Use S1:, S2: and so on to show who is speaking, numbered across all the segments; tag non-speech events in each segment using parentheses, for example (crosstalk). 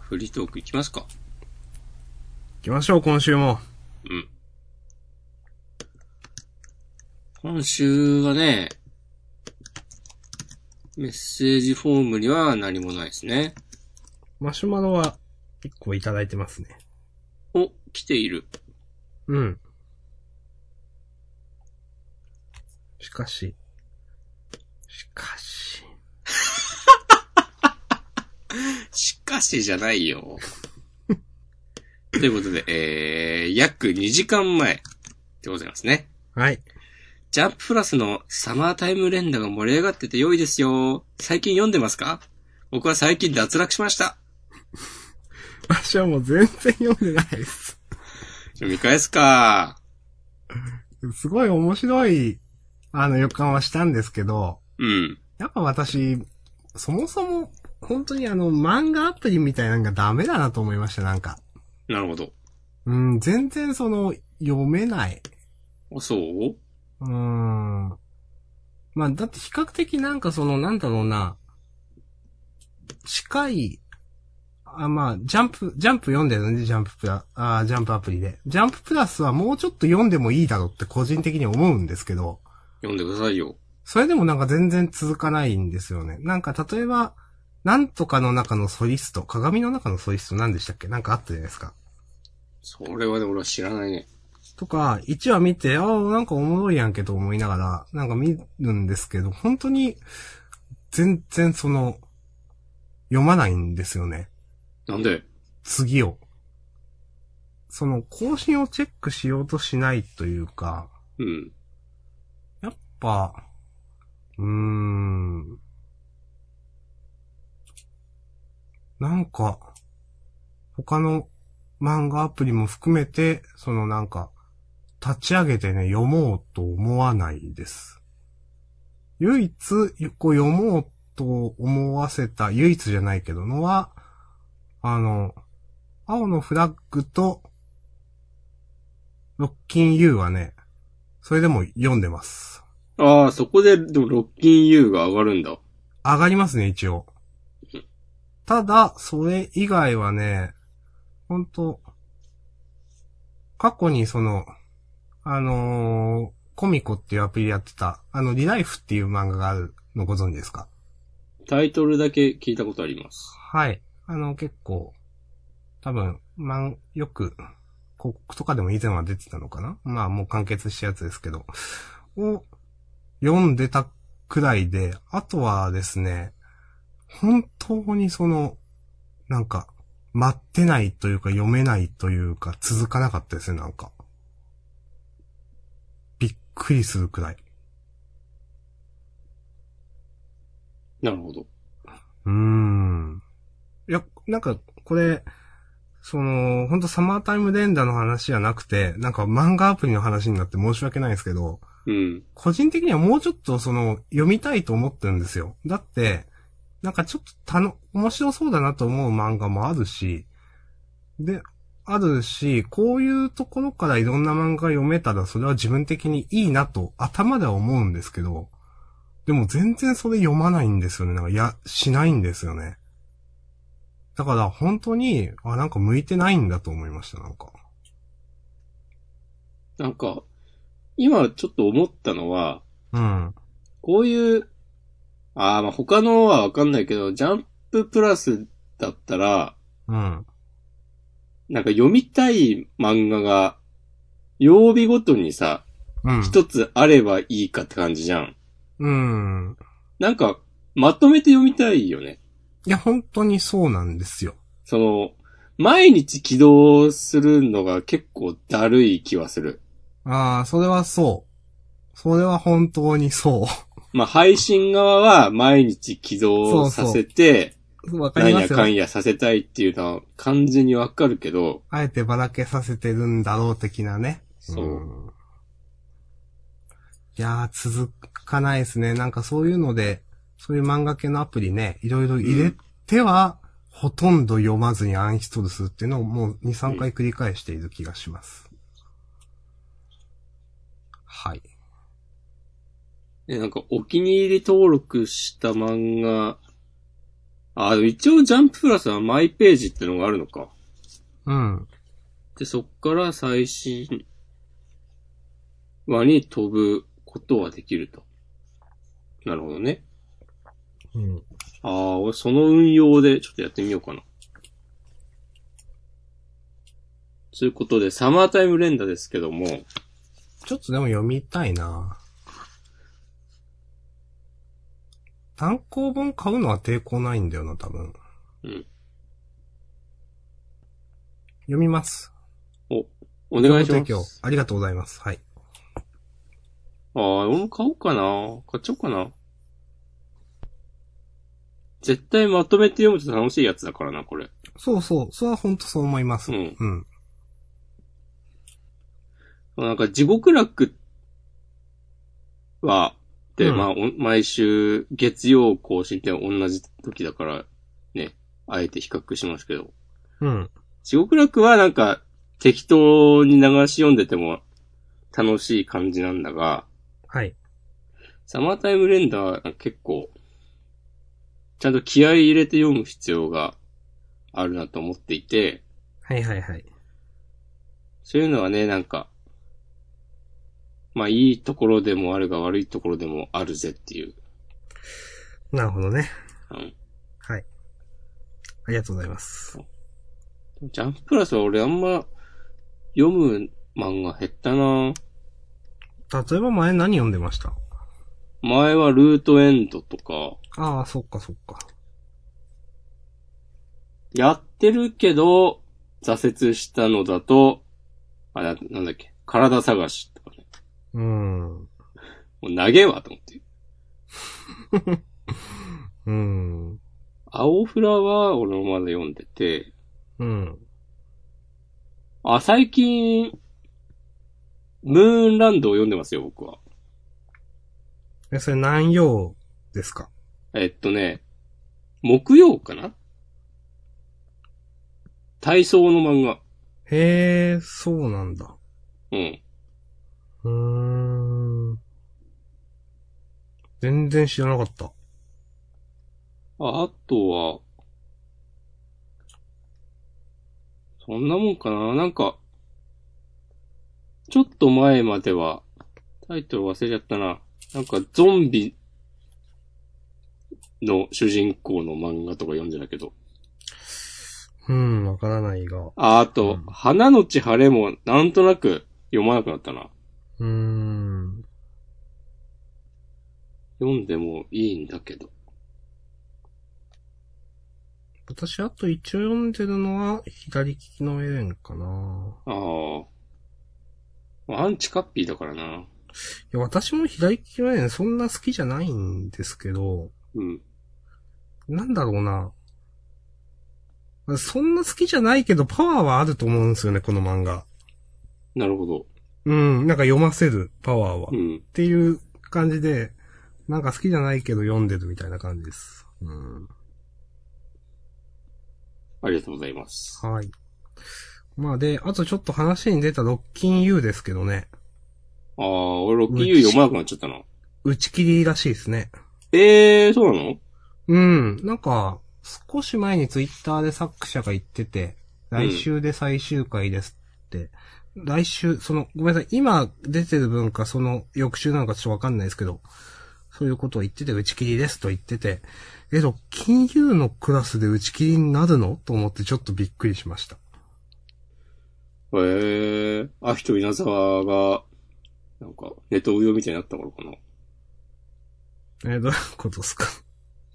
S1: フリートークいきますか。
S2: 行きましょう、今週も。
S1: うん。今週はね、メッセージフォームには何もないですね。
S2: マシュマロは1個いただいてますね。
S1: お、来ている。
S2: うん。しかし。しかし。
S1: しかしじゃないよ。ということで、えー、約2時間前でございますね。
S2: はい。
S1: ジャンププラスのサマータイム連打が盛り上がってて良いですよ。最近読んでますか僕は最近脱落しました。
S2: 私はもう全然読んでないです。
S1: 読み返すか。
S2: すごい面白い、あの予感はしたんですけど、
S1: うん。
S2: やっぱ私、そもそも、本当にあの漫画アプリみたいなのがダメだなと思いました、なんか。
S1: なるほど。
S2: うん、全然その、読めない。
S1: あ、そう
S2: うーん。まあ、だって比較的なんかその、なんだろうな、近い、あ、まあ、ジャンプ、ジャンプ読んでるね、ジャンププラ、あジャンプアプリで。ジャンププラスはもうちょっと読んでもいいだろうって個人的に思うんですけど、
S1: 読んでくださいよ。
S2: それでもなんか全然続かないんですよね。なんか例えば、なんとかの中のソリスト、鏡の中のソリスト何でしたっけなんかあったじゃないですか。
S1: それはね、俺は知らないね。
S2: とか、1話見て、ああ、なんかおもろいやんけと思いながら、なんか見るんですけど、本当に、全然その、読まないんですよね。
S1: なんで
S2: 次を。その、更新をチェックしようとしないというか、
S1: うん。
S2: やっぱ、うーん。なんか、他の漫画アプリも含めて、そのなんか、立ち上げてね、読もうと思わないです。唯一、こう読もうと思わせた、唯一じゃないけどのは、あの、青のフラッグと、ロッキン U はね、それでも読んでます。
S1: ああ、そこで、でも、ロッキン U が上がるんだ。
S2: 上がりますね、一応。ただ、それ以外はね、ほんと、過去にその、あのーコミコっていうアプリやってた、あの、リライフっていう漫画があるのご存知ですか
S1: タイトルだけ聞いたことあります。
S2: はい。あの、結構、多分、まん、よく、広告とかでも以前は出てたのかなまあ、もう完結したやつですけど、を読んでたくらいで、あとはですね、本当にその、なんか、待ってないというか読めないというか続かなかったですね、なんか。びっくりするくらい。
S1: なるほど。
S2: うーん。いや、なんか、これ、その、本当サマータイム連打の話じゃなくて、なんか漫画アプリの話になって申し訳ないんですけど、
S1: うん。
S2: 個人的にはもうちょっとその、読みたいと思ってるんですよ。だって、なんかちょっとたの、面白そうだなと思う漫画もあるし、で、あるし、こういうところからいろんな漫画読めたら、それは自分的にいいなと頭では思うんですけど、でも全然それ読まないんですよね。なんか、いや、しないんですよね。だから本当に、あ、なんか向いてないんだと思いました、なんか。
S1: なんか、今ちょっと思ったのは、
S2: うん。
S1: こういう、ああ、まあ他のはわかんないけど、ジャンププラスだったら、
S2: うん。
S1: なんか読みたい漫画が、曜日ごとにさ、
S2: うん。
S1: 一つあればいいかって感じじゃん。
S2: うん。
S1: なんか、まとめて読みたいよね。
S2: いや、本当にそうなんですよ。
S1: その、毎日起動するのが結構だるい気はする。
S2: ああ、それはそう。それは本当にそ
S1: まあ、配信側は毎日起動させて、 (laughs)
S2: う。わか
S1: なん
S2: りま
S1: や
S2: す
S1: かん
S2: よ。
S1: やさせたいっていうのは完全にわかるけど、
S2: あえてばらけさせてるんだろう的なね。
S1: そう。
S2: んいやー、続かないですね。なんかそういうので、そういう漫画系のアプリね、いろいろ入れては、ほとんど読まずにアンインストールするっていうのをもう2、3回繰り返している気がします。はい。
S1: えなんかお気に入り登録した漫画あ、一応ジャンププラスはマイページってのがあるのか。
S2: うん。
S1: で、そっから最新話に飛ぶことはできると。なるほどね。
S2: うん。
S1: ああ、俺その運用でちょっとやってみようかな。ということで、サマータイム連打ですけども、
S2: ちょっとでも読みたいな単行本買うのは抵抗ないんだよな、多分。
S1: うん。
S2: 読みます。
S1: お願いし
S2: 情報
S1: ま
S2: 提供
S1: す。
S2: ありがとうございます。はい。
S1: ああ、俺も買おうかな。買っちゃおうかな。絶対まとめて読むと楽しいやつだからな、これ。
S2: そうそう。それは本当そう思います。
S1: うん
S2: うん。
S1: なんか、地獄楽は、で、
S2: うん
S1: まあ、お毎週月曜更新って同じ時だから、ね、あえて比較しますけど、
S2: うん。
S1: 地獄楽はなんか、適当に流し読んでても楽しい感じなんだが、
S2: はい。
S1: サマータイムレンダーは結構、ちゃんと気合い入れて読む必要があるなと思っていて、
S2: はいはいはい。
S1: そういうのはね、なんか、まあいいところでもあるが悪いところでもあるぜっていう。
S2: なるほどね。
S1: うん。
S2: はい。ありがとうございます。
S1: ジャンププラスは俺あんま読む漫画減ったな
S2: 例えば前何読んでました
S1: 前はルートエンドとか、
S2: ああ、そっかそっか。
S1: やってるけど、挫折したのだと、あ、ななんだっけ、体探しとかね。
S2: うん。
S1: もう投げわと思って。
S2: うん。
S1: 青フラは俺もまだ読んでて、
S2: うん。
S1: あ、最近、ムーンランドを読んでますよ、僕は。
S2: え、それ何曜ですか
S1: えっとね、木曜かな体操の漫画。
S2: へえ、そうなんだ。
S1: うん。
S2: うーん。全然知らなかった。
S1: ああとは、そんなもんかななんか、ちょっと前までは、タイトル忘れちゃったな。なんかゾンビの主人公の漫画とか読んでたけど。
S2: うん、わからないが。う
S1: あ、あと、
S2: うん
S1: 花のち晴れもなんとなく読まなくなったな。
S2: ーん。
S1: 読んでもいいんだけど。
S2: 私、あと一応読んでるのは、左利きのエレンかな。
S1: ああ。アンチカッピーだからな。
S2: いや、私も左利きのエレンそんな好きじゃないんですけど、
S1: うん。
S2: なんだろうな。そんな好きじゃないけど、パワーはあると思うんですよね、この漫画。
S1: なるほど。
S2: うん、なんか読ませる、パワーは。
S1: う
S2: っ
S1: ん。
S2: ていう感じで、なんか好きじゃないけど読んでるみたいな感じです。うん。
S1: ありがとうございます。
S2: はい。まあで、あとちょっと話に出たロッキン U ですけどね。
S1: ああ、俺、ロッキーユー読まなくなっちゃったな。
S2: 打ち切りらしいですね。
S1: ええー、そうなの
S2: うん。なんか、少し前にツイッターで作者が言ってて、来週で最終回ですって。来週、その、ごめんなさい、今出てる分か、その翌週なのかちょっとわかんないですけど、そういうことを言ってて、打ち切りですと言ってて、えっと、金融のクラスで打ち切りになるのと思ってちょっとびっくりしました。
S1: ええー、アヒト稲沢が、なんか、ネトウヨみたいになったからかな。
S2: えーどういうことで
S1: (laughs)
S2: すか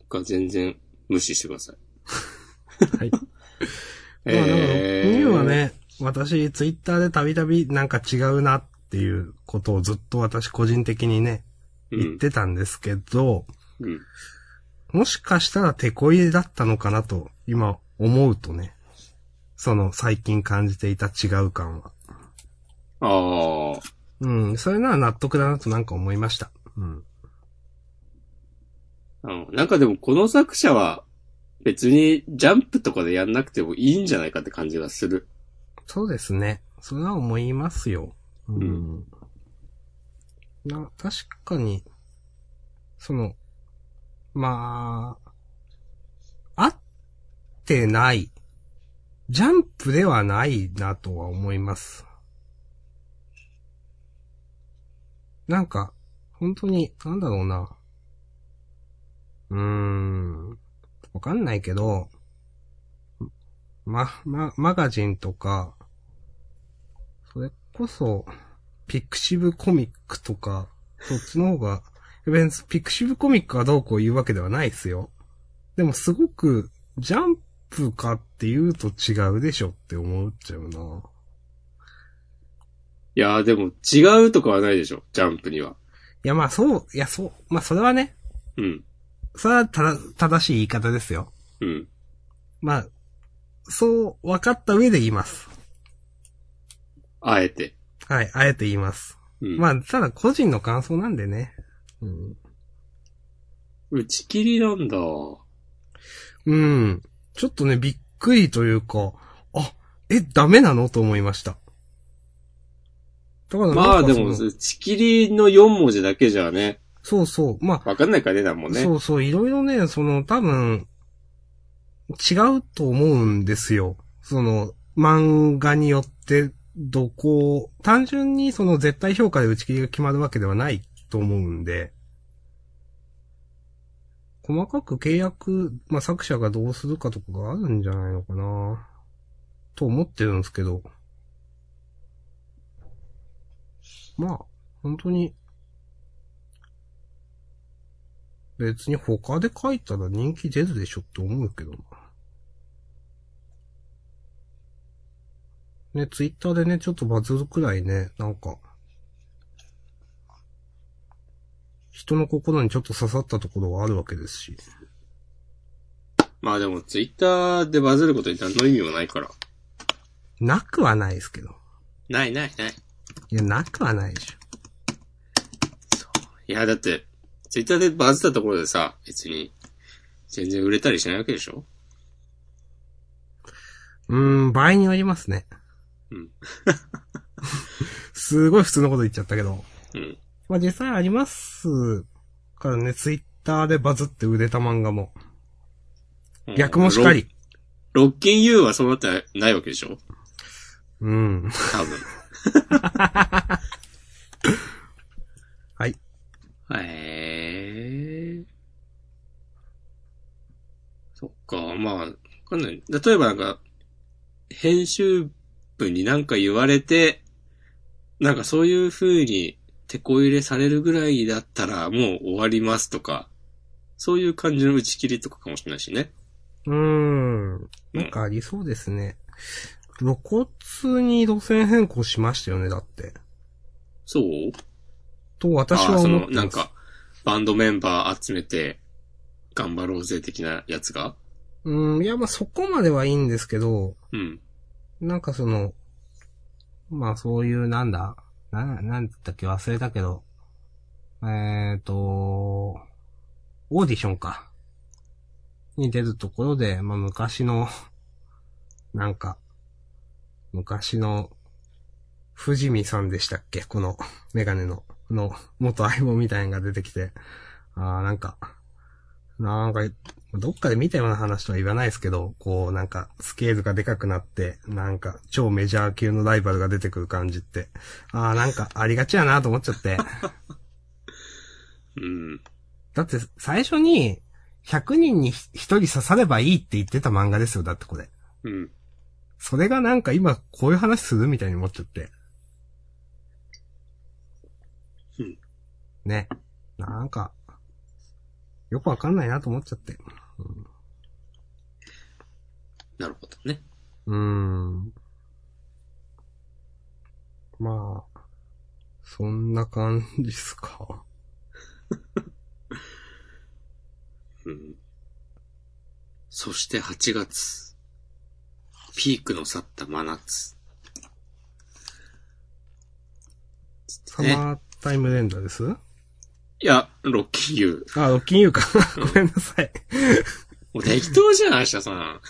S1: が全然無視してください。
S2: はい。まあ、だから、
S1: ええー。
S2: 金融は。ね、私、ツイッターでたびたびなんか違うなっていうことをずっと私個人的にね、
S1: う
S2: 言っ
S1: ん。
S2: てたんですけど、
S1: うん。
S2: もしかしたら手こ入れだったのかなと、今思うとね。その最近感じていた違う感は。
S1: ああ。
S2: うん、それなら納得だなとなんか思いました。うん。
S1: うんなんかでもこの作者は別にジャンプとかでやんなくてもいいんじゃないかって感じがする。
S2: そうですね。それは思いますよ。うん。
S1: うん
S2: な、確かに、その、まあ、あってない。ジャンプではないなとは思います。なんか、本当に、なんだろうな。うーん。わかんないけど、ま、ま、マガジンとか、それこそ、ピクシブコミックとか、そっちの方が、別にピクシブコミックはどうこう言うわけではないですよ。でもすごく、ジャンプかって言うと違うでしょって思っちゃうな。
S1: いやーでも違うとかはないでしょ、ジャンプには。
S2: いや、まあそう、いや、そう、まあそれはね、
S1: うん。
S2: それはただ正しい言い方ですよ。
S1: うん。
S2: まあ、そう分かった上で言います。
S1: あえて。
S2: はい、あえて言います。
S1: うん。
S2: まあ、ただ個人の感想なんでね。うん
S1: 打ち切りなんだ。
S2: うん。ちょっとね、びっくりというか、あ、え、ダメなのと思いました。だからなんか
S1: まあでも、
S2: その
S1: 打ち切りの4文字だけじゃね、
S2: そうそう。まあ、
S1: わかんないからね、なんもね。
S2: そうそう、いろいろね、その、多分、違うと思うんですよ。その、漫画によって、どこを、単純にその絶対評価で打ち切りが決まるわけではないと思うんで、細かく契約、まあ、作者がどうするかとかがあるんじゃないのかなと思ってるんですけど。まあ、本当に、別に他で書いたら人気出るでしょって思うけどな。ね、ツイッターでね、ちょっとバズるくらいね、なんか、人の心にちょっと刺さったところがあるわけですし。
S1: まあでも、ツイッターでバズることに何の意味もないから。
S2: なくはないですけど。
S1: ないないない。
S2: いや、なくはないでしょ。
S1: いや、だって、ツイッターでバズったところでさ、別に、全然売れたりしないわけでしょ
S2: うーん、場合によりますね。
S1: うん。
S2: すごい普通のこと言っちゃったけど。
S1: うん。
S2: まあ、実際ありますからね、ツイッターでバズって売れた漫画も。逆もしかり。
S1: ロ。ロッキン U はそうなってないわけでしょ
S2: うん。
S1: 多分。
S2: (laughs) はい。
S1: へえ。そっか、まあ、わかんない。例えばなんか、編集部になんか言われて、なんかそういう風に手こ入れされるぐらいだったらもう終わりますとか、そういう感じの打ち切りとかかもしれないしね。
S2: うーん。なんかありそうですね。露骨に路線変更しましたよね、だって。
S1: そう
S2: と、私
S1: ああ
S2: は
S1: そ
S2: 思っ
S1: の、
S2: て
S1: なん
S2: ます。
S1: か、バンドメンバー集めて、頑張ろうぜ的なやつが。
S2: うん、いや、まあ、そこまではいいんですけど、
S1: うん。
S2: なんかその、まあそういう、なんだ、な、なんだったっけ忘れたけど、えっ、ー、と、オーディションか。に出るところで、まあ昔の、なんか、昔の、藤見さんでしたっけこの、メガネの、の、元相棒みたいなのが出てきて、ああ、なんか、なんか、どっかで見たような話とは言わないですけど、こうなんかスケールがでかくなって、なんか超メジャー級のライバルが出てくる感じって、ああなんかありがちやなと思っち
S1: (laughs)
S2: ゃって。
S1: うん。
S2: だって最初に100人に1人刺さればいいって言ってた漫画ですよ、だってこれ。
S1: うん。
S2: それがなんか今こういう話するみたいに思っちゃって
S1: うん。
S2: ね。なんか、よくわかんないなと思っちゃって。
S1: なるほどね。
S2: うーん。まあ、そんな感じです (laughs) か。
S1: うん。そして8月。ピークの去った真夏。
S2: サマータイムレンダーですあ、
S1: いや、ロッキーユ
S2: ロッキンユーか。 (laughs) ごめんなさい。
S1: ー。もう適当じゃん、明日さん。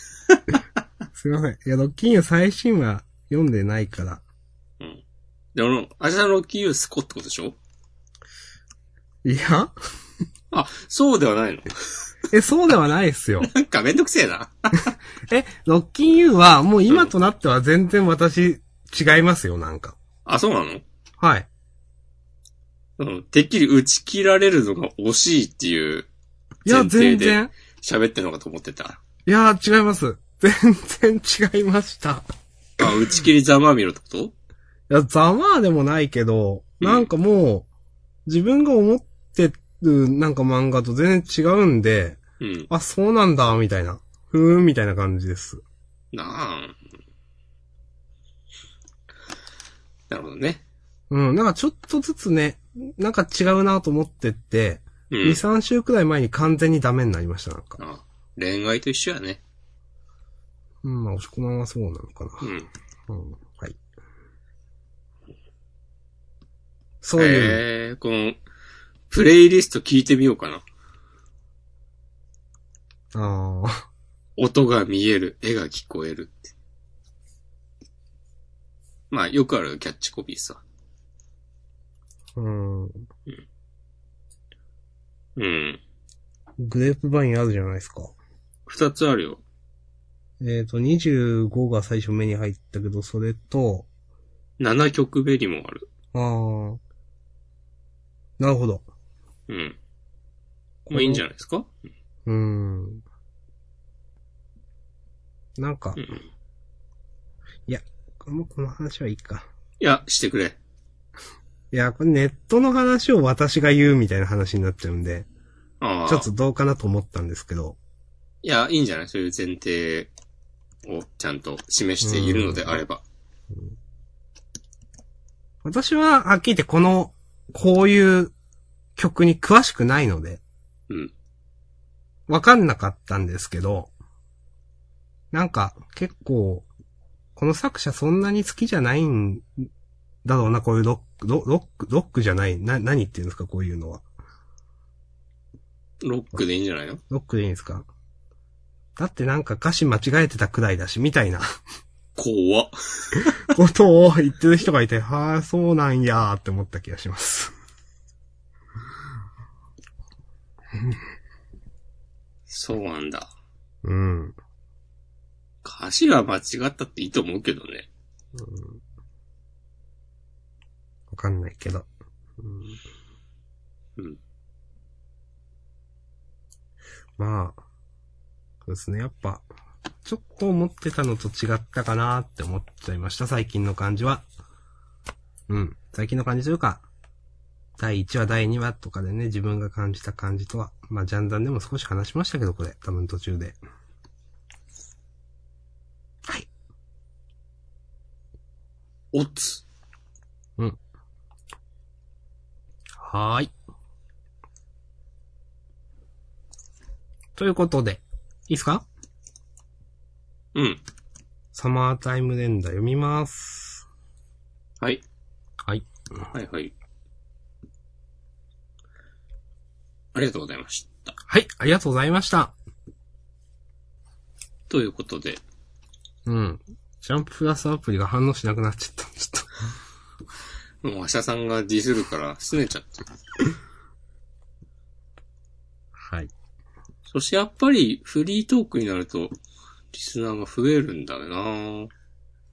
S2: すいません。いや、ロッキンユー最新話読んでないから。
S1: うん。で、俺も、明日のロッキーユースコってことでしょ
S2: いや
S1: あ、そうではないの。
S2: え、そうではないです (laughs) よ。
S1: なんかめんどくせえな。
S2: え、ロッキンユーは、もう今となっては全然私、違いますよ、なんか。
S1: あ、そうなの
S2: はい。
S1: うん。てっきり打ち切られるのが惜しいっていう
S2: いや、
S1: 前提
S2: 全
S1: で
S2: 然。
S1: 喋ってんのかと思ってた。
S2: いや、違います。全然違いました。
S1: あ、打ち切りざまみろってこと
S2: いや、ざまあでもないけど、
S1: うん
S2: なんかもう、自分が思ってるなんか漫画と全然違うんで、
S1: うん。
S2: あ、そうなんだ、みたいな。ふーん、みたいな感じです。
S1: なあ。なるほどね。
S2: うん、なんかちょっとずつね、なんか違うなと思ってって、
S1: う
S2: 2、
S1: ん。
S2: 3週くらい前に完全にダメになりました、なんか。
S1: あ恋愛と一緒やね。
S2: うん、まあ、押し込まんはそうなのかな。
S1: うん。
S2: うん、はい。そういう、
S1: えー、この、プレイリスト聞いてみようかな。
S2: ああ、
S1: 音が見える、絵が聞こえるって。まあ、よくあるキャッチコピーさ。
S2: うん、
S1: うん。
S2: グレープバインあるじゃないですか。
S1: 二つあるよ。
S2: えっ、と、25が最初目に入ったけど、それと、
S1: 7曲目にもある。
S2: あー。なるほど。
S1: うん。まあ、いいんじゃないですか
S2: うーん。なんか
S1: う、ん。
S2: もうこの話はいいか。
S1: いや、してくれ。
S2: いや、これネットの話を私が言うみたいな話になっちゃうんで、
S1: ああ。
S2: ちょっとどうかなと思ったんですけど。
S1: いや、いいんじゃないそういう前提をちゃんと示しているのであれば。
S2: 私は、はっきり言ってこの、こういう曲に詳しくないので、
S1: うん。
S2: わかんなかったんですけど、なんか、結構、この作者そんなに好きじゃないんだろうな、こういうロック、ロロック、ロックじゃない、な、何言ってるんですか、こういうのは。
S1: ロックでいいんじゃないの
S2: ロックでいいんですかだってなんか歌詞間違えてたくらいだし、みたいな
S1: 怖っ。
S2: ことを言ってる人がいて、はあ、そうなんやーって思った気がします。
S1: そうなんだ。
S2: うん。
S1: 歌詞が間違ったっていいと思うけどね。
S2: うんわかんないけど。うん
S1: うん
S2: まあ、そうですね。やっぱ、ちょっと思ってたのと違ったかなって思っちゃいました。最近の感じは。うん。最近の感じというか、第1話、第2話とかでね、自分が感じた感じとは。まあ、ジャンダンでも少し話しましたけど、これ。多分途中で。
S1: おつ。
S2: はーい。ということで、いいっすか
S1: うん。
S2: サマータイムレンダー読みます。
S1: はい。
S2: はい。
S1: はいはい。ありがとうございました。
S2: はい、ありがとうございました。
S1: ということで、
S2: うん。ジャンププラスアプリが反応しなくなっちゃった。ちょっ
S1: もう、アシャさんがディスるから、すねちゃった。
S2: と。はい。
S1: そしてやっぱり、フリートークになると、リスナーが増えるんだよなぁ。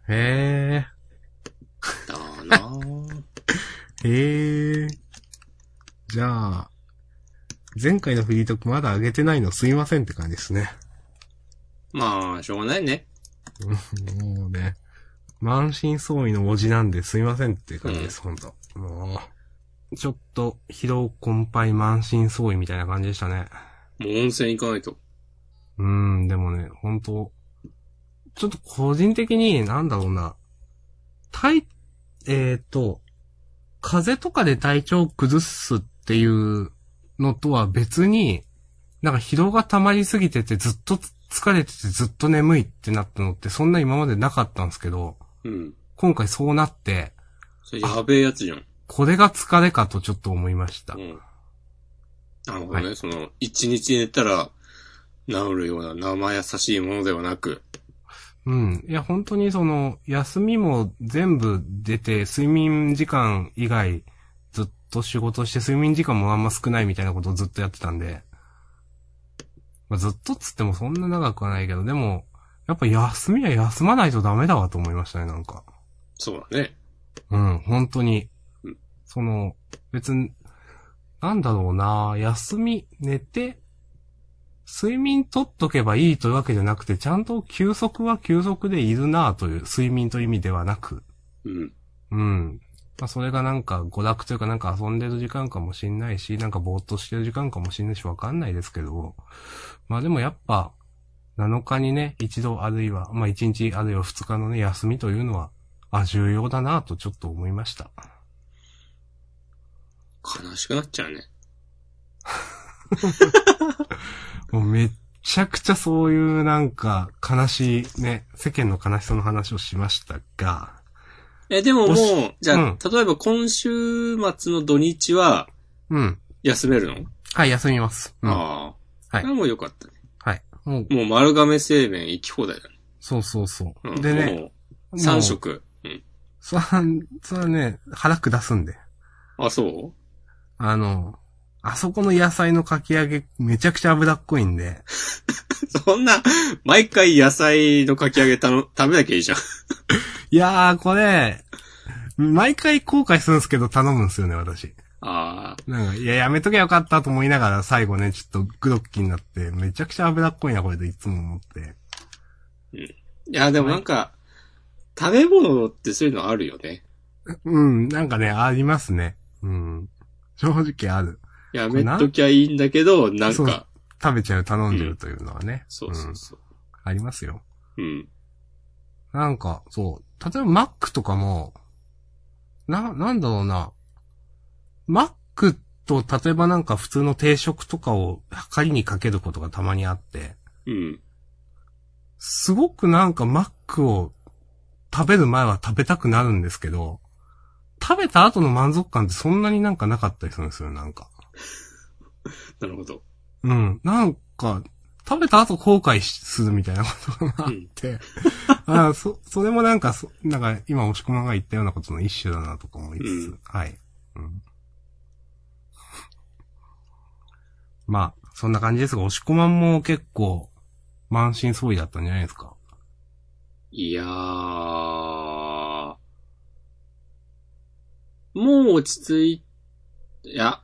S2: へ
S1: だーな (laughs) ぁ。
S2: え。へえ。じゃあ、前回のフリートークまだ上げてないのすいませんって感じですね。
S1: まあ、しょうがないね。
S2: うんもうね。満身創痍のおじなんですいませんって感じです、ほんと。もう。ちょっと、疲労困憊満身創痍みたいな感じでしたね。
S1: もう温泉行かないと。
S2: うーん、でもね、本当ちょっと個人的に、なんだろうな。体、えっ、と、風邪とかで体調を崩すっていうのとは別に、なんか疲労が溜まりすぎててずっと疲れててずっと眠いってなったのってそんな今までなかったんですけど、
S1: うん。
S2: 今回そうなって、
S1: それやべえやつじゃん。
S2: これが疲れかとちょっと思いました
S1: う。ん。なるほどね。
S2: は
S1: その、一日寝たら、治るような生優しいものではなく、
S2: うん。いや、本当にその、休みも全部出て、睡眠時間以外、ずっと仕事して、睡眠時間もあんま少ないみたいなことをずっとやってたんで、まあ、ずっとっつってもそんな長くはないけど、でも、やっぱ休みは休まないとダメだわと思いましたね、なんか。
S1: そうだね。
S2: うん、本当に
S1: うん。
S2: その、別に、なんだろうな休み、寝て、睡眠取っとけばいいというわけじゃなくて、ちゃんと休息は休息でいるなという、睡眠という意味ではなく、
S1: うん。
S2: うん。まあ、それがなんか娯楽というかなんか遊んでる時間かもしんないし、なんかぼーっとしてる時間かもしんないし、わかんないですけど、まあでもやっぱ、7日にね、一度あるいは、まあ1日あるいは2日のね、休みというのは、あ、重要だなとちょっと思いました。
S1: 悲しくなっちゃうね。
S2: もうめっちゃくちゃそういうなんか悲しいね、世間の悲しさの話をしましたが、
S1: え、でもも
S2: も
S1: う
S2: し、
S1: じゃあ、
S2: うん
S1: 例えば今週末の土日は
S2: うん。
S1: 休めるの、
S2: はい、休みます。うん、は
S1: ああ。
S2: はい
S1: それはもうよかったね。
S2: い。もう、
S1: もう丸亀製麺行き放題だね。
S2: そうそうそうう。
S1: ん、
S2: でね、
S1: もう3
S2: もう。
S1: 食。うん。
S2: そら、そらね、腹下すんで。
S1: あ、そう
S2: あの、あそこの野菜のかき揚げめちゃくちゃ脂っこいんで、
S1: (laughs) そんな、毎回野菜のかき揚げたの食べなきゃいいじゃん。
S2: いやーこれ、毎回後悔するんですけど頼むんですよね、私。
S1: ああ。
S2: なんか、いや、やめとけばよかったと思いながら最後ね、ちょっとグロッキーになって、めちゃくちゃ脂っこいな、これでいつも思って。
S1: いや、でもなんか、食べ物ってそういうのあるよね。
S2: うん、なんかね、ありますね。うん。正直ある。
S1: やめときゃいいんだけど、なん
S2: そう
S1: か、
S2: 食べちゃう、頼んでるというのはね。
S1: そうそ
S2: ん
S1: うそう。
S2: ありますよ。
S1: うん。
S2: なんか、そう。例えばマックとかも、な、なんだろうな。マックと、例えばなんか普通の定食とかを測りにかけることがたまにあって、
S1: うん。
S2: すごくなんかマックを食べる前は食べたくなるんですけど、食べた後の満足感ってそんなになんかなかったりするんですよ、なんか。
S1: なるほど。
S2: うん。なんか、食べた後後悔しするみたいなことがあって、 (laughs) ああそ、それもなんか、そなんか今、押し込まんが言ったようなことの一種だなとか思いつつ、
S1: うん
S2: はい。うんまあ、そんな感じですが、押し込まんも結構、満身創痍だったんじゃないですか。
S1: いやー。もう落ち着い、いや。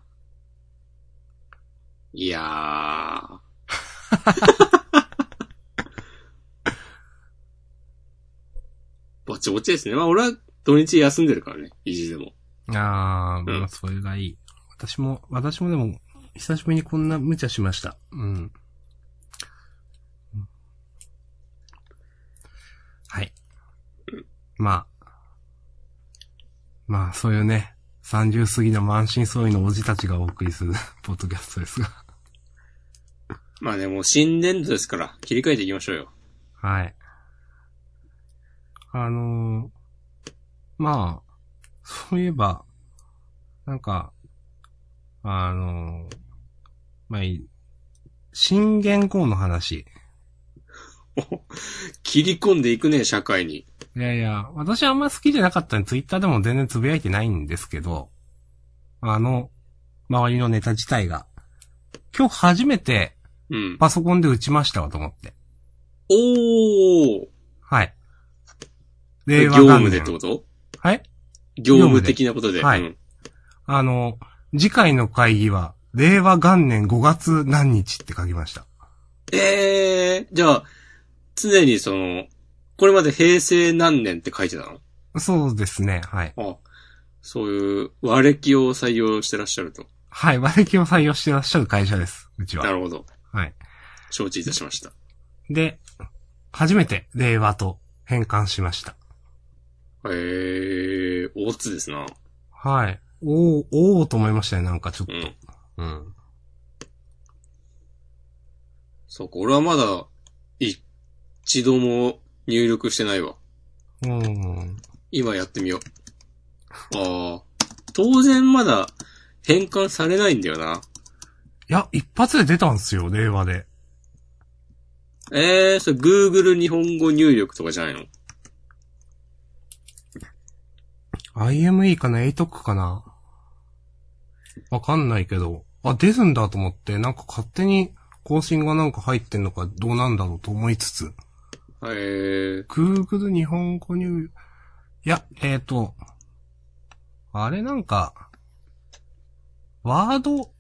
S1: いやー。 (laughs) ぼちぼちですね。まあ俺は土日休んでるからね。意地でも。
S2: あー、
S1: うん
S2: まあ、それがいい。私も、私もでも、久しぶりにこんな無茶しました。うん。はい。まあ。まあ、そういうね、30過ぎの満身創痍のおじたちがお送りする、 (laughs) ポッドキャストですが。
S1: まあね、もう新年度ですから、切り替えていきましょうよ。
S2: はい。あのーまあ、そういえば、なんか、あのーまあいい、新元号の話。
S1: お切り込んでいくね、社会に。
S2: いやいや、私あんま好きじゃなかったんで、ツイッターでも全然つぶやいてないんですけど、あの、周りのネタ自体が、今日初めて
S1: うん。
S2: パソコンで打ちましたわと思って。
S1: おー。
S2: はい。令
S1: 業
S2: 和
S1: 務
S2: 元年
S1: でってこと
S2: はい
S1: 業務的なことで。
S2: 業務ではい
S1: うん
S2: あの、次回の会議は、令和元年5月何日って書きました。
S1: ええじゃあ、常にその、これまで平成何年って書いてたの
S2: そうですね、はい。
S1: あ、そういう和歴を採用してらっしゃると。
S2: はい、和暦を採用してらっしゃる会社です、うち
S1: な
S2: は。
S1: るほど。
S2: はい。
S1: 承知いたしました。
S2: で、初めて令和と変換しました。
S1: ええ大津ですな。
S2: はい。おー、おーと思いましたね、なんかちょっ
S1: う
S2: と。
S1: ん。
S2: うん。
S1: そうか、俺はまだ、一度も入力してないわ。
S2: うん。
S1: 今やってみよう。ああ。当然まだ変換されないんだよな。
S2: いや、一発で出たんすよ、令和で。
S1: ええそれ Google 日本語入力とかじゃないの
S2: IME かな ?ATOC かなわかんないけど、あ、出るんだと思って、なんか勝手に、更新がなんか入ってんのかどうなんだろうと思いつつ、
S1: はい。え
S2: Google 日本語入、いや、えっ、ー、と、あれなんか、ワード、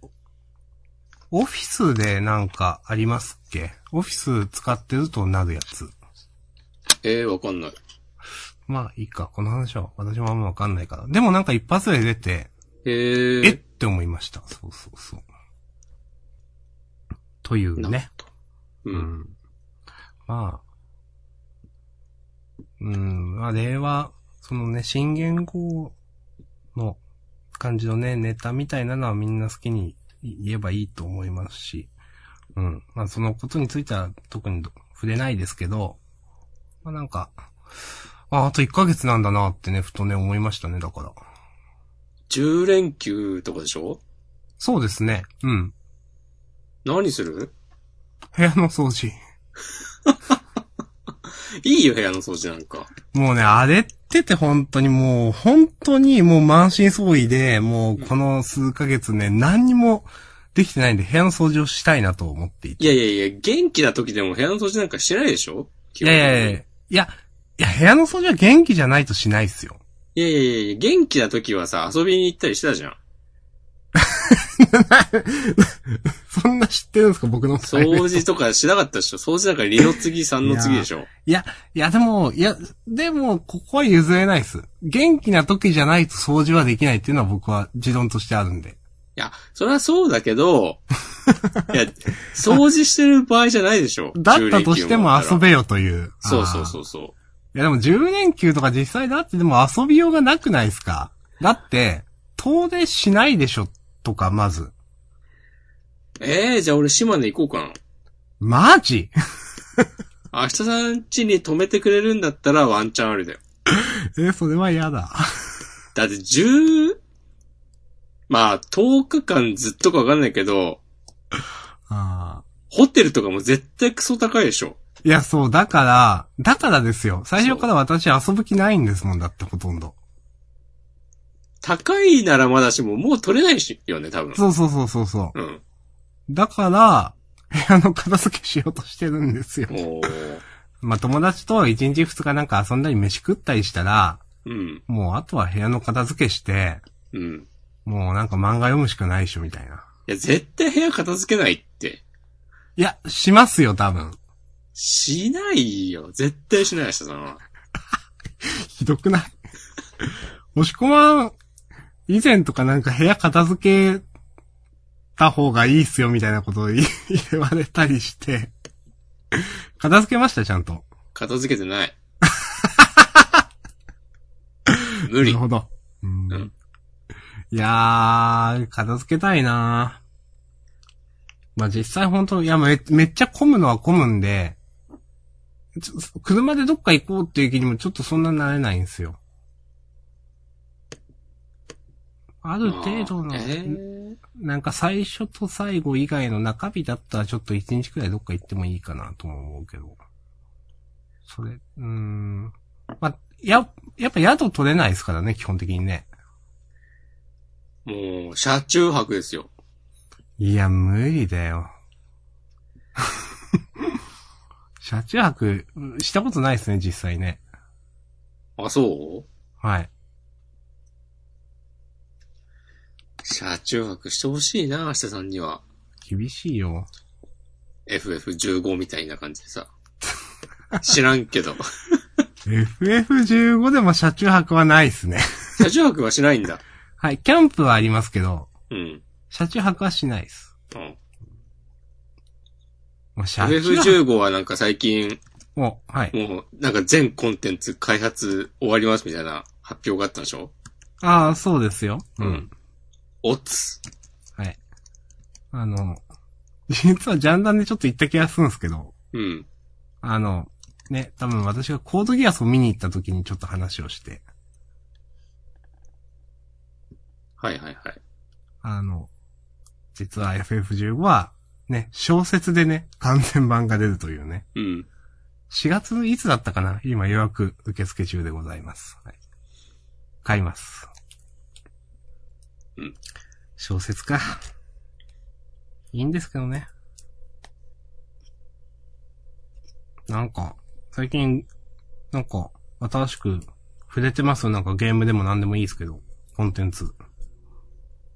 S2: オフィスでなんかありますっけオフィス使ってるとなるやつ。
S1: えー、わかんない。
S2: まあいいか、この話は私もあんまわかんないから。でもなんか一発で出て、
S1: えー、
S2: えって思いました。そうそうそう。という
S1: なる
S2: ね。
S1: う。
S2: うんん。まあ。うん、まあ、令和、そのね、新元号の感じのね、ネタみたいなのはみんな好きに言えばいいと思いますし、うん。まあ、そのことについては特に触れないですけど、まあ、なんか、あ、あと1ヶ月なんだなってね、ふとね、思いましたね、だから。
S1: 10連休とかでしょ
S2: そうですね。うん。
S1: 何する
S2: 部屋の掃除。
S1: いいよ、部屋の掃除なんか。
S2: もうね、あれってて本当にもう、本当にもう満身創痍で、もうこの数ヶ月ね、何にもできてないんで、部屋の掃除をしたいなと思っていて。
S1: いやいやいや、元気な時でも部屋の掃除なんかしてないでしょ
S2: いやいやいやいや、いや、部屋の掃除は元気じゃないとしないっすよ。
S1: いやいやいやいや、元気な時はさ、遊びに行ったりしたじゃん。
S2: (laughs) そんな知ってるんですか僕のプライベート
S1: 掃除とかしなかったでしょ (laughs) 掃除なんか2の次、3の次でしょ
S2: いや、でも、いや、でも、ここは譲れないっす。元気な時じゃないと掃除はできないっていうのは僕は持論としてあるんで。
S1: いや、それはそうだけど、いや、掃除してる場合じゃないでしょ
S2: (laughs) だったとしても遊
S1: べ。
S2: べよという。
S1: そう
S2: あ
S1: そう
S2: ー
S1: そうそ
S2: いやでも10連休とか実際だってでも遊びようがなくないですかだって、遠出しないでしょとか、まず。
S1: う。ええー、じゃあ俺島根行こうか
S2: マジ (laughs)
S1: な。明日さん家に泊めてくれるんだったらワンチャンあるだよ。
S2: え、それは嫌だ。
S1: だって10、まあ10日間ずっとかわかんないけど、
S2: あ
S1: ホテルとかも絶対クソ高いでしょ。
S2: ーいや、そう、だから、だからですよ。最初から私遊ぶ気ないんですもんだって、ほとんど。
S1: 高いならまだしも、もう取れないしよね、多分。
S2: そうそうそうそうそう。
S1: うん。
S2: だから、部屋の片付けしようとしてるんですよ。
S1: おー。
S2: まあ、友達と1日2日なんか遊んだり飯食ったりしたら、
S1: うん。
S2: もうあとは部屋の片付けして、
S1: うん。
S2: もうなんか漫画読むしかないっしょ、みたい
S1: い
S2: な。
S1: や、絶対部屋片付けないって。
S2: いや、しますよ、多分。
S1: しないよ。絶対しない、明日さんは。
S2: ひどくない (laughs) もしこま、以前とかなんか部屋片付けた方がいいっすよ、みたいなことを言い言われたりして。片付けました、ちゃんと。
S1: 片付けて
S2: (laughs)
S1: ない。無
S2: な
S1: 理
S2: る。ほど。うん
S1: うん
S2: いやー、片付けたいなまあ、実際本当いや、め、めっちゃ混むのは混むんで、ちょ車でどっか行こうっていう気にもちょっとそんななれないんですよ。ある程度の、
S1: まあえー
S2: なんか最初と最後以外の中日だったらちょっと一日くらいどっか行ってもいいかなとも思うけど。それ、うーん。まあ、や、やっぱ宿取れないですからね、基本的にね。
S1: もう、車中泊ですよ。
S2: いや、無理だよ。 (laughs) 車中泊、したことないですね、実際ね。
S1: あ、そう
S2: はい。
S1: 車中泊してほしいな、明日さんには。
S2: 厳しいよ。
S1: FF15 みたいな感じでさ。知らんけど。
S2: FF15 でも車中泊はないですね。
S1: 車中泊はしないんだ。
S2: はい、キャンプはありますけど、
S1: うん。
S2: 車中泊はしないです。
S1: うん
S2: もう車中泊
S1: FF15 はなんか最近、
S2: もう、はい。
S1: もう、なんか全コンテンツ開発終わりますみたいな発表があったんでしょ
S2: ああ、そうですよ。。。
S1: おつ。
S2: はい。あの、実はジャンダンでちょっと言った気がするんですけど、
S1: うん。
S2: あの、ね、多分私がコードギアスを見に行った時にちょっと話をして、
S1: はいはいはい。
S2: あの、実は FF15 は、ね、小説でね、完全版が出るというね。
S1: うん。
S2: 4月いつだったかな今予約受付中でございます。はい。買います。
S1: うん。
S2: 小説か。いいんですけどね。なんか、最近、なんか、新しく触れてますよ。なんかゲームでも何でもいいですけど、コンテンツ。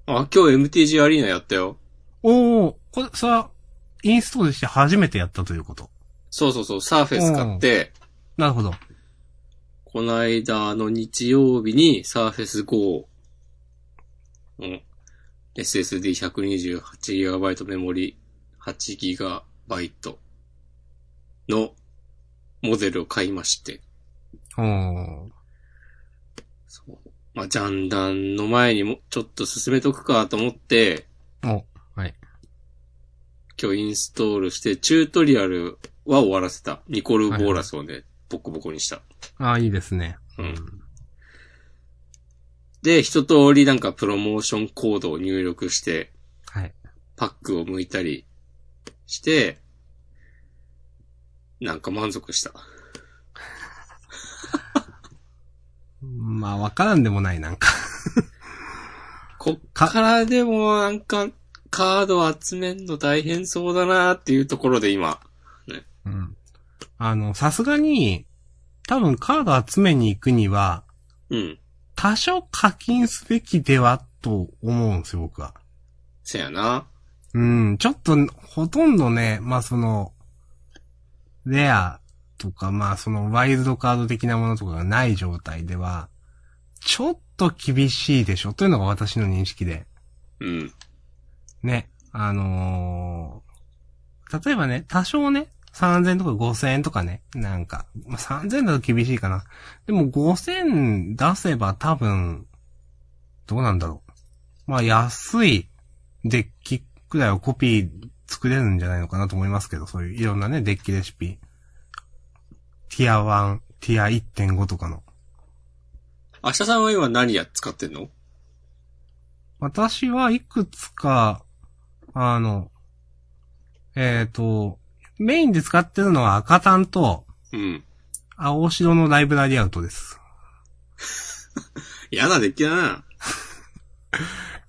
S1: あ、今日 MTG アリーナやったよ。
S2: おー、これ、それは、インストールして初めてやったということ。
S1: そうそうそう、サーフェス買って、
S2: なるほど。
S1: この間の日曜日にサーフェス Go の SSD128GB メモリ 8GB のモデルを買いまして、
S2: おー。
S1: そう。まあ、ジャンダンの前にもちょっと進めとくかと思って、
S2: お、はい。
S1: 今日インストールしてチュートリアルは終わらせた。ニコル・ボーラスをね、ボコボコにした。
S2: ああ、いいですね。
S1: うん。で、一通りなんかプロモーションコードを入力して、
S2: はい。
S1: パックを剥いたりして、なんか満足した。
S2: まあ、わからんでもない、なんか。
S1: こっからでもなんかカードを集めんの大変そうだなっていうところで今。
S2: うん。あの、さすがに、多分カード集めに行くには、
S1: うん。
S2: 多少課金すべきでは、と思うんですよ、僕は。
S1: せやな。
S2: うん、ちょっと、ほとんどね、まあその、レアとか、まあそのワイルドカード的なものとかがない状態では、ちょっと厳しいでしょ、というのが私の認識で。
S1: うん。
S2: ね、あのー例えばね、多少ね、3000とか5000円とかね、なんか、まあ、3000だと厳しいかな。でも5000出せば多分、どうなんだろう。まあ安いデッキくらいはコピー作れるんじゃないのかなと思いますけど、そういういろんなね、デッキレシピ。ティア1、ティア1.5とかの。
S1: 明日さんは今何や使ってんの
S2: 私はいくつか、あの、えっ、と、メインで使ってるのは赤単と
S1: うん。
S2: 青白のライブラリアウトです。
S1: 嫌なデッキだな。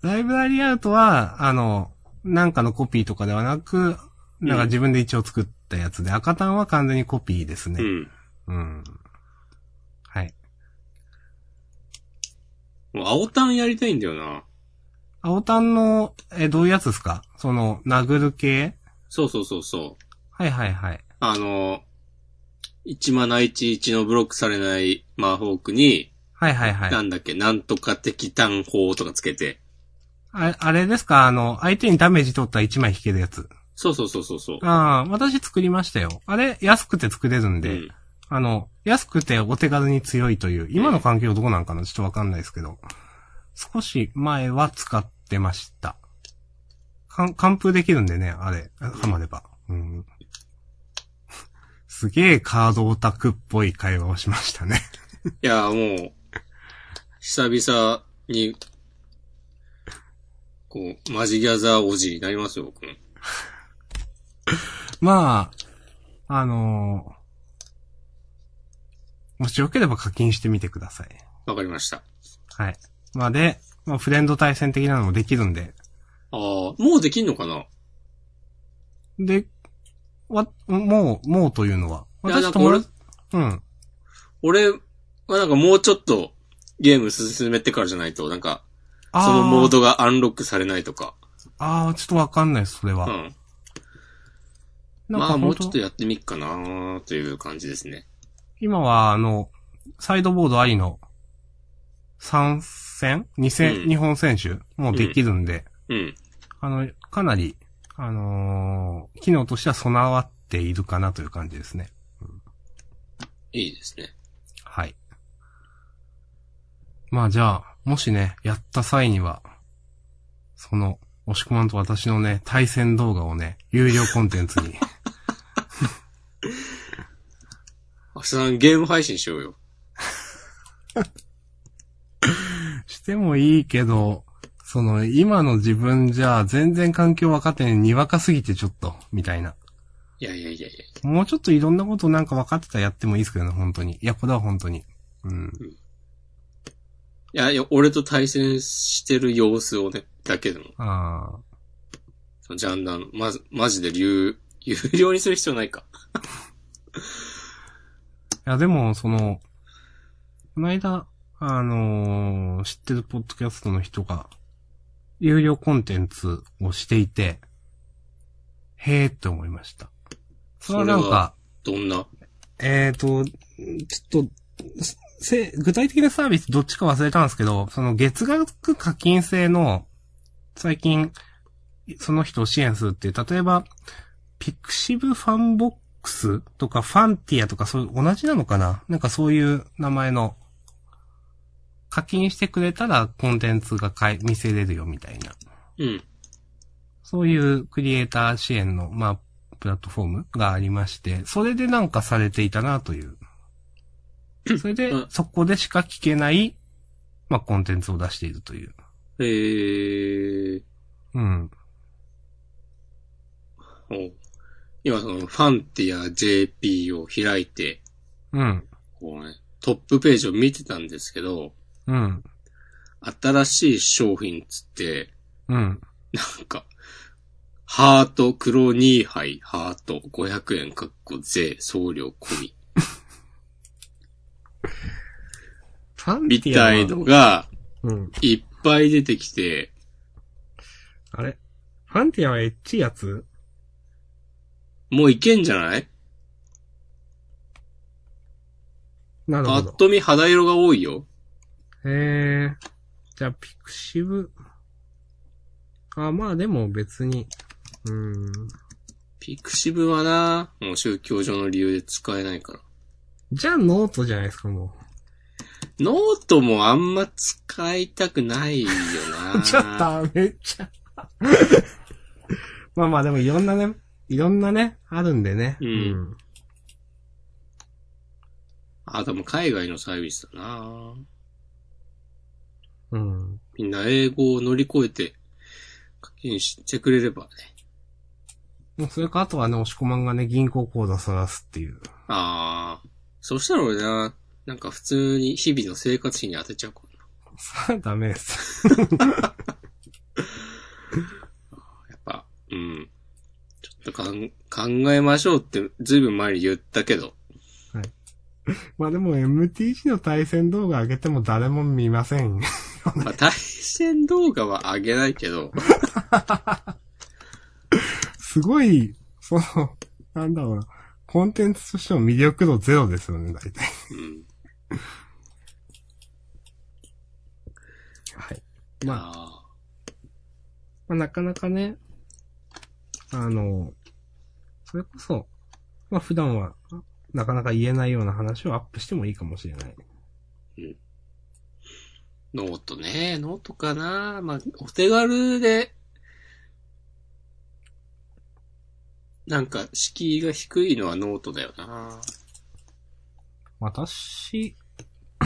S2: ライブラリアウトは、あの、なんかのコピーとかではなく、なんか自分で一応作ったやつで、赤単は完全にコピーです
S1: う
S2: ね。
S1: ん。
S2: うん。はい。
S1: もう青タンやりたいんだよな。
S2: 青単の、え、どういうやつですかその、殴る系
S1: そうそうそうそう。
S2: はいはいはい。
S1: あの、1マナ11のブロックされないマーフォークに、
S2: はいはいはい。
S1: なんだっけ、なんとか敵弾砲とかつけて。
S2: ああれですかあの、相手にダメージ取ったら1枚引けるやつ。
S1: そうそうそうそうそう。
S2: ああ、私作りましたよ。あれ、安くて作れるんで、
S1: うん
S2: あの、安くてお手軽に強いという、今の環境どうなんかなちょっとわかんないですけど、少し前は使ってました。かん、完封できるんでね、あれ、ハマれば。うん。 (laughs) すげえカードオタクっぽい会話をしましたね。 (laughs)
S1: いや、もう、久々に、こう、マジギャザーおじになりますよ、僕も。
S2: まあ、あのーもしよければ課金してみてください。
S1: わかりました。
S2: はい。まあで、まあフレンド対戦的なのもできるんで、
S1: ああ、もうできんのかな
S2: で、わ、もう、もうというのは。
S1: いやな
S2: 私
S1: んか俺
S2: 友達、うん。
S1: 俺はなんかもうちょっとゲーム進めてからじゃないと、なんか、
S2: あ
S1: そのモー。ドがアンロックされないとか。
S2: ああ、ちょっとわかんないです、それ
S1: う
S2: は。
S1: ん。
S2: なんか
S1: まあ、も
S2: 本
S1: うちょっと
S2: 当
S1: やってみっかなという感じですね。
S2: 今は、あの、サイドボードありの、3戦 ?2 戦、
S1: うん
S2: 日本選手もできるんで、
S1: うん。
S2: あの、かなり、あのー機能としては備わっているかなという感じですね。
S1: いいですね。
S2: はい。まあじゃあ、もしね、やった際には、その、押し込まんと私のね、対戦動画をね、有料コンテンツに。
S1: 明日さんゲーム配信しようよ。
S2: してもいいけど、その、今の自分じゃ、全然環境分かってね、にわかすぎてちょっと、みたいな。
S1: いやいやいやいや。
S2: もうちょっといろんなことなんか分かってたらやってもいいですけどね、本当に。いや、これは本当に。うん。
S1: いやいや、俺と対戦してる様子をね、だけでも、
S2: ああ。
S1: (laughs) そのジャンダーの、まず、マジで流、有料にする必要ないか。
S2: や、でも、その、この間、あのー知ってるポッドキャストの人が、有料コンテンツをしていて、へえって思いました。それはなん
S1: それ
S2: か
S1: は、どんな
S2: えっ、と、ちょっと、せ、具体的なサービスどっちか忘れたんですけど、その月額課金制の、最近、その人を支援するっていう、例えば、ピクシブファンボックスとかファンティアとかそういう、同じなのかななんかそういう名前の、課金してくれたらコンテンツが買い見せれるよみたいな。
S1: うん。
S2: そういうクリエイター支援の、まあ、プラットフォームがありまして、それでなんかされていたなという。それで
S1: うん、
S2: そこでしか聞けない、まあ、コンテンツを出しているという。
S1: えー、
S2: うん。
S1: お今そのファンティア JP を開いて、
S2: うん。
S1: こうね、トップページを見てたんですけど、
S2: うん。
S1: 新しい商品っつって、
S2: うん。
S1: なんか、ハート黒2杯ハート500円かっこ税送料込み。
S2: ファン
S1: みたいのが
S2: うん。
S1: いっぱい出てきて、
S2: あれファンティアはエッチいやつ
S1: もういけんじゃない
S2: なる
S1: パ
S2: ほ
S1: ッ
S2: ど。
S1: と見肌色が多いよ。
S2: へえー。じゃあ、ピクシブ。あ、まあでも別に。うん。
S1: ピクシブはな、もう宗教上の理由で使えないから。
S2: じゃあ、ノートじゃないですか、もう。
S1: ノートもあんま使いたくないよな。
S2: (laughs) ちょっとめっちゃ。 (laughs) まあまあでもいろんなね、いろんなね、あるんでね。
S1: うんあ、でも海外のサービスだな。
S2: うん。うん。
S1: みんな英語を乗り越えて課金してくれればね。
S2: もうそれかあとはね、押し込まんがね、銀行口座探すっていう。 (laughs)
S1: ああ。そしたら俺な、なんか普通に日々の生活費に当てちゃうからな。
S2: さあ、ダメです。 (laughs)
S1: やっぱ、うん。ちょっとかん考えましょうってずいぶん前に言ったけど。
S2: まあでも MTG の対戦動画上げても誰も見ません。 (laughs)
S1: (laughs) まあ対戦動画は上げないけど。
S2: すごい、その、なんだろうな。コンテンツとしても魅力度ゼロですよね、大体。
S1: うん。
S2: はい。まあ、
S1: まあ。
S2: まあ、なかなかね、あの、それこそ、まあ普段は、なかなか言えないような話をアップしてもいいかもしれない。
S1: ノートね、ノートかな。まあ、お手軽で、なんか、敷居が低いのはノートだよな。
S2: 私、 (clears throat)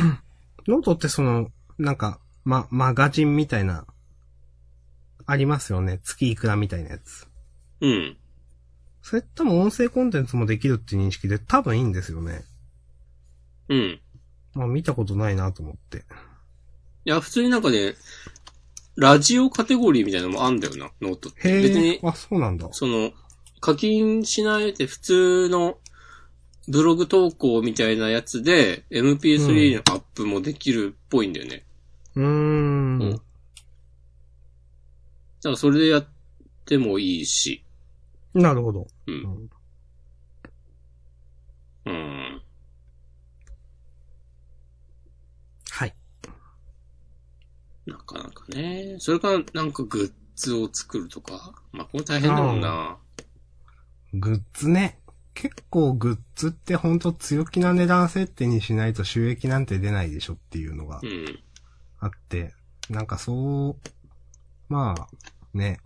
S2: ノートってその、なんか、ま、マガジンみたいな、ありますよね。月いくらみたいなやつ。
S1: うん。
S2: それ多分音声コンテンツもできるって認識で多分いいんですよね。
S1: うん。
S2: まあ見たことないなと思って。
S1: いや、普通になんかね、ラジオカテゴリーみたいなのもあんだよな、ノートって。別
S2: へえ
S1: に、、
S2: あ、そうなんだ。
S1: その、課金しないで普通のブログ投稿みたいなやつで MP3 のアップもできるっぽいんだよね。
S2: うーん。
S1: うんだからそれでやってもいいし。
S2: なるほど。
S1: う。
S2: うんん
S1: うん。
S2: はい。
S1: なかなかね。それからなんかグッズを作るとか。まあ、これ大変だもんな。
S2: グッズね。結構グッズってほんと強気な値段設定にしないと収益なんて出ないでしょっていうのが
S1: うん。
S2: あって、なんかそう、まあ、ね。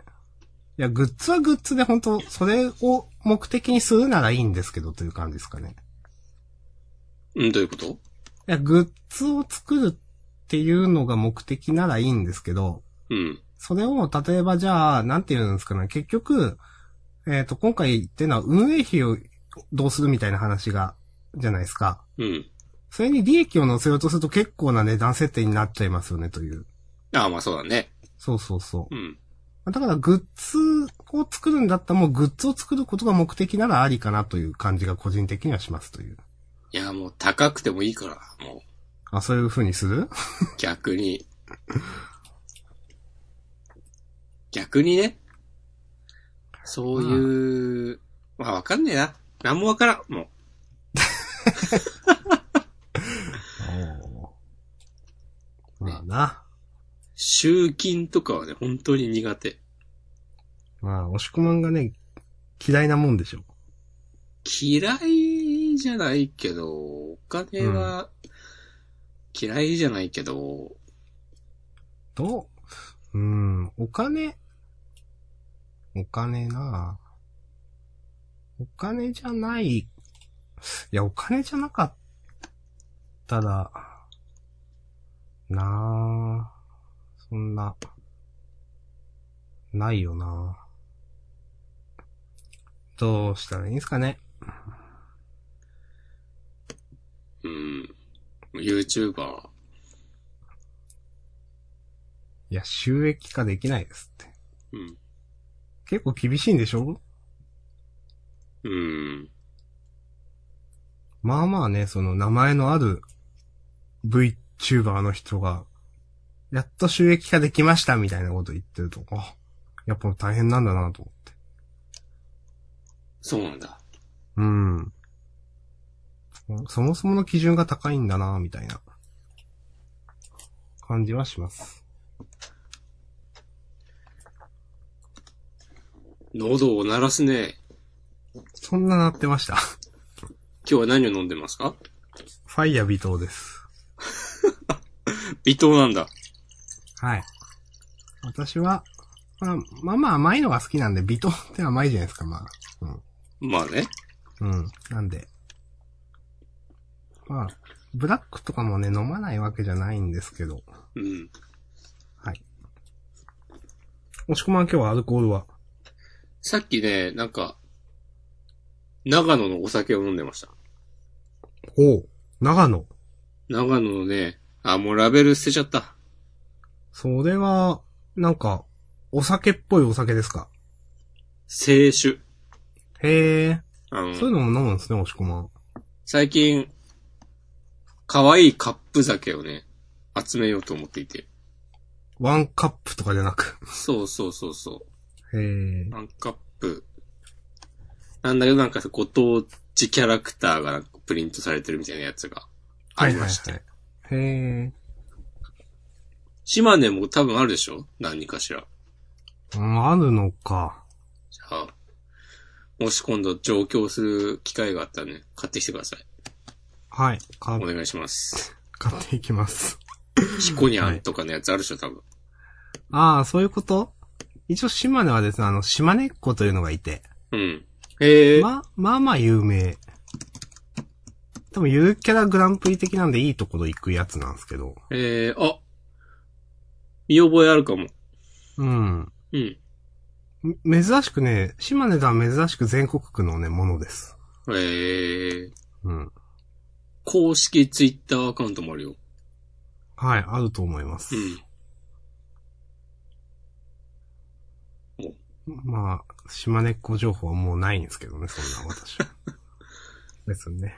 S2: いや、グッズはグッズで本当それを目的にするならいいんですけどという感じですかね。
S1: うん、どういうこと
S2: いや、グッズを作るっていうのが目的ならいいんですけど、
S1: うん。
S2: それを、例えばじゃあ、なんて言うんですかね、結局、えっ、と、今回言ってるのは運営費をどうするみたいな話が、じゃないですか。
S1: うん。
S2: それに利益を乗せようとすると結構な値段設定になっちゃいますよね、という。
S1: ああ、まあそうだね。
S2: そうそうそう
S1: うん。
S2: だからグッズを作るんだったらもうグッズを作ることが目的ならありかなという感じが個人的にはしますという。
S1: いや、もう高くてもいいから、も
S2: あ、そういう風にする
S1: う逆に。逆にね。そういう、まあわかんねえな。なんもわからん。もう、
S2: まあな。
S1: 集金とかはね、本当に苦手。
S2: まあ、押し込まんがね、嫌いなもんでしょ。
S1: 嫌いじゃないけど、お金は、嫌いじゃないけど、
S2: と、うん、お金、お金なあお金じゃない、いや、お金じゃなかったら、なあそんな、ないよなどうしたらいいんすかね
S1: うん。YouTuber。
S2: いや、収益化できないですって。
S1: うん。
S2: 結構厳しいんでしょ
S1: うん。
S2: まあまあね、その名前のある VTuber の人が、やっと収益化できましたみたいなこと言ってると、あ、やっぱ大変なんだなと思って。
S1: そうなんだ。
S2: うん。そもそもの基準が高いんだなみたいな感じはします。
S1: 喉を鳴らすね。
S2: そんななってました。
S1: 今
S2: (laughs)
S1: 日は何を飲んでますか
S2: ファイヤー微糖です。
S1: 微糖なんだ。
S2: はい。私は、まあ、まあまあ甘いのが好きなんで、微糖って甘いじゃないですか、まあ。
S1: まあね。
S2: うん。なんで。まあ、ブラックとかもね、飲まないわけじゃないんですけど。
S1: うん。
S2: もしくは今日はアルコールは。
S1: さっきね、なんか、長野のお酒を飲んでました。
S2: おう。長野。
S1: 長野のね、あ、もうラベル捨てちゃった。
S2: それは、なんか、お酒っぽいお酒ですか。
S1: 清酒。
S2: へえ。
S1: あの、
S2: そういうのも飲むんですね、おしこまん。
S1: 最近、可愛いカップ酒をね、集めようと思っていて。
S2: ワンカップとかじゃなく。
S1: そうそうそうそ
S2: へえ
S1: う。。ワンカップ。なんだけどなんかご当地キャラクターがなんかプリントされてるみたいなやつがありました。
S2: はいはいはい。へえ。
S1: 島根も多分あるでしょ何かしら。
S2: うん、あるのか。
S1: じゃあ、もし今度上京する機会があったらね、買ってきてください。
S2: はい。か
S1: お願いし (laughs) ます。
S2: 買っていきます。
S1: ヒコニャンとかのやつあるでしょ多分。
S2: ああ、そういうこと一応島根はですね、あの、島根っ子というのがいて。
S1: うん。へえ、
S2: ま、まあまあ有名。多分、ゆるキャラグランプリ的なんでいいところ行くやつなんですけど。
S1: えー、あ見覚えあるかも。
S2: うん。
S1: うん。
S2: め珍しくね、島根では珍しく全国区のね、ものです。
S1: えー、
S2: うん。
S1: 公式ツイッターアカウントもあるよ。
S2: はい、あると思います。まあ、島根っ子情報はもうないんですけどね、そんな私は。 (laughs) 別にね。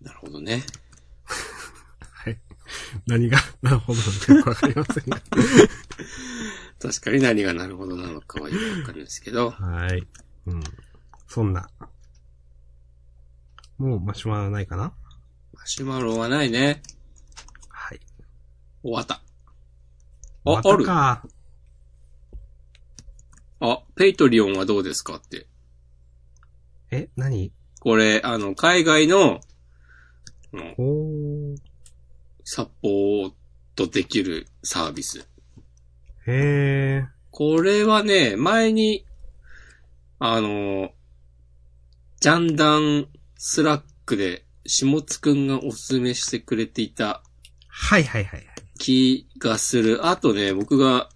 S1: なるほどね。
S2: はい。何が、なるほど、よくわかりませんが。
S1: 確かに何がなるほどなのかはよくわかるんですけど。
S2: はい。うん。そんな。もう、マシュマロはないかな
S1: マシュマロはないね。
S2: はい。
S1: 終わった。あ
S2: ま、た
S1: ある
S2: か。
S1: あ、ペイトリオンはどうですかって。
S2: え、何
S1: これ、あの、海外の、うん
S2: おー。
S1: サポートできるサービス。
S2: へえ。
S1: これはね、前に、あの、ジャンダンスラックで、下津くんがおすすめしてくれていた
S2: はいはいはいはい。
S1: 気がする。あとね、僕が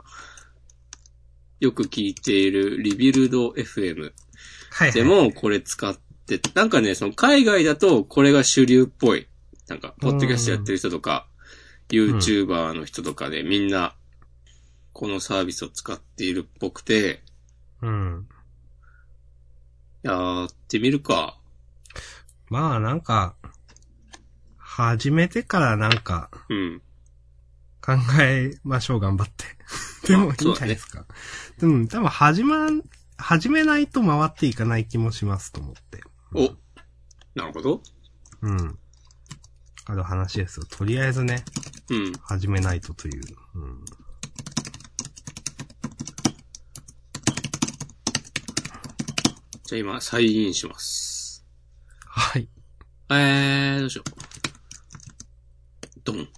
S1: よく聞いているリビルド FM
S2: はい、はい。
S1: で、もこれ使って、なんかね、その海外だとこれが主流っぽい。なんか、ポッドキャストやってる人とか、 YouTuber の人とかでみんな、このサービスを使っているっぽくて、
S2: うん。
S1: やってみるか。
S2: まあなんか、始めてからなんか
S1: うん。
S2: 考えましょう、頑
S1: (laughs)
S2: 張って。でもいいんじゃないですか。でも多分始まん、始めないと回っていかない気もしますと思って。
S1: お、なるほど。
S2: うん。ある話ですよ。とりあえずね、
S1: うん。
S2: 始めないとという。うん。
S1: じゃあ今、再インします。
S2: はい。
S1: えー、どうしよう。ドン。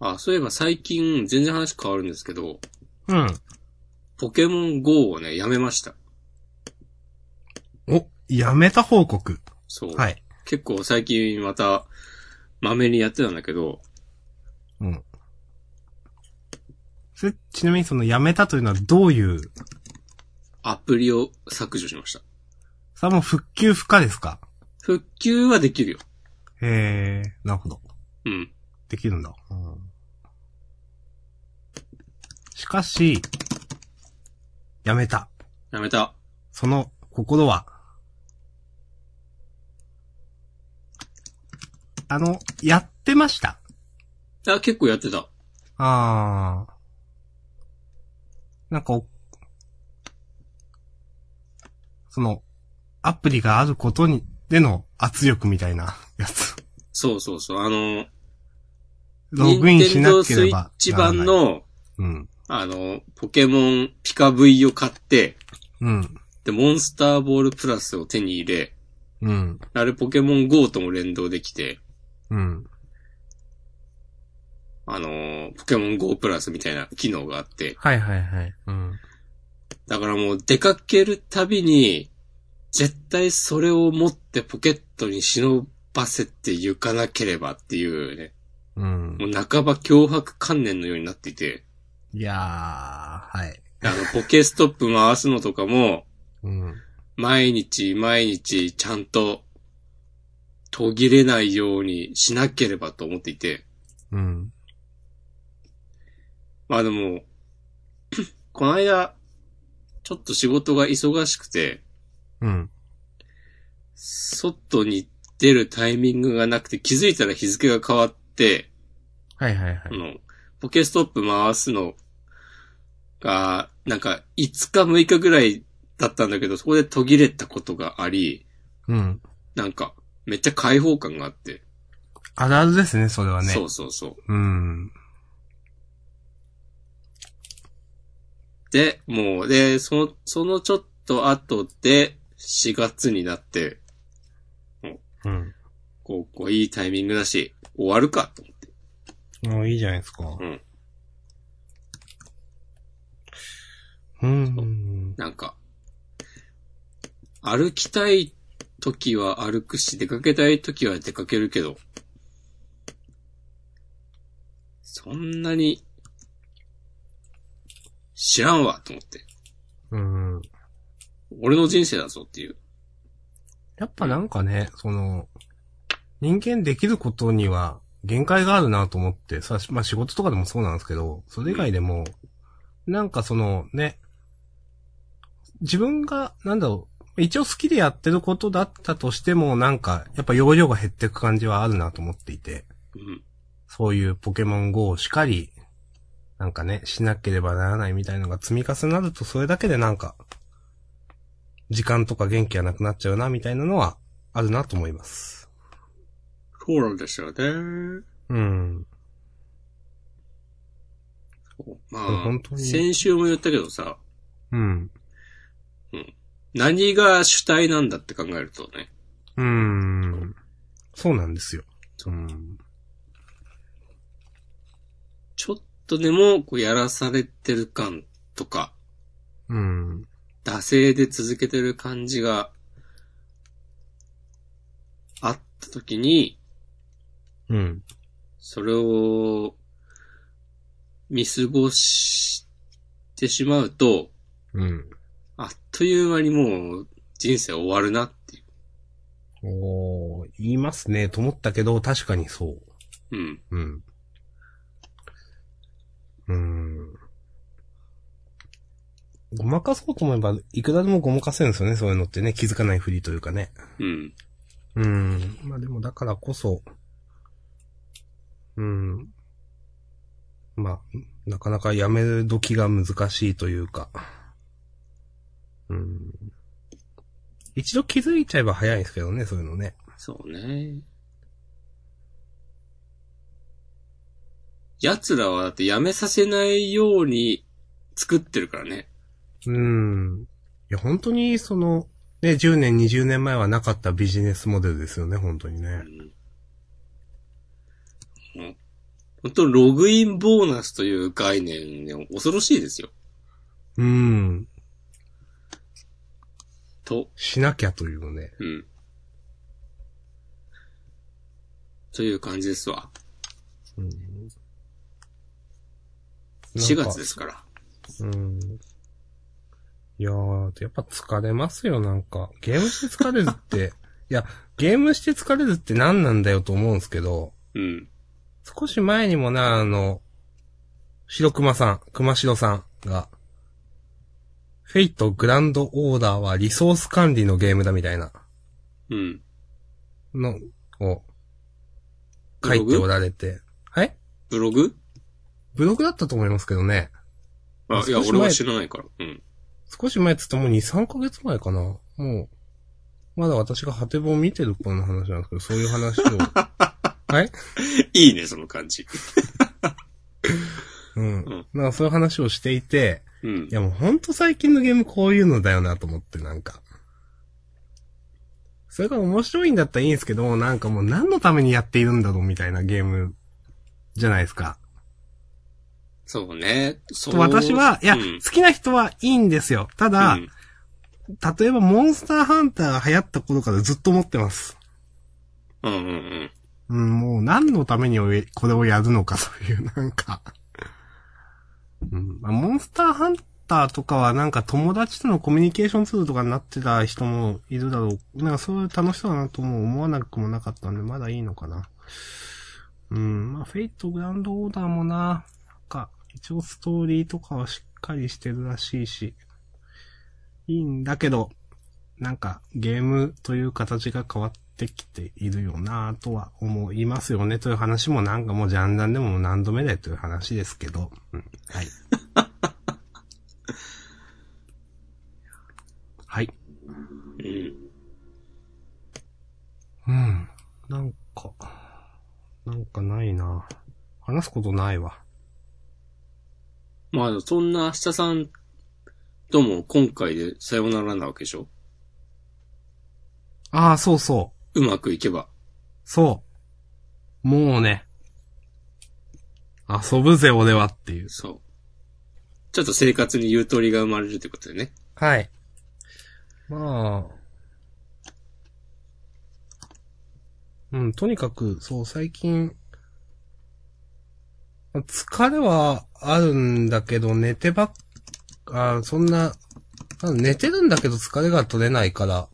S1: あ、そういえば最近、全然話変わるんですけど、
S2: うん。
S1: ポケモン GO をね、やめました。
S2: お、やめた報告。
S1: そう。
S2: はい。
S1: 結構最近また、まめにやってたんだけど、
S2: うん。それ、ちなみにそのやめたというのはどういう、
S1: アプリを削除しました。
S2: さもう復旧不可ですか
S1: 復旧はできるよ。
S2: へえ、なるほど。
S1: うん。
S2: できるんだ。うん、しかし、やめた。
S1: やめた。
S2: その心は、あの、やってました。
S1: あ、結構やってた。
S2: ああ。なんかお、その、アプリがあることに、での圧力みたいなやつ。
S1: そうそうそう。あの、
S2: ログインしなければならない。
S1: 一版の、
S2: うん。
S1: あの、ポケモンピカ V を買って、
S2: うん。
S1: で、モンスターボールプラスを手に入れ、
S2: うん。
S1: あれポケモン GO とも連動できて、
S2: うん。
S1: あのーポケモン GO プラスみたいな機能があって、
S2: はいはいはい。うん。
S1: だからもう出かけるたびに、絶対それを持ってポケットに忍ばせて行かなければっていうね、
S2: うん
S1: も。う半ば脅迫観念のようになっていて、
S2: いやー、はい。
S1: あの、ポケストップ回すのとかも、
S2: うん。
S1: 毎日毎日ちゃんと途切れないようにしなければと思っていて、
S2: うん。
S1: まあでも、 (clears throat) この間、ちょっと仕事が忙しくて、
S2: うん。
S1: 外に出るタイミングがなくて気づいたら日付が変わって、
S2: はいはいは
S1: あ。の、ポケストップ回すのが、なんか5日6日ぐらいだったんだけど、そこで途切れたことがあり、
S2: うん。
S1: なんか、めっちゃ解放感があって。
S2: あるあるですね、それはね。
S1: そうそうそう。
S2: うん。
S1: で、もう、で、その、そのちょっと後で、4月になって、
S2: うん。
S1: こう、こういいタイミングだし、終わるかと思って。
S2: もういいじゃないですか。
S1: ん
S2: うん。
S1: なんか、歩きたい時は歩くし、出かけたい時は出かけるけど、そんなに、知らんわと思って。
S2: うん。
S1: 俺の人生だぞっていう。
S2: やっぱなんかね、その、人間できることには限界があるなと思って、さ、まあ、仕事とかでもそうなんですけど、それ以外でも、なんかそのね、自分が、なんだろう、一応好きでやってることだったとしても、なんか、やっぱ容量が減ってく感じはあるなと思っていて、
S1: うん。
S2: そういうポケモン GO をしっかり、なんかね、しなければならないみたいなのが積み重なると、それだけでなんか、時間とか元気がなくなっちゃうな、みたいなのは、あるなと思います。
S1: そうなんですよね。
S2: うん。
S1: ま
S2: これ
S1: あ
S2: 本当、に
S1: 先週も言ったけどさ、
S2: うん。
S1: 何が主体なんだって考えるとね、
S2: うん。そうなんですよ。うん。
S1: ちょっとでもこうやらされてる感とか、
S2: うん。
S1: 惰性で続けてる感じがあった時に、
S2: うん。
S1: それを見過ごしてしまうと、
S2: うん。
S1: あっという間にもう人生終わるなっていう。
S2: おー、言いますね、と思ったけど、確かにそ
S1: う
S2: う。
S1: ん。
S2: うん。うーん。ごまかそうと思えば、いくらでもごまかせるんですよね、そういうのってね。気づかないふりというかね。
S1: うん。
S2: うん。まあでも、だからこそ、うん。まあ、なかなかやめる時が難しいというか。うん。一度気づいちゃえば早いんですけどね、そういうのね。
S1: そうね。奴らはだってやめさせないように作ってるからね。
S2: うん。いや、本当に、その、ね、10年、20年前はなかったビジネスモデルですよね、本当にね。
S1: うん。本当ログインボーナスという概念ね、恐ろしいですよ。
S2: うん。
S1: と、
S2: しなきゃというね。
S1: うん。という感じですわ。
S2: うん、
S1: 4月ですから。
S2: す。うん。いやー、やっぱ疲れますよ、なんか。ゲームして疲れるって、いや、ゲームして疲れるって何なんだよと思うんですけど、
S1: うん。
S2: 少し前にもな、あの、白熊さん、熊白さんが、フェイトグランドオーダーはリソース管理のゲームだみたいな
S1: うん。
S2: のを書いておられて。はい
S1: ブログ
S2: ブログだったと思いますけどね。
S1: あ、いや、
S2: 少し
S1: 俺
S2: 前
S1: は知らないから。うん。 (laughs)
S2: 少し前っつってもう2、3ヶ月前かな。もう、まだ私がハテボを見てる頃の話なんですけど、そういう話を。はい
S1: いいね、その感じ。
S2: うん。
S1: ん
S2: なんかそういう話をしていて、
S1: うん
S2: い。やもうほんと最近のゲームこういうのだよなと思って、なんか。それが面白いんだったらいいんですけど、なんかもう何のためにやっているんだろうみたいなゲームじゃないですか。
S1: そうね。そう
S2: と私は、いや、
S1: うん
S2: 好きな人はいいんですよ。ただ、
S1: うん
S2: 例えばモンスターハンターが流行った頃からずっと思ってます。
S1: うんうんうん。
S2: うん、もう何のためにこれをやるのかという、なんか。うん、まあモンスターハンターとかはなんか友達とのコミュニケーションツールとかになってた人もいるだろう。なんかそういう楽しそうだなとも思わなくもなかったんで、まだいいのかな。うん、まあフェイトグランドオーダーもな、なんか一応ストーリーとかはしっかりしてるらしいし、いいんだけど、なんかゲームという形が変わってきているよなぁとは思いますよねという話もなんかもうジャンダンでも何度目でという話ですけど。うん、はい。 (laughs) はい。
S1: うん。
S2: うん。なんか、なんかないなぁ話すことないわ。
S1: まあ、そんな明日さんとも今回でさよならなわけでしょ
S2: ああ、そうそう。
S1: うまくいけば。
S2: そう。もうね。遊ぶぜ、俺はっていう。
S1: そう。ちょっと生活にゆとりが生まれるってことでね。
S2: はい。まあ。うん、とにかく、そう、最近、疲れはあるんだけど、寝てばっか、あそんな、あ寝てるんだけど疲れが取れないから、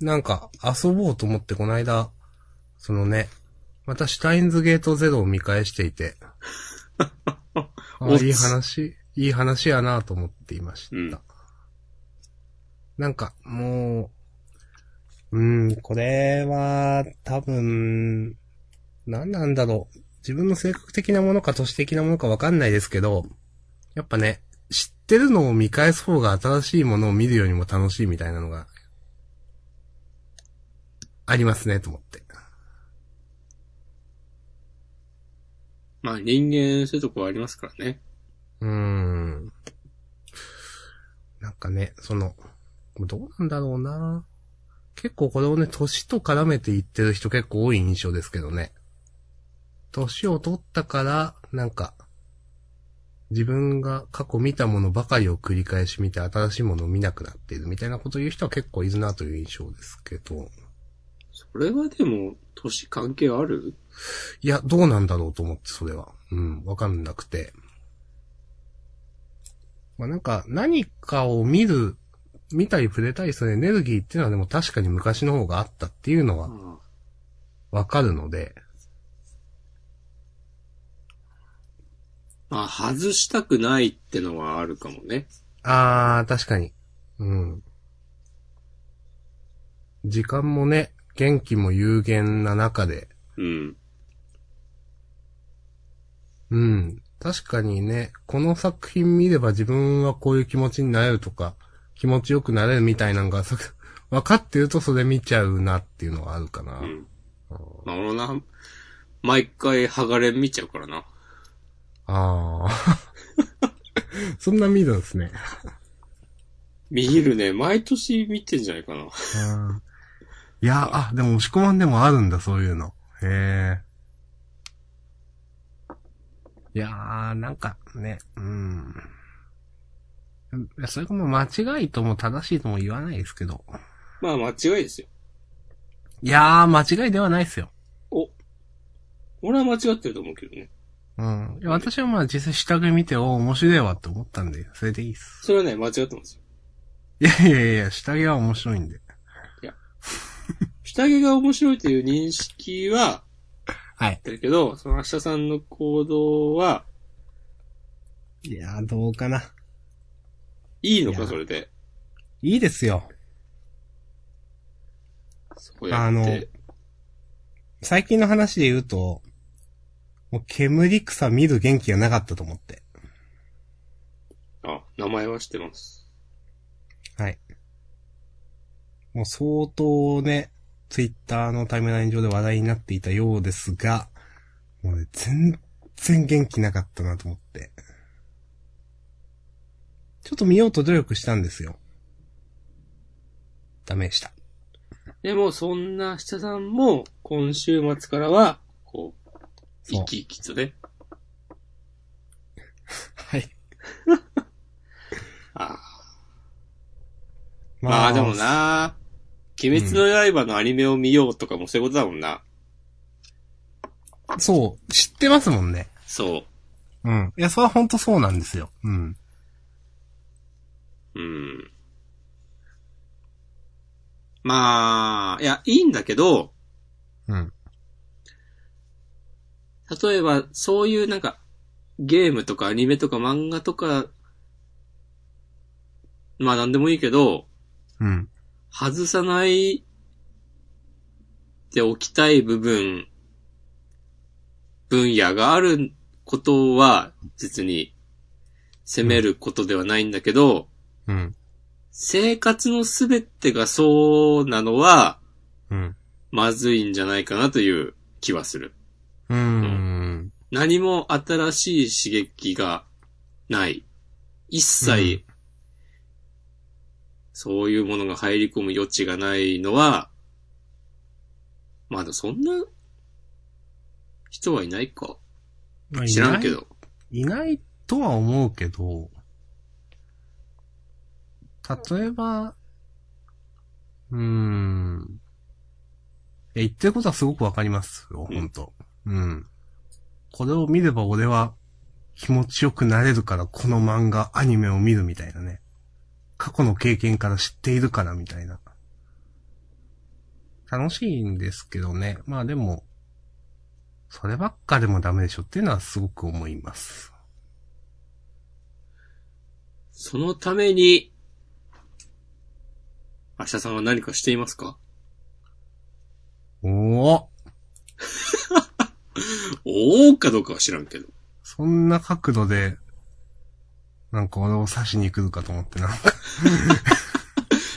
S2: なんか遊ぼうと思ってこの間、そのね、またシュタインズゲートゼロを見返してい (laughs) て、あ
S1: おっ
S2: いい話、いい話やなと思っていました。
S1: うん
S2: なんか、もう、うん、これは、多分、何なんだろう。自分の性格的なものか都市的なものかわかんないですけど、やっぱね、知ってるのを見返す方が新しいものを見るよりも楽しいみたいなのが、ありますね、と思って。
S1: まあ、人間そういうとこありますからね。
S2: うーん。なんかね、その、どうなんだろうな結構これをね、年と絡めて言ってる人結構多い印象ですけどね。年を取ったから、なんか、自分が過去見たものばかりを繰り返し見て新しいものを見なくなっているみたいなことを言う人は結構いるなという印象ですけど。
S1: それはでも、年関係ある
S2: いや、どうなんだろうと思って、それは。うん、わかんなくて。まあなんか、何かを見る、見たり触れたりするエネルギーっていうのはでも確かに昔の方があったっていうのは
S1: ああ
S2: わかるので、
S1: まあ、外したくないってのはあるかもね。
S2: あー、確かに。うん。時間もね、元気も有限な中で、
S1: うん。
S2: うん。確かにね、この作品見れば自分はこういう気持ちになれるとか、気持ちよくなれるみたいなのが、そ (laughs) 分かってるとそれ見ちゃうなっていうのはあるかな。
S1: うん。なるほどな。毎回、剥がれ見ちゃうからな。
S2: ああ。 (laughs) そんな見るんですね。
S1: 見るね。毎年見てんじゃないかな。
S2: いや、あ、でも押し込まんでもあるんだ、そういうの。へえ。いやー、なんかね、うん。いやそれがもう間違いとも正しいとも言わないですけど。
S1: まあ、間違いですよ。
S2: いやー、間違いではないですよ。
S1: 俺は間違ってると思うけどね。
S2: うん。いや私はまあ実際下着見て、お面白いわって思ったんで、それでいいっす。
S1: それはね、間違ってますよ。
S2: いやいやいや、下着は面白いんで。
S1: 下着が面白いという認識は、
S2: はい。
S1: だけど、その明日さんの行動は、
S2: いやー、どうかな。
S1: いいの
S2: い
S1: か、
S2: や
S1: それで。
S2: いいですよ。
S1: そうやって。
S2: 最近の話で言うと、もう煙草見る元気がなかったと思って。
S1: あ、名前は知ってます。
S2: はい。もう相当ね、ツイッターのタイムライン上で話題になっていたようですが、もうね、全然元気なかったなと思って。ちょっと見ようと努力したんですよ。ダメでした。
S1: でも、そんな明日さんも、今週末からは、こう、
S2: そう
S1: 生き生きとね。
S2: はい。
S1: あーまあ、でも。な、鬼滅の刃のアニメを見ようとかもそういうことだもんな。
S2: そう、知ってますもんね。
S1: そ
S2: うん。いや、それは本当そうなんですよ。うん。
S1: う。うん。まあ、いや、いいんだけど、
S2: うん。
S1: 例えば、そういうなんか、ゲームとかアニメとか漫画とか、まあなんでもいいけど、
S2: うん。
S1: 外さないっておきたい部分、分野があることは、実に、責めることではないんだけど、
S2: うん。
S1: 生活のすべてがそうなのは、
S2: うん。
S1: まずいんじゃないかなという気はする。
S2: うーん。
S1: 何も新しい刺激がない。一切、そういうものが入り込む余地がないのは、まだそんな人はいないか。
S2: まあ
S1: 知らんけ。ど。
S2: いないいないとは思うけど、例えば、うーん。いや言ってることはすごくわかりますよ、
S1: うん
S2: ほんと。うん。これを見れば俺は気持ちよくなれるから、この漫画、アニメを見るみたいなね。過去の経験から知っているからみたいな。楽しいんですけどね。まあでも、そればっかでもダメでしょっていうのはすごく思います。
S1: そのために、明日さんは何かしていますか
S2: おお
S1: おおかどうかは知らんけど。
S2: そんな角度で、なんか俺を刺しに来るかと思ってなんか。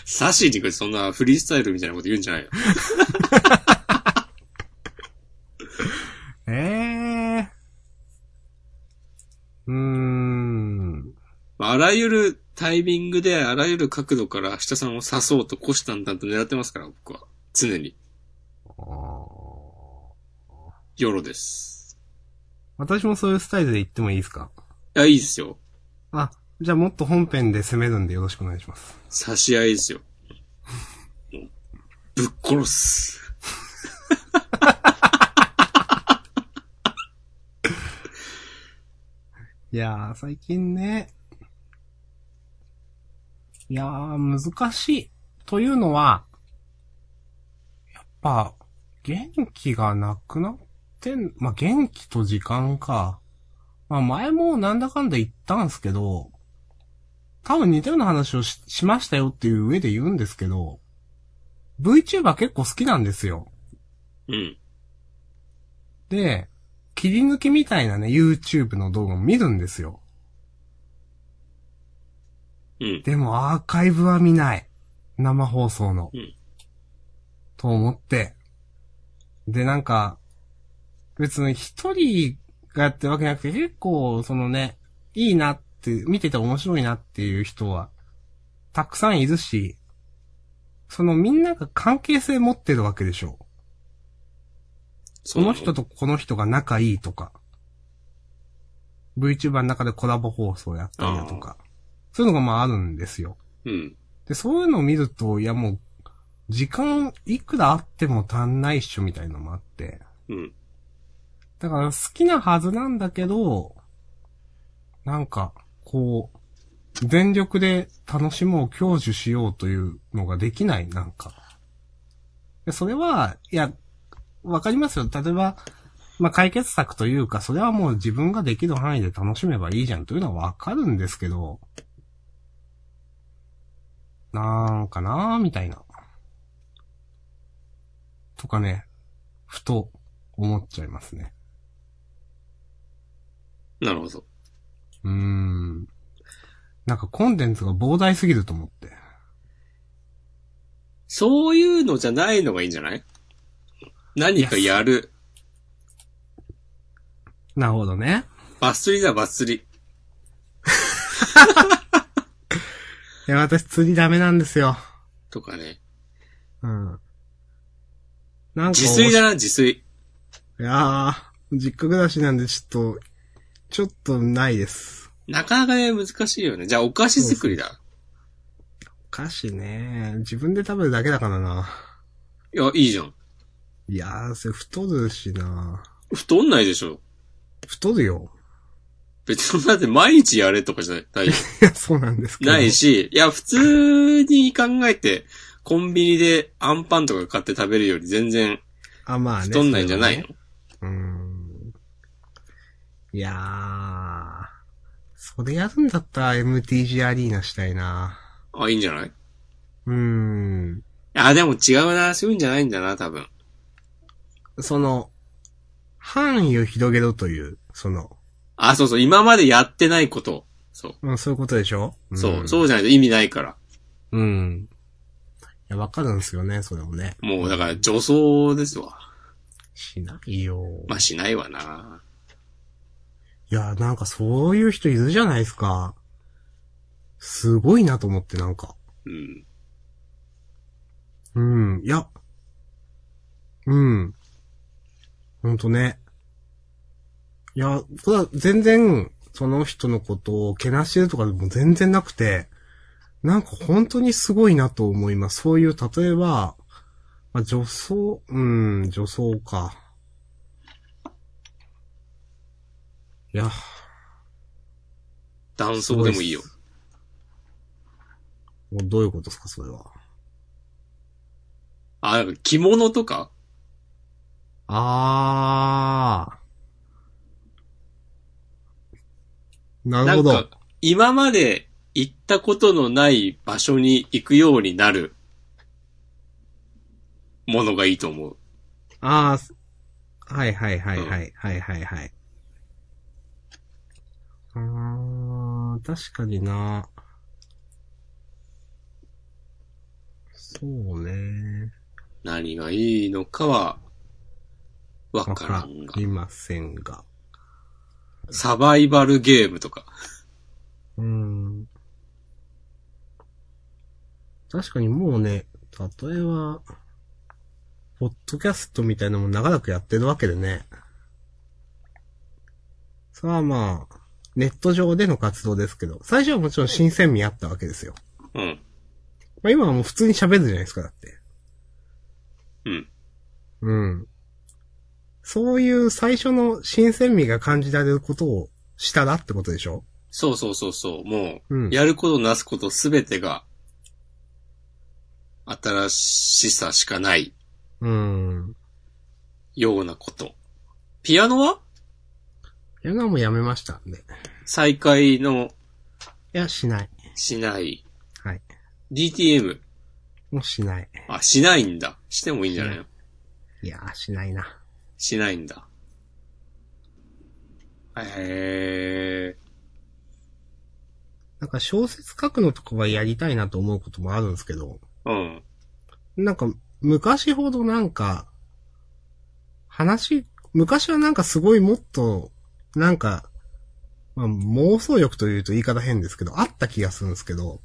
S1: サシにくそんなフリースタイルみたいなこと言うんじゃないよ。
S2: (laughs) ええー。うーん。
S1: まああらゆるタイミングで、あらゆる角度から明日さんを刺そうと虎視眈々と狙ってますから、僕は。常に。
S2: あー
S1: ヨロです。
S2: 私もそういうスタイルで言ってもいいですか
S1: いや、いいですよ。
S2: あ、じゃあもっと本編で攻めるんでよろしくお願いします。
S1: 刺し合いですよ。もうぶっ殺す。
S2: いやー、最近ね。いやー、難しい。というのは、やっぱ、元気がなくなってん、まあ、元気と時間か。まあ前もなんだかんだ言ったんすけど、多分似たような話をししましたよっていう上で言うんですけど、VTuber 結構好きなんですよ。
S1: うん。
S2: で、切り抜きみたいなね、YouTube の動画も見るんですよ。
S1: うん。
S2: でもアーカイブは見ない。生放送の。
S1: うん
S2: と思って。で、なんか、別に一人がやってるわけじゃなくて、結構、そのね、いいなって、見てて面白いなっていう人は、たくさんいるし、そのみんなが関係性持ってるわけでしょ。
S1: そ
S2: こ
S1: の
S2: の人とこの人が仲いいとか。VTuber の中でコラボ放送やったりだとか。そういうのがまああるんですよ。
S1: うん。
S2: で、そういうのを見ると、いやもう、時間いくらあっても足んないっしょみたいのもあって。
S1: うん。
S2: だから好きなはずなんだけど、なんか、こう、全力で楽しもう享受しようというのができない、なんか。でそれは、いや、わかりますよ。例えば、まあ、解決策というか、それはもう自分ができる範囲で楽しめばいいじゃんというのはわかるんですけど、なんかなーみたいな。とかね、ふと思っちゃいますね。
S1: なるほど。
S2: うーん。なんかコンテンツが膨大すぎると思って。
S1: そういうのじゃないのがいいんじゃない何かやる。
S2: なるほどね。
S1: バッスリだ、バッスリ。
S2: いや、私釣りダメなんですよ。
S1: とかね。
S2: うん。なんか、
S1: 自炊だな、自炊。
S2: いやー、実家暮らしなんでちょっと、ちょっとないです。
S1: なかなかね、難しいよね。じゃあ、お菓子作りだ。
S2: お菓子ね、自分で食べるだけだからな。
S1: いや、いいじゃん。
S2: いやー、それ太るしな。
S1: 太んないでしょ。
S2: 太るよ。 (laughs)
S1: 別に、だって毎日やれとかじゃ
S2: (laughs)
S1: ない。
S2: いや、そうなんですけど。
S1: ない。し、いや、普通に考えて、コンビニでアンパンとか買って食べるより全然
S2: あ、まあね。
S1: 太んないんじゃないの、
S2: うーんいやー、それやるんだったら MTG アリーナしたいな。
S1: あ、いいんじゃないう
S2: ーん。
S1: あ、でも違うな。そういうんじゃないんだな、多分。
S2: その、範囲を広げろという、その、
S1: あ、そうそう。今までやってないこと。そ
S2: うん、そういうことでしょ
S1: う。そう。
S2: ん
S1: そうじゃないと意味ないから。
S2: うん。いや、わかるんですよね、それもね。
S1: もう、だから、女装ですわ。
S2: しないよ。
S1: まあ、しないわな。
S2: いや、なんかそういう人いるじゃないですか。すごいなと思って、なんか。
S1: うん。
S2: うん、いや。うん。ほんとね。いや、これは全然、その人のことをけなしてるとかでも全然なくて、なんか本当にすごいなと思います。そういう、例えば、まあ、女装、うん、女装か。いや、
S1: 男装でもいいよ。
S2: もうどういうことですか、それは。
S1: あ、なんか着物とか
S2: あー。な
S1: な
S2: るほ
S1: ん
S2: ど。
S1: か、今まで行ったことのない場所に行くようになるものがいいと思う。
S2: ああ、すはいはいはいはい、はいはいはい。あー、確かにな。そうね。
S1: 何がいいのかは、わ
S2: わ
S1: から
S2: か
S1: んが。
S2: りませんが。
S1: サバイバルゲームとか。
S2: うーん。確かにもうね、例えば、ポッドキャストみたいなのも長らくやってるわけでね。さあまあ、ネット上での活動ですけど、最初はもちろん新鮮味あったわけですよ。
S1: うん。
S2: まあ今はもう普通に喋るじゃないですか、だって。
S1: うん。
S2: うん。そういう最初の新鮮味が感じられることをしたらってことでしょ
S1: そうそうそうそう。も
S2: うん
S1: う、やることなすことすべてが、新しさしかない
S2: うん。
S1: ようなこと。ピアノは
S2: 映画もやめましたんで。い
S1: 再開の
S2: や、しない。
S1: しない。
S2: はい。
S1: DTM。
S2: もうしない。
S1: あ、しないんだ。してもいいんじゃないの
S2: いやー、しないな。
S1: しないんだ。へ
S2: なんか小説書くのとかはやりたいなと思うこともあるんですけど、
S1: ー。うん。
S2: なんか昔ほどなんか、話、昔はなんかすごいもっと、なんか、まあ妄想力というと言い方変ですけど、あった気がするんですけど、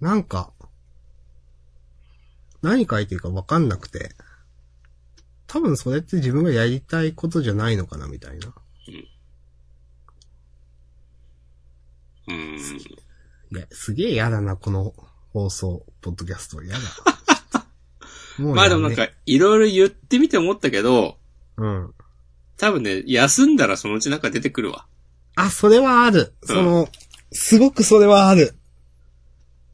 S2: なんか、何書いてるかわかんなくて、多分それって自分がやりたいことじゃないのかなみたいな。
S1: うん。
S2: いや、すげえ嫌だな、この放送、ポッドキャスト。
S1: (laughs)
S2: 嫌だ。も
S1: まあでもなんか、いろいろ言ってみて思ったけど、
S2: うん。
S1: 多分ね、休んだらそのうちなんか出てくるわ。
S2: あ、それはある。その、すごくそれはある。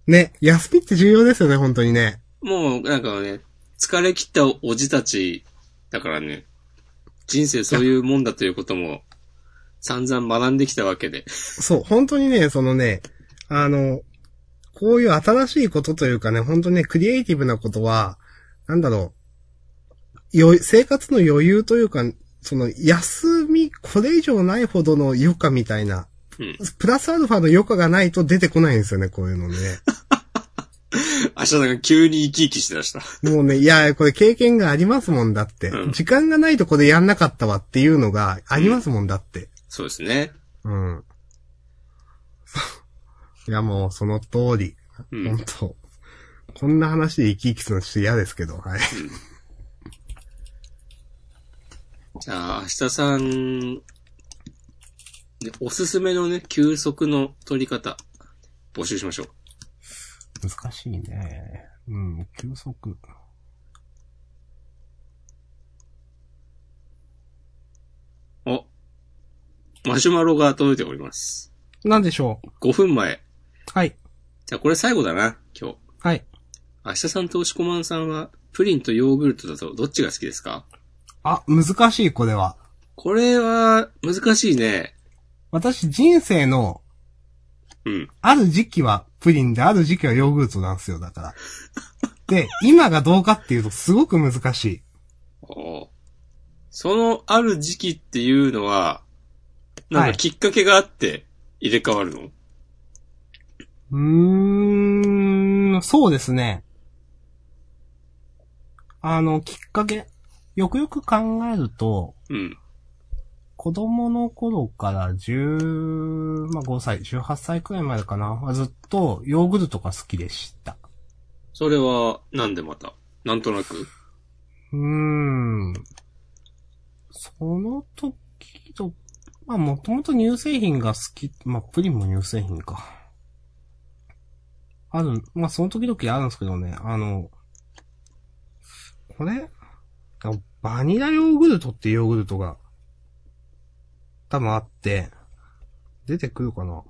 S2: ね、休みって重要ですよね、本当にね。
S1: もう、なんかね、疲れ切ったおじたち、だからね、人生そういうもんだということも、散々学んできたわけで。 (laughs)
S2: そう、本当にね、そのね、あの、こういう新しいことというかね、本当にね、クリエイティブなことは、なんだろう、よ、生活の余裕というか、その、休み、これ以上ないほどの余暇みたいな、
S1: うん。
S2: プラスアルファの余暇がないと出てこないんですよね、こういうのね。
S1: 明日なんか急に生き生きしてました。
S2: もうね、いや、これ経験がありますもんだって。
S1: うん
S2: 時間がないとこれやんなかったわっていうのがありますもんだって。
S1: そうですね。
S2: うん。 (laughs) いや、もうその通り。
S1: うん
S2: 本当こんな話で生き生きするのちょっと嫌ですけど、はい。
S1: じゃあ、明日さん、ねおすすめのね、休息の取り方、募集しましょう。
S2: 難しいね。うん、休息。
S1: お、マシュマロが届いております。
S2: なんでしょう
S1: 5分前。
S2: はい。
S1: じゃあこれ最後だな、今日。
S2: はい。
S1: 明日さんと押しこまんさんは、プリンとヨーグルトだとどっちが好きですか
S2: あ、難しい、これは。
S1: これは、難しいね。
S2: 私、人生の、
S1: うん。
S2: ある時期はプリンで、ある時期はヨーグルトなんですよ、だから。で、今がどうかっていうと、すごく難しい。
S1: おーその、ある時期っていうのは、な
S2: は
S1: ん
S2: い
S1: かきっかけがあって、入れ替わるの、
S2: うーん、そうですね。あの、きっかけ。よくよく考えると、
S1: うん。
S2: 子供の頃から10、まあ、5歳、18歳くらいまでかな。ずっとヨーグルトが好きでした。
S1: それは、なんでまたなんとなく。
S2: うーん。その時と、まあ、もともと乳製品が好き、まあ、プリンも乳製品か。ある、まあ、その時々あるんですけどね、あの、これあバニラヨーグルトってヨーグルトが、多分あって、出てくるかな。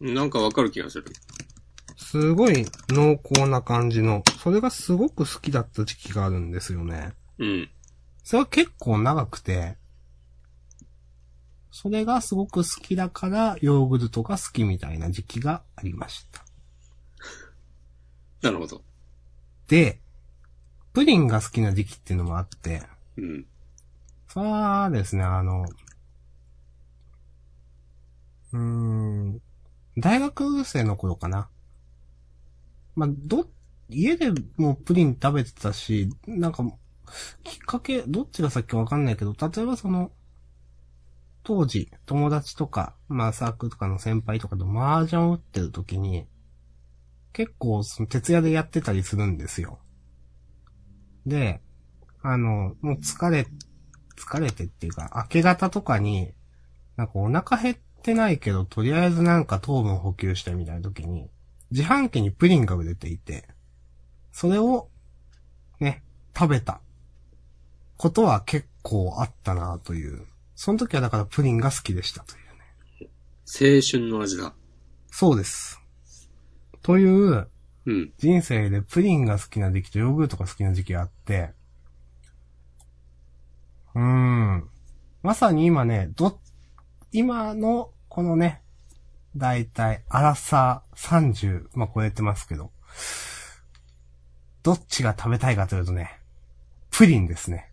S1: なんかわかる気がする。
S2: すごい濃厚な感じの、それがすごく好きだった時期があるんですよね。
S1: うん。
S2: それは結構長くて、それがすごく好きだから、ヨーグルトが好きみたいな時期がありました。
S1: なるほど。
S2: で、プリンが好きな時期っていうのもあって、
S1: うん。
S2: それはですね、あの、うーん、大学生の頃かな。まあ、ど、家でもうプリン食べてたし、なんか、きっかけ、どっちが先かわかんないけど、例えばその、当時、友達とか、まあサークルとかの先輩とかと麻雀を打ってる時に、結構、その、徹夜でやってたりするんですよ。で、あの、もう疲れ疲れてっていうか、明け方とかに、なんかお腹減ってないけど、とりあえずなんか糖分補給してみたいな時に、自販機にプリンが売れていて、それを、ね、食べた。ことは結構あったなという。その時はだからプリンが好きでしたというね。
S1: 青春の味だ。
S2: そうです。という、
S1: うん。
S2: 人生でプリンが好きな時期とヨーグルトが好きな時期があって、うーん。まさに今ね、ど、今の、このね、だいたい、アラサー30、まあ、超えてますけど、どっちが食べたいかというとね、プリンです (laughs) ね。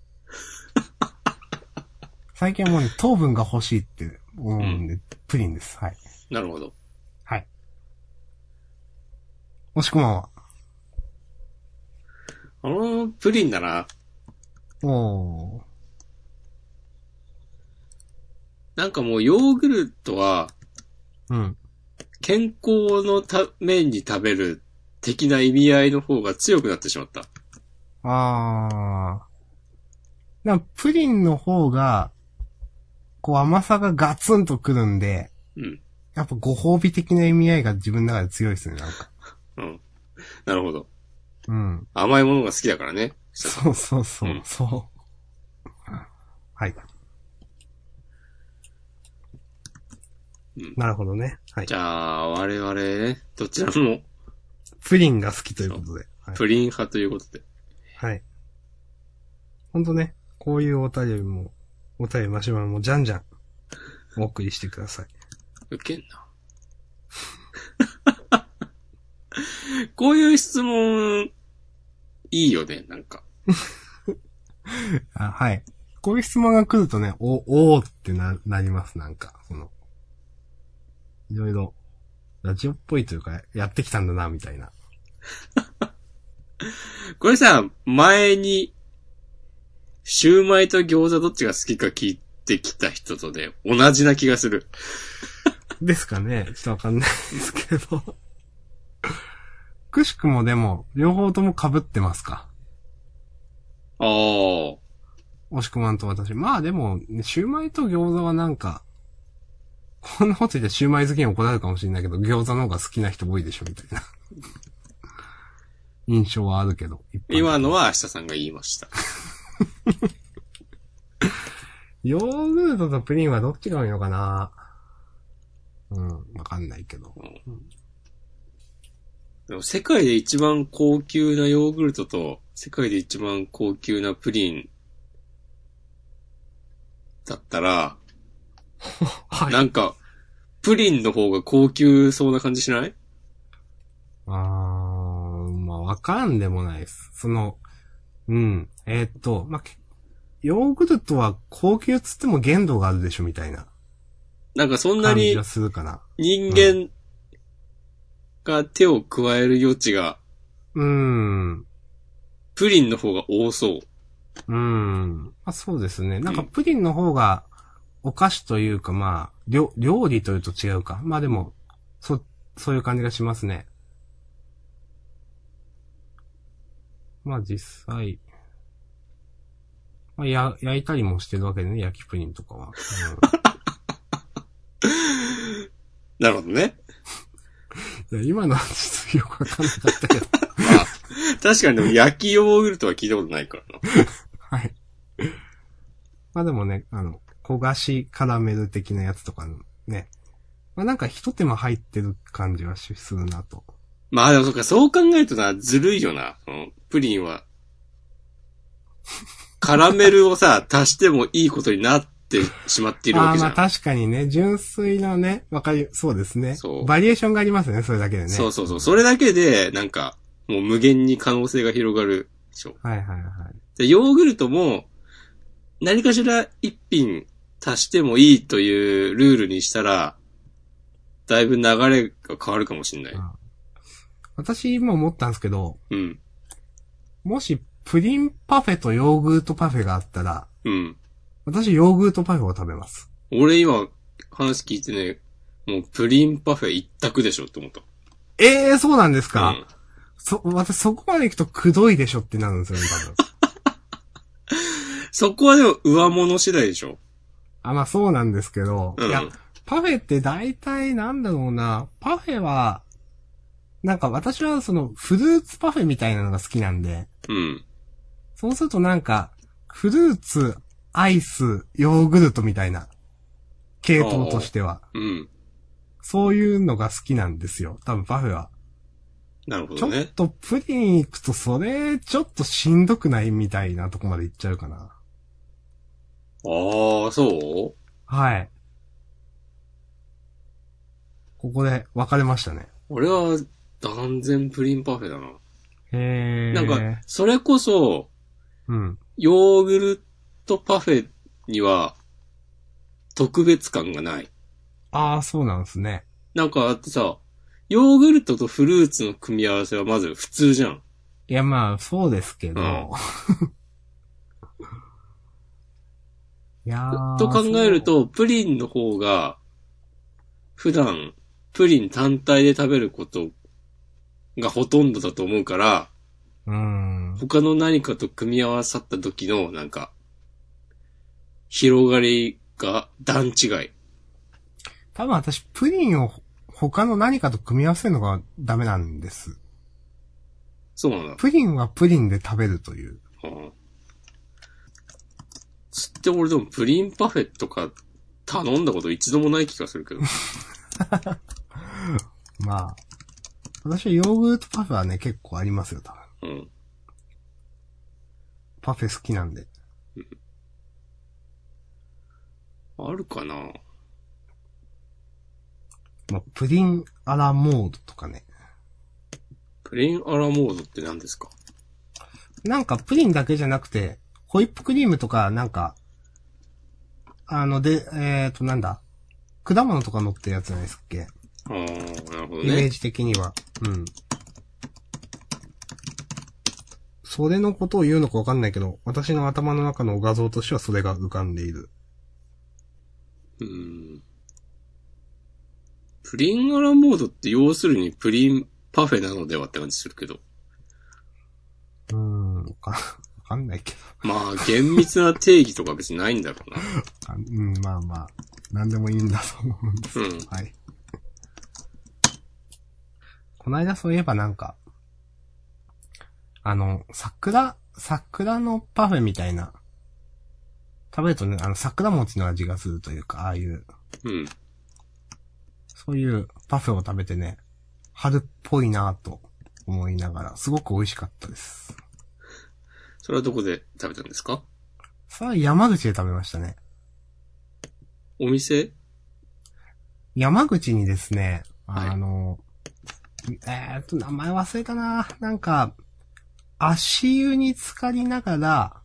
S2: 最近はもうね、糖分が欲しいって思うんで、プリンです。はい。
S1: なるほど。
S2: はい。もしくは、
S1: あの、プリンだな。
S2: おー。
S1: なんかもうヨーグルトは、
S2: うん。
S1: 健康のために食べる的な意味合いの方が強くなってしまった。
S2: あー。なんかプリンの方が、こう甘さがガツンとくるんで、
S1: うん。
S2: やっぱご褒美的な意味合いが自分の中で強いですね、なんか。
S1: うん。なるほど。
S2: うん。
S1: 甘いものが好きだからね。
S2: そうそうそう、
S1: うん
S2: そう。はい。
S1: うん
S2: なるほどね。はい
S1: じ。ゃあ、我々ね、どちらも
S2: プリンが好きということで。はい
S1: プリン派ということで。
S2: はい。ほんとね、こういうお便りも、お便りマシュマロもじゃんじゃん、お送りしてください。
S1: 受けんな。 (laughs) こういう質問、いいよね、なんか。
S2: あはい。こういう質問が来るとね、お、おーってな、なります、なんか。その、いろいろ、ラジオっぽいというか、やってきたんだな、みたいな。
S1: これさ、前に、シューマイと餃子どっちが好きか聞いてきた人とね、同じな気がする。
S2: ですかね。ちょっとわかんないですけど。くしくもでも、両方とも被ってますか。
S1: ああ。
S2: 押し込まんと私。まあでも、ね、シューマイと餃子はなんか、こんなこと言ってシューマイ好きに怒られるかもしれないけど、餃子の方が好きな人多いでしょ、みたいな。印象はあるけど。一般的に
S1: 今のは明日さんが言いました。
S2: ヨーグルトとプリンはどっちが多いのかなうん、わかんないけど。
S1: でも世界で一番高級なヨーグルトと、世界で一番高級なプリン、だったら、
S2: は
S1: なんか、プリンの方が高級そうな感じしない
S2: あー、まあわからんでもないです。その、うん、えーっと、まあ、けヨーグルトは高級っつっても限度があるでしょみたいな
S1: なんかそんな
S2: 感じ
S1: に
S2: がするから。
S1: 人間が手を加える余地が、
S2: うーん、
S1: プリンの方が多そう。
S2: うーん。まあそうですね。なんかプリンの方がお菓子というかまあ、料料理というと違うか。まあでも、そ、そういう感じがしますね。まあ実際、まあや、焼いたりもしてるわけでね、焼きプリンとかは。
S1: なるほどね。
S2: (laughs) うん、いや今のはちょっとよくわかんなかったけど。
S1: まあ、確かにでも焼きヨーグルトは聞いたことないからな。
S2: はい。 (laughs) まあでもね、あの、焦がしカラメル的なやつとかのね。まあなんか一手間入ってる感じはしするなと。
S1: まあでもそっか、そう考えるとな、ずるいよな。そのプリンは。カラメルをさ、足してもいいことになってしまっている
S2: あ
S1: わ
S2: あ
S1: け
S2: ー
S1: じゃ
S2: ま
S1: ん。
S2: あ確かにね、純粋なね、わかり、そうですね
S1: そう。
S2: バリエーションがありますね、それだけでね。
S1: そうそうそう。それだけで、なんか、もう無限に可能性が広がるでしょ。
S2: はいはいはい。
S1: で、ヨーグルトも、何かしら一品足してもいいというルールにしたら、だいぶ流れが変わるかもしれない。
S2: あ私今思ったんですけど、
S1: うん。
S2: もしプリンパフェとヨーグルトパフェがあったら、
S1: うん。
S2: 私ヨーグルトパフェを食べます。
S1: 俺今、話聞いてね、もうプリンパフェ一択でしょって思った。
S2: ええー、そうなんですか、
S1: うん
S2: そ、私そこまで行くとくどいでしょってなるんですよね、多分。
S1: (laughs) そこはでも上物次第でしょ
S2: あ、まあそうなんですけど、
S1: うん
S2: いや、パフェって大体なんだろうな、パフェは、なんか私はそのフルーツパフェみたいなのが好きなんで、
S1: うん。
S2: そうするとなんか、フルーツ、アイス、ヨーグルトみたいな、系統としては、
S1: うん。
S2: そういうのが好きなんですよ。多分パフェは。
S1: なるほ
S2: ち
S1: ど
S2: ょっ
S1: ね。
S2: とプリン行くとそれ、ちょっとしんどくないみたいなとこまで行っちゃうかな。
S1: ああ、そう
S2: はい。ここで分かれましたね。
S1: 俺は断然プリンパフェだな。
S2: へー。
S1: なんか、、それこそ、
S2: うん。
S1: ヨーグルトパフェには、特別感がない。
S2: ああ、そうなんですね。
S1: なんか、だってさ、ヨーグルトとフルーツの組み合わせはまず普通じゃん。
S2: いや、まあ、そうですけど。
S1: うん
S2: (laughs) いやー
S1: と考える、と、プリンの方が、普段、プリン単体で食べることがほとんどだと思うから、
S2: そううん。
S1: 他の何かと組み合わさった時の、なんか、広がりが段違い。
S2: 多分私、プリンを他の何かと組み合わせるのがダメなんです。
S1: そうなんだ。
S2: プリンはプリンで食べるという。
S1: うん。つって俺でもプリンパフェとか頼んだこと一度もない気がする (laughs) けど。
S2: まあ。私はヨーグルトパフェはね、結構ありますよ、多分。
S1: うん。
S2: パフェ好きなんで。
S1: あるかな
S2: まあ、プリンアラモードとかね。
S1: プリンアラモードって何ですか
S2: なんかプリンだけじゃなくて、ホイップクリームとか、なんか、あの、で、えっ、ー、と、なんだ。果物とか乗ってるやつじゃないですっけ。
S1: ああ、なるほど
S2: イメー
S1: ね。
S2: ジ的には。うん。それのことを言うのかわかんないけど、私の頭の中の画像としてはそれが浮かんでいる。
S1: うん。プリンアラモードって要するにプリンパフェなのではって感じするけど。
S2: うーん、わかわかんないけど。
S1: まあ、 (laughs) 厳密な定義とか別にないんだろうな。
S2: あうん、まあまあ、なんでもいいんだと思うんです。
S1: うん。
S2: はい。こないだそういえばなんか、あの、桜、桜のパフェみたいな、食べるとね、あの、桜餅の味がするというか、ああいう、
S1: うん。
S2: そういうパフェを食べてね、春っぽいなぁと思いながら、すごく美味しかったです。
S1: それはどこで食べたんですか
S2: さあ、山口で食べましたね。
S1: お店
S2: 山口にですね、
S1: はい
S2: あの、えーっと、名前忘れたななんか、足湯に浸かりながら、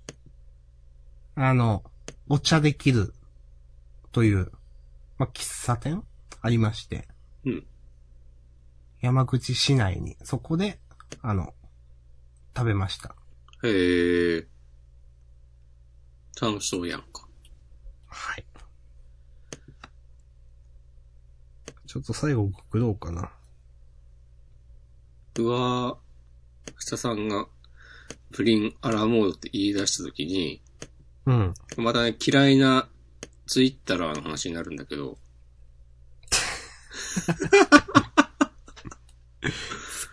S2: あの、お茶できる、という、まあ、喫茶店ありまして。
S1: うん
S2: 山口市内に、そこで、あの、食べました。
S1: へえ。楽しそうやんか。
S2: はい。ちょっと最後、送ろうかな。
S1: 僕は、ふたさんが、プリンアラモードって言い出したときに、
S2: うん。
S1: またね、嫌いなツイッターの話になるんだけど、
S2: 好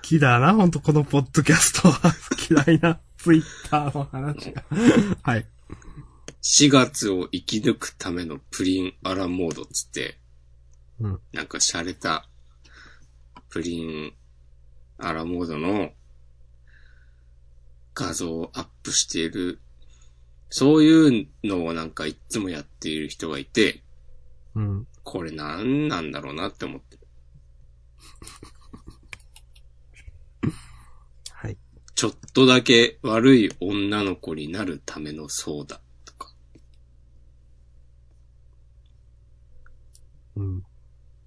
S2: きだな、ほんとこのポッドキャストは。 (laughs) 嫌いな、ツイッターの話が。はい。
S1: 4月を生き抜くためのプリンアラモードっつって、
S2: うん
S1: なんか洒落た、プリンアラモードの画像をアップしている、そういうのをなんかいつもやっている人がいて、
S2: うん。
S1: これなんなんだろうなって思ってる。
S2: はい。
S1: ちょっとだけ悪い女の子になるためのソーダとか、
S2: うん。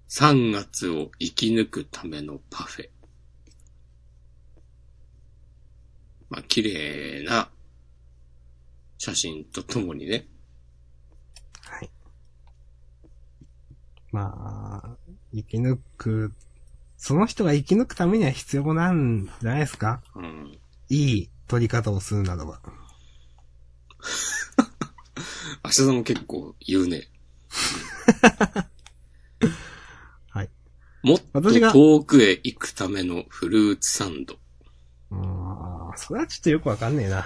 S1: 3月を生き抜くためのパフェ。まあ、綺麗な写真とともにね。
S2: はい。まあ、生き抜く、その人が生き抜くためには必要なんじゃないですか
S1: うん。
S2: いい取り方をするならば。
S1: 明日さんも結構言うね。
S2: (laughs) はい。
S1: もっと
S2: 私が
S1: 遠くへ行くためのフルーツサンド。
S2: うーん、それはちょっとよくわかんねえな。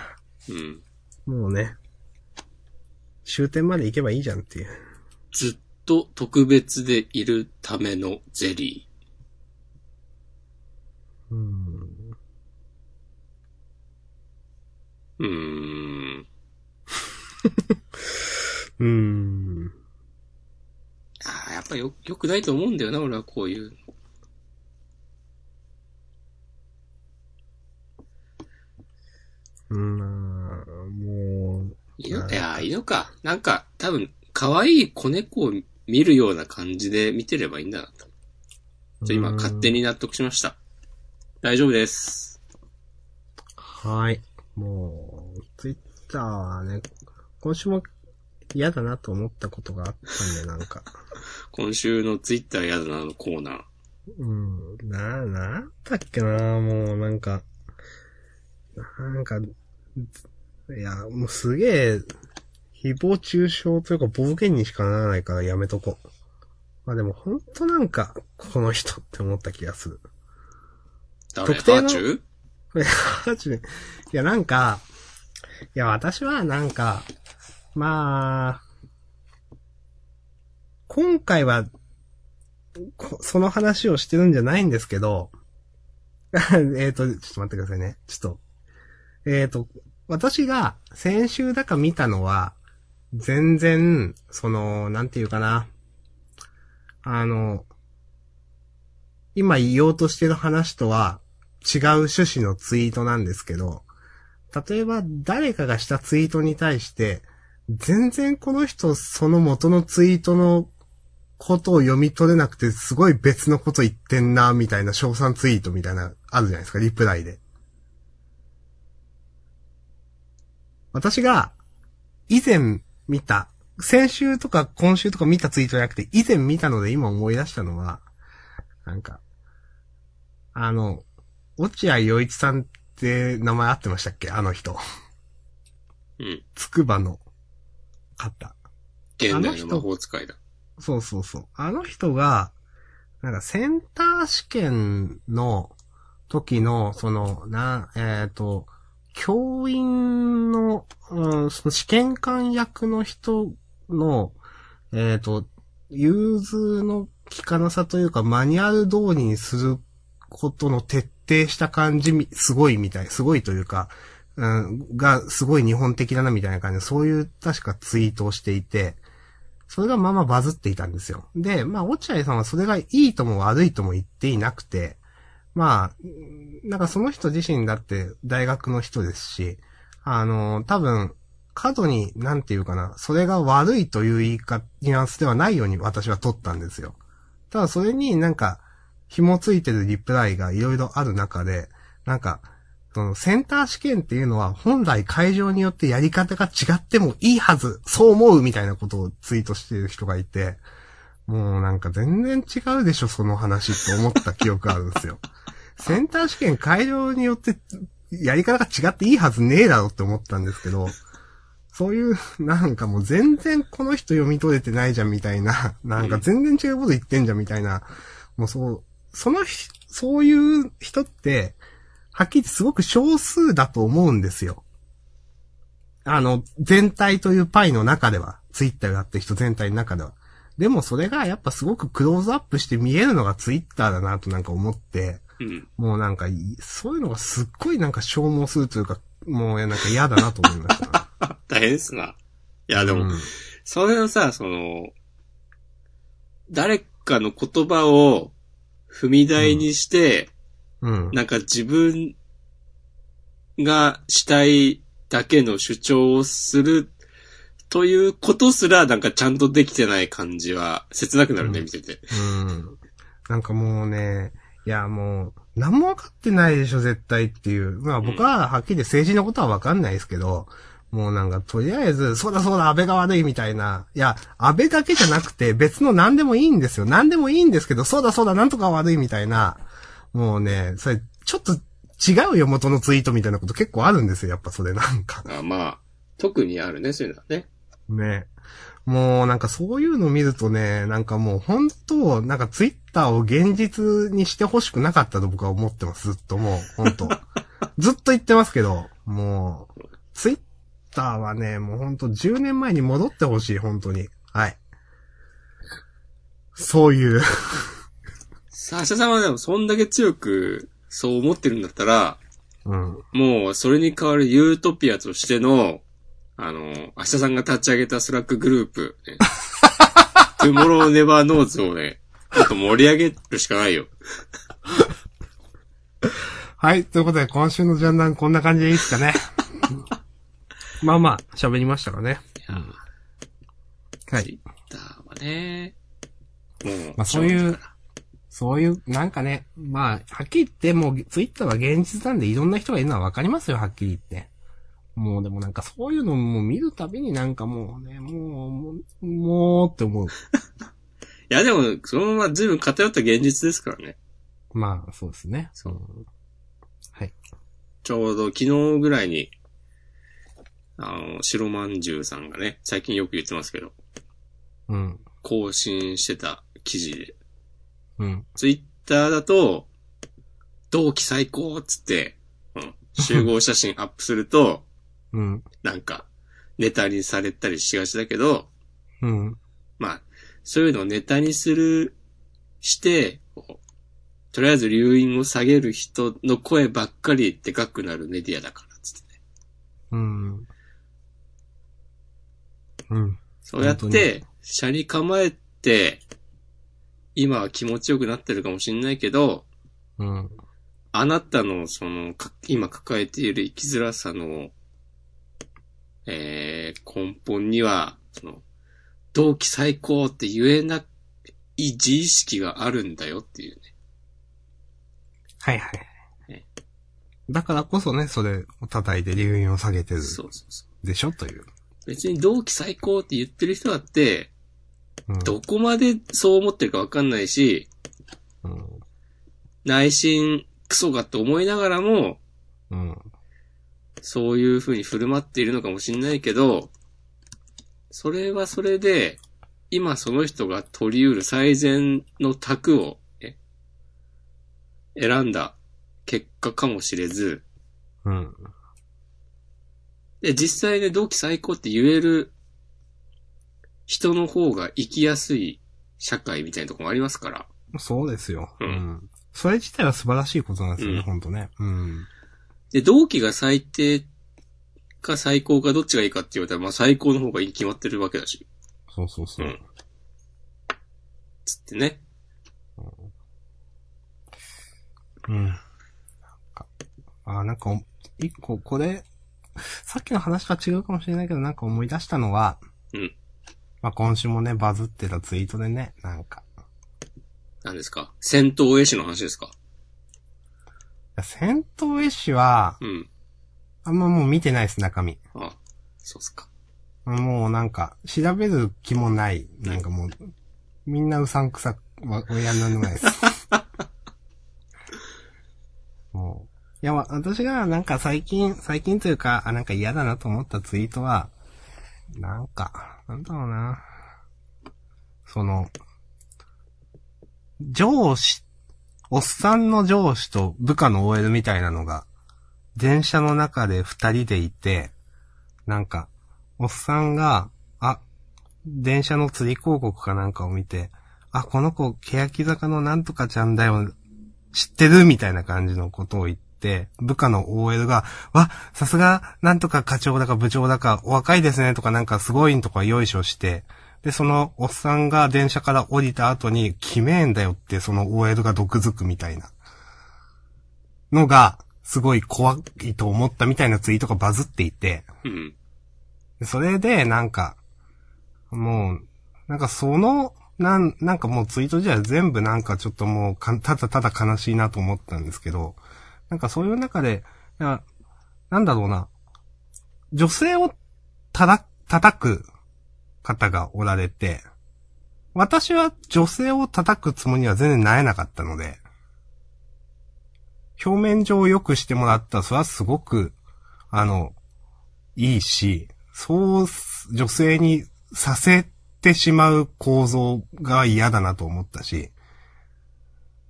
S1: うん。
S2: もうね。終点まで行けばいいじゃんっていう。
S1: ずっと特別でいるためのゼリ
S2: うん。
S1: ー。うーん。
S2: うーん。
S1: ああ、やっぱよ、良くないと思うんだよな、俺はこういうの。
S2: うーん、もう、
S1: 犬、
S2: うん
S1: いやー、犬か。なんか、多分、可愛い子猫を見るような感じで見てればいいんだなと。ちょ、今、
S2: うーん
S1: 勝手。に納得しました。大丈夫です。
S2: はい。もう、ツイッターはね、今週も嫌だなと思ったことがあったんで、なんか。
S1: 今週のツイッターやだなのコーナー。
S2: うん、な、なんだっけな、もうなんか、なんか、いや、もうすげえ、誹謗中傷というか暴言にしかならないからやめとこう。まあでもほんとなんか、この人って思った気がする。
S1: 誰
S2: 特定の
S1: ハーチュー
S2: いや、マジで。いや、なんか、いや、私はなんか、まあ、今回は、こその話をしてるんじゃないんですけど、 (laughs) えっと、ちょっと待ってくださいね。ちょっと。えっ、と、私が先週だか見たのは、全然、その、なんていうかな。あの、今言おうとしてる話とは違う趣旨のツイートなんですけど、例えば誰かがしたツイートに対して、全然この人その元のツイートのことを読み取れなくて、すごい別のこと言ってんな、みたいな賞賛ツイートみたいな、あるじゃないですか、リプライで。私が、以前見た、先週とか今週とか見たツイートじゃなくて、以前見たので今思い出したのは、なんか、あの、落合陽一さんって名前合ってましたっけあの人。
S1: うん。
S2: つくばの方。
S1: 現
S2: あの
S1: 代の
S2: 人
S1: 魔法使いだ。
S2: そうそうそう。あの人が、なんかセンター試験の時の、その、な、えっ、と、教員の、うん、その試験官役の人の、えっ、と、融通の効かなさというか、マニュアル通りにすることの徹底した感じみ、すごいみたい、すごいというか、うん、が、すごい日本的だなみたいな感じで、そういう確かツイートをしていて、それがまあまあバズっていたんですよ。で、まあ、落合さんはそれがいいとも悪いとも言っていなくて、まあ、うんなんかその人自身だって大学の人ですし、あの、多分、過度に、なんていうかな、それが悪いという言い方、ニュアンスではないように私は取ったんですよ。ただそれになんか、紐ついてるリプライがいろいろある中で、なんか、そのセンター試験っていうのは本来会場によってやり方が違ってもいいはず、そう思うみたいなことをツイートしてる人がいて、もうなんか全然違うでしょ、その話って思った記憶があるんです (laughs) よ。センター試験会場によってやり方が違っていいはずねえだろって思ったんですけど、そういう、なんかもう全然この人読み取れてないじゃんみたいな、なんか全然違うこと言ってんじゃんみたいな、もうそう、そのひ、そういう人って、はっきり言ってすごく少数だと思うんですよ。あの、全体というパイの中では、ツイッターをやってる人全体の中では。でもそれがやっぱすごくクローズアップして見えるのがツイッターだなとなんか思って、
S1: うん。
S2: もうなんかい、そういうのがすっごいなんか消耗するというか、もうなんか嫌だなと思いました。
S1: あ、大変ですな。い (laughs) や、でも、
S2: うん
S1: それのさ、その、誰かの言葉を踏み台にして、
S2: うん。
S1: なんか自分がしたいだけの主張をするということすらなんかちゃんとできてない感じは切なくなるね、
S2: うん
S1: 見てて。
S2: うん。なんかもうね、いやもう、何も分かってないでしょ、絶対っていう。まあ僕ははっきり言って政治のことは分かんないですけど、もうなんかとりあえず、そうだそうだ、安倍が悪いみたいな。いや、安倍だけじゃなくて別の何でもいいんですよ。何でもいいんですけど、そうだそうだ、なんとか悪いみたいな。もうね、それ、ちょっと違うよ、元のツイートみたいなこと結構あるんですよ、やっぱそれなんか。
S1: あまあ、特にあるね、そういうのはね。
S2: ね。もうなんかそういうの見るとね、なんかもう本当、なんかツイッターを現実にしてほしくなかったと僕は思ってます。ずっともう、本当ずっと言ってますけど、もう、ツイッターはね、もう本当10年前に戻ってほしい、本当に。はい。そういう。
S1: サーシャさんはでもそんだけ強くそう思ってるんだったら、
S2: うん。
S1: もうそれに代わるユートピアとしてのあの、明日さんが立ち上げたスラックグループ、 (laughs) ね、トゥモローネバーノーズをね、ちょっと盛り上げるしかないよ。
S2: はい。ということで、今週のジャンダンこんな感じでいいですかね。まあまあ、喋りましたかね。
S1: いや
S2: は
S1: ツ
S2: い。
S1: イッターはね、もう、
S2: まあそうい
S1: しょがな
S2: う
S1: から
S2: そういう、なんかね、まあ、はっきり言って、もう、ツイッターは現実なんでいろんな人がいるのはわかりますよ、はっきり言って。もうでもなんかそういうのも見るたびになんかもうね、もう、もう、もうって思う。
S1: いやでも、そのまま随分偏った現実ですからね。
S2: まあ、そうですね。
S1: そう。
S2: はい。
S1: ちょうど昨日ぐらいに、あの、白まんじゅうさんがね、最近よく言ってますけど、
S2: うん。
S1: 更新してた記事で、
S2: うん。
S1: ツイッターだと、同期最高っつって、うん、集合写真アップすると、
S2: うん。
S1: なんか、ネタにされたりしがちだけど、
S2: うん。
S1: まあ、そういうのをネタにする、して、こうとりあえず留飲を下げる人の声ばっかりでかくなるメディアだから、つってね。
S2: うん。うん。
S1: そうやっ
S2: 本当
S1: て
S2: に、
S1: 車に構えて、今は気持ちよくなってるかもしんないけど、
S2: うん。
S1: あなたの、その、か今抱えている生きづらさの、えー、根本には、その、同期最高って言えない自意識があるんだよっていうね。
S2: はいはい
S1: ね。
S2: だからこそね、それを叩いて留飲を下げてる
S1: そうそうそ
S2: でしょという。
S1: う。別に同期最高って言ってる人だって、
S2: うん。
S1: どこまでそう思ってるかわかんないし、
S2: うん。
S1: 内心クソがって思いながらも、
S2: うん。
S1: そういう風に振る舞っているのかもしれないけど、それはそれで、今その人が取り得る最善の択を、ね、選んだ結果かもしれず、
S2: うん。
S1: で、実際ね、同期最高って言える人の方が生きやすい社会みたいなところもありますから、
S2: そうですよ。
S1: う
S2: うんん。それ自体は素晴らしいことなんですよ
S1: うん
S2: ね、ほんとね。うん。
S1: で、同期が最低か最高かどっちがいいかって言われたら、まあ最高の方がいいに決まってるわけだし、。
S2: そうそうそううん
S1: つってね。
S2: うん。なんか、あー、なんかお、一個これ、さっきの話とは違うかもしれないけど、なんか思い出したのは、
S1: うん。
S2: まあ、今週もね、バズってたツイートでね、なんか、
S1: 何ですか戦闘絵師の話ですか
S2: 戦闘絵師は、
S1: うん。
S2: あんまもう見てないです、中身。
S1: あそうっすか。
S2: もうなんか、調べる気もない。なんかもう、みんなうさんくさ、わ親になんでもないです。もう。いや、わ私がなんか最近、最近というか、あ、なんか嫌だなと思ったツイートは、なんか、なんだろうな。その、上司、おっさんの上司と部下の OL みたいなのが、電車の中で二人でいて、なんか、おっさんが、あ、電車の釣り広告かなんかを見て、あ、この子、欅坂のなんとかちゃんだよ、知ってるみたいな感じのことを言って、部下の OL が、わ、さすが、なんとか課長だか部長だか、お若いですね、とかなんかすごいんとかよいしょして、で、そのおっさんが電車から降りた後に、きめえんだよって、その OL が毒づくみたいな。のが、すごい怖いと思ったみたいなツイートがバズっていて、
S1: うん。
S2: でそれで、なんか、もう、なんかその、なん、なんかもうツイート自体全部なんかちょっともうか、ただただ悲しいなと思ったんですけど、なんかそういう中で、いやなんだろうな、女性をただ、叩く方がおられて、私は女性を叩くつもりには全然なれなかったので、表面上良くしてもらったら、それはすごく、あの、いいし、そうす、女性にさせてしまう構造が嫌だなと思ったし。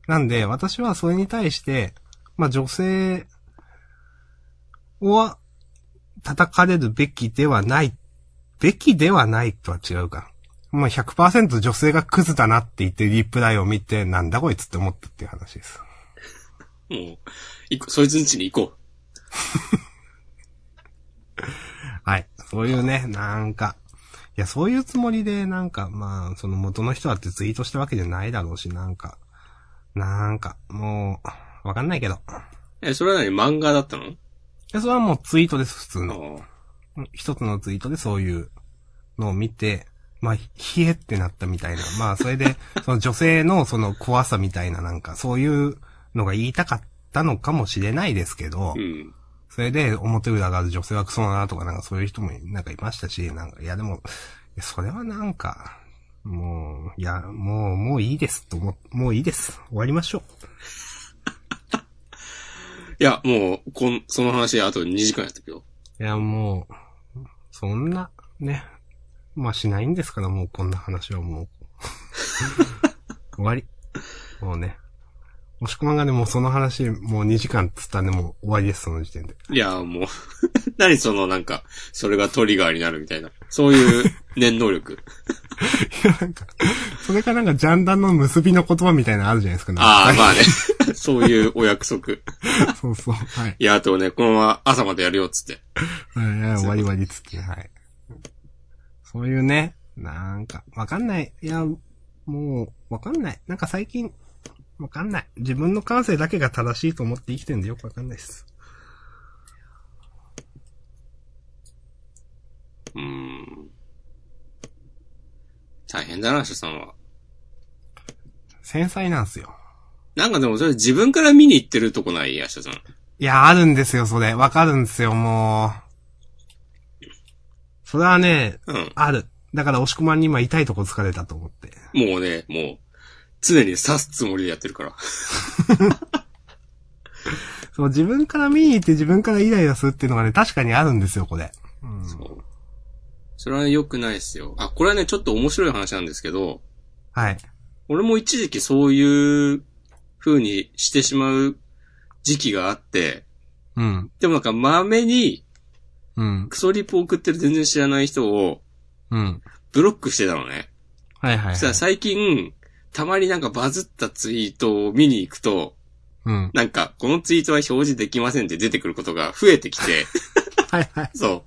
S2: なんで、私はそれに対して、まあ女性は叩かれるべきではない、べきではないとは違うか。まあ100%女性がクズだなって言ってリプライを見て、なんだこいつって思ったっていう話です。
S1: もう、いこそいつんちに行こ
S2: はい。そういうね、なんか、いや、そういうつもりで、なんか、まあ、その元の人だってツイートしたわけじゃないだろうし、なんか、なんか、もう、わかんないけど。い
S1: え、それは何漫画だったの
S2: や、それはもうツイートです、普通の。
S1: あ
S2: 一つのツイートでそういうのを見て、まあ、ひえってなったみたいな。まあ、それで、 (laughs) その女性のその怖さみたいななんか、そういうのが言いたかったのかもしれないですけど
S1: あ。う、ん。
S2: それで表裏がある女性はクソだなとかなんかそういう人もなんかいましたし、なんか、いやでも、いやそれはなんか、もう、いや、もう、もういいですと思っ、もういいです。終わりましょ
S1: いや、もう、こん、その話あと2時間やったけど。
S2: う。いや、もう、そんな、ね、まあしないんですから、もうこんな話はもう。終わり。もうね。もしくまがね、もうその話、もう2時間っつったんで、もう終わりです、その時点で。
S1: いや、もう、 (laughs) 何そのなんか、それがトリガーになるみたいな。そういう念能力。
S2: いや、なんか、それかなんか、ジャンダンの結びの言葉みたいなのあるじゃないですか、なんか
S1: ああ、まあね。 (laughs) そういうお約束。い
S2: そうそう。はい。
S1: や、あとね、このまま朝までやるよっつって。
S2: (laughs) はいはい、終わり終わりっつって、はい。そういうね、なんか、わかんない。いや、もう、わかんない。なんか最近、わかんない。自分の感性だけが正しいと思って生きてんでよくわかんないです。
S1: うーん。大変だな、社さんは。
S2: 繊細なんすよ。
S1: なんかでもそれ自分から見に行ってるとこないや、社さん。
S2: いや、あるんですよ、それ。わかるんですよ、もう。それはね、
S1: うん。
S2: ある。だから、押し込まんに今痛いとこ疲れたと思って。
S1: もうね、もう、常に刺すつもりでやってるから。
S2: そう、自分から見に行って自分からイライラするっていうのがね、確かにあるんですよ、これ。うん。
S1: そう。それは良くないですよ。あ、これはね、ちょっと面白い話なんですけど、
S2: はい。
S1: 俺も一時期そういう風にしてしまう時期があって、
S2: うん。
S1: でもなんか豆に
S2: うん。
S1: クソリップを送ってる全然知らない人を
S2: うん。
S1: ブロックしてたのね。
S2: はいはい、はい。
S1: そしたら最近、たまになんかバズったツイートを見に行くと、
S2: うん。
S1: なんか、このツイートは表示できませんって出てくることが増えてき
S2: (laughs)
S1: て、
S2: はいはい。
S1: そ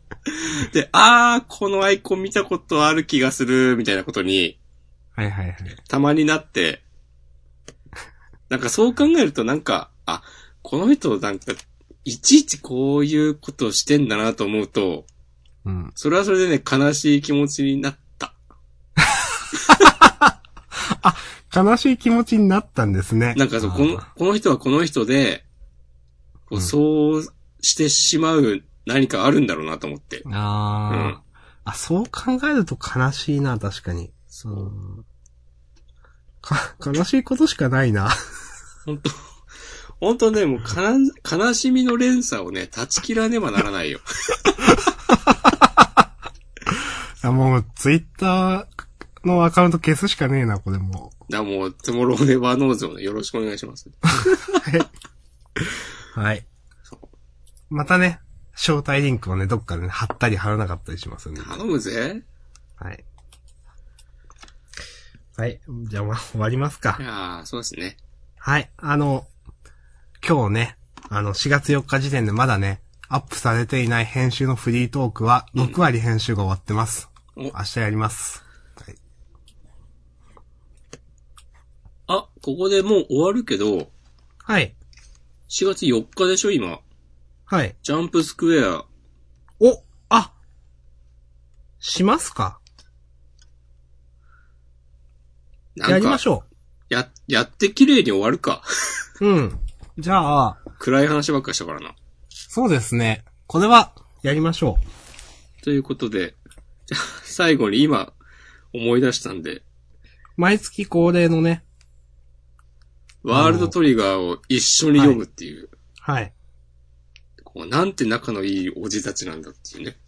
S1: う。で、あー、このアイコン見たことある気がする、みたいなことに、
S2: はいはいはい。
S1: たまになって、なんかそう考えるとなんか、あ、この人なんか、いちいちこういうことをしてんだなと思うと、
S2: うん。
S1: それはそれでね、悲しい気持ちになった。
S2: 悲しい気持ちになったんですね。
S1: なんかそう、この
S2: あ、
S1: この人はこの人で、こ
S2: う
S1: う、
S2: ん
S1: そうしてしまう何かあるんだろうなと思って。
S2: ー。あーあ、そう考えると悲しいな、確かに。そう。か、悲しいことしかな
S1: (laughs)
S2: いな。
S1: 本当ね、もう、かな、悲しみの連鎖をね、断ち切らねばなら (laughs) ないよ。
S2: あもう、ツイッターのアカウント消すしかねえな、これも
S1: だからもう、トゥモローネバーノーズをね、よろしくお願いします。
S2: う。はい。はい。またね、招待リンクをね、どっかで、ね、貼ったり貼らなかったりしますんで。
S1: 頼むぜ。
S2: はい。はい。じゃあ、ま、終わりますか
S1: い。やー、そうですね。
S2: はい。あの、今日ね、あの、4月4日時点でまだね、アップされていない編集のフリートークは、6割編集が終わってます。
S1: お
S2: 明日やります。はい。
S1: あ、ここでもう終わるけど、
S2: はい。
S1: 4月4日でしょ、今。
S2: はい。
S1: ジャンプスクエア。
S2: おあしますか
S1: なんか、
S2: やりましょ
S1: や、やって綺麗に終わるか。
S2: う。うん。じゃあ、
S1: 暗い話ばっかりしたからな。
S2: そうですね。これは、やりましょ
S1: ということで、じゃあ最後に今、思い出したんで、
S2: う。毎月恒例のね、
S1: ワールドトリガーを一緒に読むっていう、
S2: はい。
S1: こうなんて仲のいいおじたちなんだっていうね。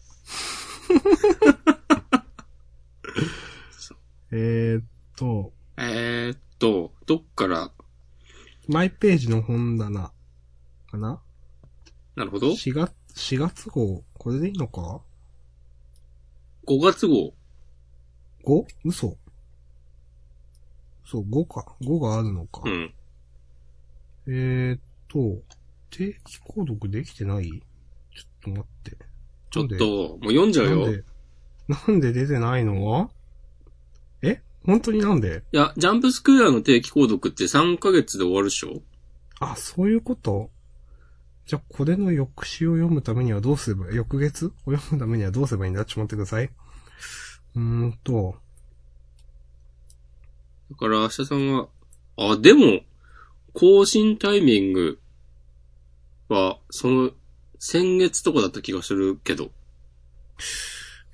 S2: えー、っと、
S1: えー、っと、どっから、
S2: マイページの本棚、かな
S1: なるほど ?5
S2: ?4 月、4月号、これでいいのか
S1: 月号。
S2: 5? 嘘。そう、5か。5があるのか。
S1: うん。
S2: えーっと、定期購読できてないちょっと待って。
S1: ちょっと、もう読んじゃう
S2: なん
S1: よ。い
S2: で、なんで出てないのえ本当になんで
S1: や、ジャンプスクエアの定期購読って3ヶ月で終わるでしょ
S2: あ、そういうことじゃあ、これの翌週を読むためにはどうすれば、翌月を読むためにはどうすればいいんだちょっと待ってください。うーんと、
S1: だから、明日さんは、あ、でも、更新タイミングは、その、先月とかだった気がするけど。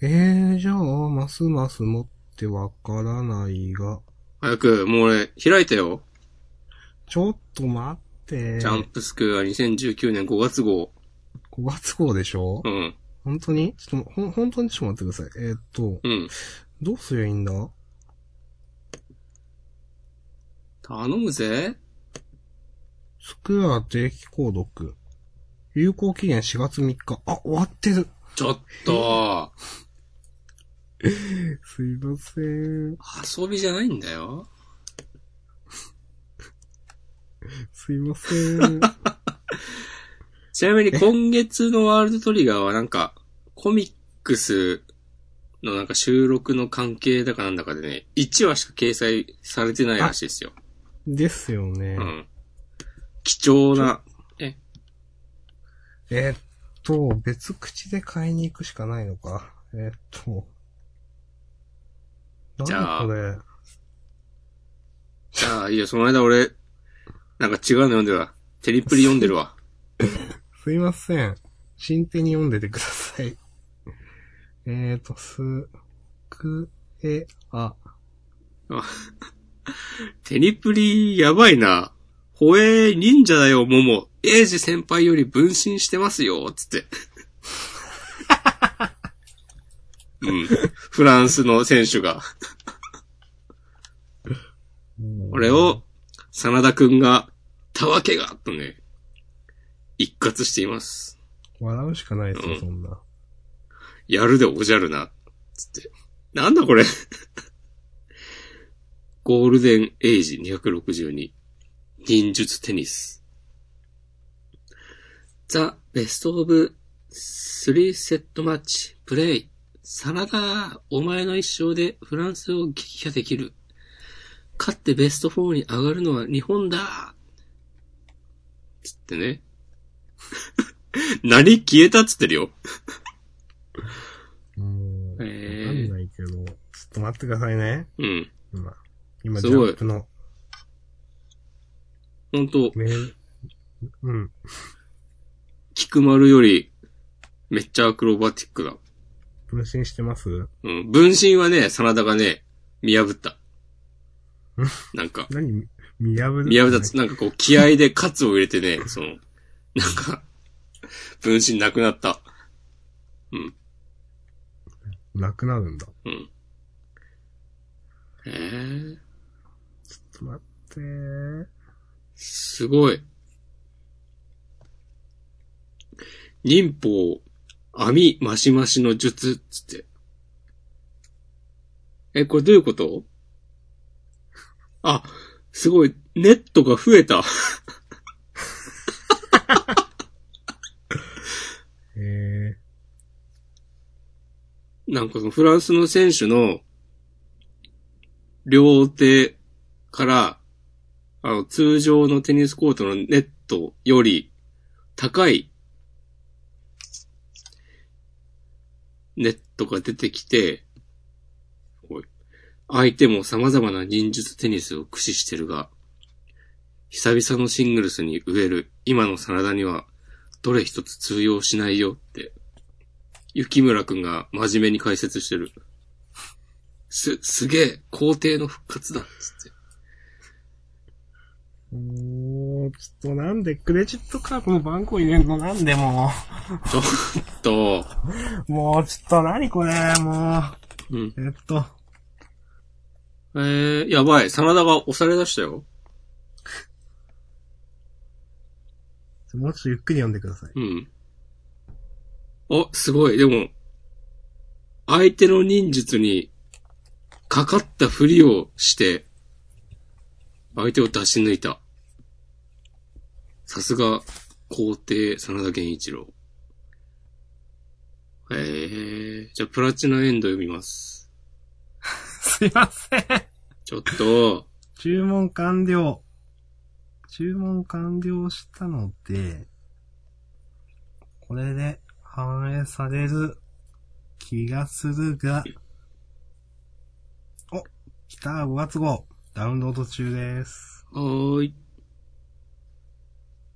S2: えー、じゃあ、ますますもってわからないが、
S1: 早く、もう俺、開いたよ。
S2: ちょっと待って、
S1: ジャンプスクエア2019年5月号。
S2: 5月号でしょ
S1: うん、
S2: 本当にちょっと、ほん、本当にちょっと待ってください。えーっと、
S1: うん。
S2: どうすりゃいいんだ
S1: 頼むぜ。
S2: スクエア定期購読。有効期限4月3日。あ、終わってる。
S1: ちょっと、
S2: すいません。
S1: 遊びじゃないんだよ。
S2: すいませ
S1: (laughs)
S2: ん。
S1: ちなみに今月のワールドトリガーはなんか、コミックスのなんか収録の関係だかなんだかでね、1話しか掲載されてないらしいですよ。
S2: ですよね。
S1: うん。貴重な、
S2: えーっと、別口で買いに行くしかないのか。えーっと。
S1: じゃ
S2: な
S1: あ
S2: んだこれ。
S1: じゃあ、いいよ、その間俺、なんか違うの読んでるわ。テリプリ読んでるわ。
S2: すいません。新手に読んでてください。 (laughs) えーっと、す、く、え、あ。
S1: テリプリ、やばいな。ほえ忍者だよ、もも。エイジ先輩より分身してますよ、つって。うん。フランスの選手が。これを、真田くんが、たわけが、とね、一括しています。
S2: 笑うしかないです
S1: う
S2: よ、
S1: ん
S2: そんな。
S1: やるでおじゃるな、つって。なんだこれ。 (laughs) ゴールデンエイジ262、忍術テニス。ザ・ベスト・オブ・スリーセット・マッチ・プレイ。真田、お前の一生でフランスを撃破できる。勝ってベスト4に上がるのは日本だつってね。 (laughs) 何消えたっつってるよ。
S2: うーん。わか
S1: えー
S2: んないけど、ちょっと待ってくださいね。
S1: うん。
S2: 今。今、
S1: す
S2: ジ
S1: ごい
S2: ャンプの
S1: 本当
S2: メール。うん。
S1: 菊丸より、めっちゃアクロバティックだ。
S2: 分身してます
S1: うん。分身はね、真田がね、見破った。なんか、
S2: 何見破る
S1: 見破っ
S2: (laughs)
S1: た、なんかこう、気合でカツを入れてね、その、なんか、分身なくなった。
S2: なくなるんだ。
S1: うん。えー、
S2: ちょっと待ってー。
S1: すごい。忍法、網、マシマシの術、つって。え、これどういうことあ、すごい、ネットが増えた。
S2: え
S1: なんかそのフランスの選手の、両手から、あの、通常のテニスコートのネットより高い、ネットが出てきて、おい相手も様々な忍術テニスを駆使してるが、久々のシングルスに植える今の真田には、どれ一つ通用しないよって、雪村くんが真面目に解説してる。す、すげえ、皇帝の復活だ、つって。
S2: ー、もう、ちょっとなんでクレジットカードの番号入れんのなんでも
S1: ちょっと、
S2: う。もう、ちょっと何これ、もう。
S1: うん。
S2: えっと、
S1: えー、やばい、真田が押され出したよ。
S2: もうちょっとゆっくり読んでください。
S1: うん。あ、すごい、でも、相手の忍術に、かかったふりをして、相手を出し抜いた。さすが、皇帝、真田源一郎。へえ。じゃあ、プラチナエンド読みます。
S2: (laughs) すいません。
S1: ちょっと、
S2: 注文完了。注文完了したので、これで反映される気がするが、お、来た5月号、ダウンロード中です。
S1: (laughs) はーい。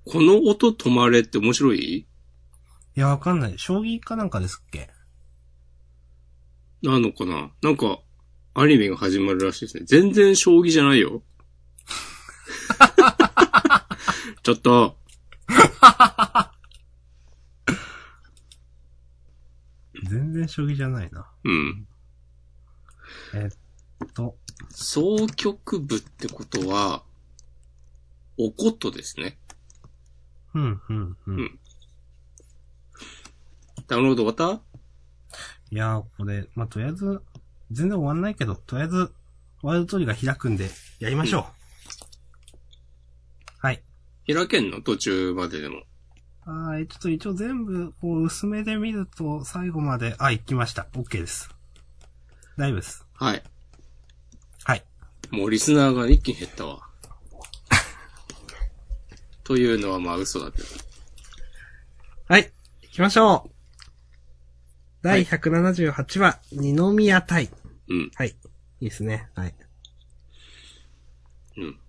S1: この音止まれって面白い
S2: いや、わかんない。将棋かなんかですっけ
S1: なのかななんか、アニメが始まるらしいですね。全然将棋じゃない
S2: (laughs)
S1: よ。ちょっと。
S2: 全然将棋じゃないな。
S1: うん。
S2: と、
S1: 双極部ってことは、おことですね。
S2: うん、うん、うん。
S1: うんダウンロード終わった
S2: いやー、これ、まあ、とりあえず、全然終わんないけど、とりあえず、ワイルドトリガー開くんで、やりましょう。はい。
S1: 開けんの途中まででも。
S2: あーちょっと一応全部、こう、薄めで見ると、最後まで、あ、行きました。OK です。大丈夫です。
S1: はい。
S2: はい。
S1: もうリスナーが一気に減った
S2: (laughs)
S1: わ。というのはまあ嘘だけど。
S2: はい。行きましょう。第178話、二宮対。
S1: うん。
S2: はい。いいですね。はい。
S1: うん。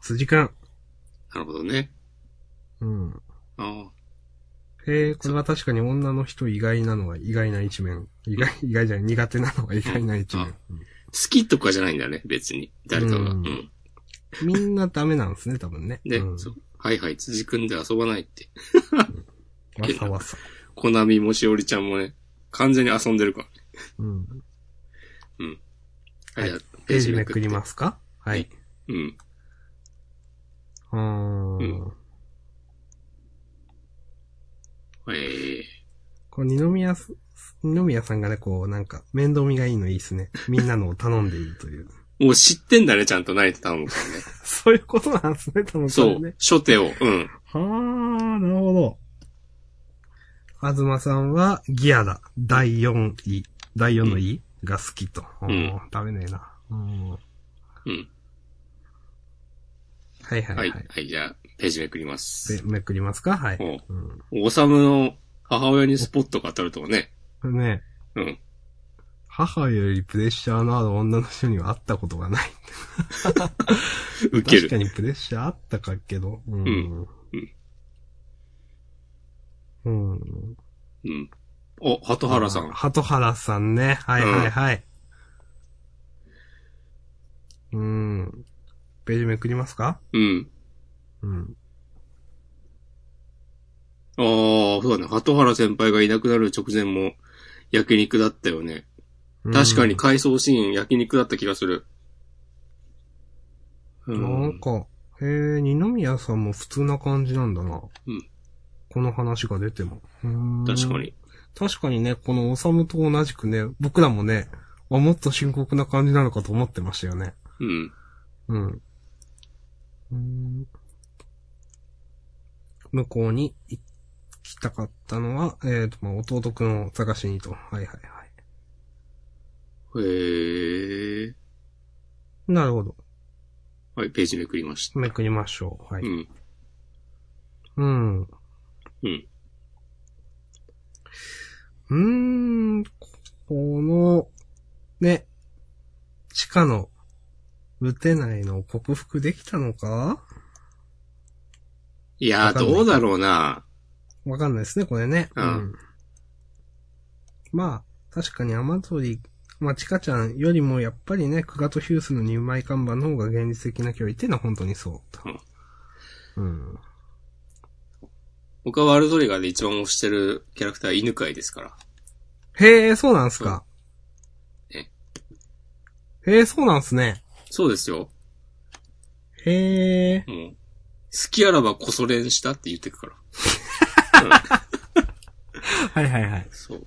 S2: 辻くん。
S1: なるほどね。
S2: うん。
S1: ああ。
S2: へえ、これは確かに女の人意外なのは意外な一面。意外、 (laughs) 意外じゃない、苦手なのは意外な一面。
S1: 好きとかじゃないんだね、別に。誰かが。う
S2: うんん。みんなダメなんですね、多分ね。
S1: で、
S2: うん、
S1: そう。はいはい、辻君で遊ばないって。
S2: わさわさ。
S1: コナミもしおりちゃんもね、完全に遊んでるから。
S2: うん。
S1: (laughs) はい、じゃあペ
S2: ペ
S1: ー
S2: ー
S1: ジ
S2: ジ
S1: め
S2: め
S1: く
S2: く
S1: り
S2: り
S1: ま。
S2: ますすかはい。
S1: うん。
S2: うーん。
S1: うんええ
S2: こう二宮す、二宮さんがね、こう、なんか、面倒見がいいのいいですね。みんなのを頼んでいるという。 (laughs)
S1: もう知ってんだね、ちゃんと何頼むかね。
S2: そういうことなんですね、多分こ
S1: そ
S2: れ
S1: う
S2: ね。。
S1: 初手を。うん。
S2: はー、なるほど。あずまさんは、ギアだ。第4位。第4の E が好きと。
S1: ん
S2: うん。食べねえな。うん。
S1: うん。
S2: はいはいは。
S1: はいい。はい、じゃあ、ページめくりま。
S2: ですめくりますかはい。
S1: おう
S2: うん。
S1: おさむの母親にスポットが当たるとはね。
S2: ね
S1: うん。
S2: 母よりプレッシャーのある女の人には会ったことがない。
S1: 受け
S2: 確か
S1: る。
S2: にプレッシャーあったかけど。うんん。うん。うん。
S1: うん。お、鳩原さん。
S2: 鳩原さんね。はいはいはい。うん。ページめくりますか
S1: うん。
S2: うん。
S1: ああ、そうだね。鳩原先輩がいなくなる直前も焼肉だったよね。確かに回想シーン焼肉だった気がする。う
S2: うん。なん
S1: ん。
S2: か、へえ、二宮さんも普通な感じなんだな。
S1: うん。
S2: この話が出ても。うん
S1: 確かに。
S2: 確かにね、このおさむと同じくね、僕らもね、あもっと深刻な感じなのかと思ってましたよね。
S1: うん。
S2: うん。うーん向こうに行きたかったのは、えっ、と、まあ、弟くんを探しにと。はいはいはい。
S1: へえ。
S2: なるほど。
S1: はい、ページめくりました。。
S2: めくりましょう。はいう
S1: ん。
S2: うん。
S1: うん。
S2: うーん、この、ね、地下の、打てないのを克服できたのか
S1: いや
S2: わ
S1: ー、
S2: かんない
S1: どうだろうな。
S2: わかんないですね、これね。
S1: うん
S2: まあ、確かに雨鳥まあ、チカちゃんよりもやっぱりね、クガとヒュースの二枚看板の方が現実的な距離っていうのは本当にそうと。うん。
S1: 僕はワールドトリガーで一番推してるキャラクターは犬飼いですから。
S2: へえ、そうなんすか。
S1: うん
S2: へえ、そうなんすね。
S1: そうですよ。
S2: へえ。
S1: もう。好きあらばこそ練したって言ってくから。
S2: (laughs) はいはいはい。
S1: そう。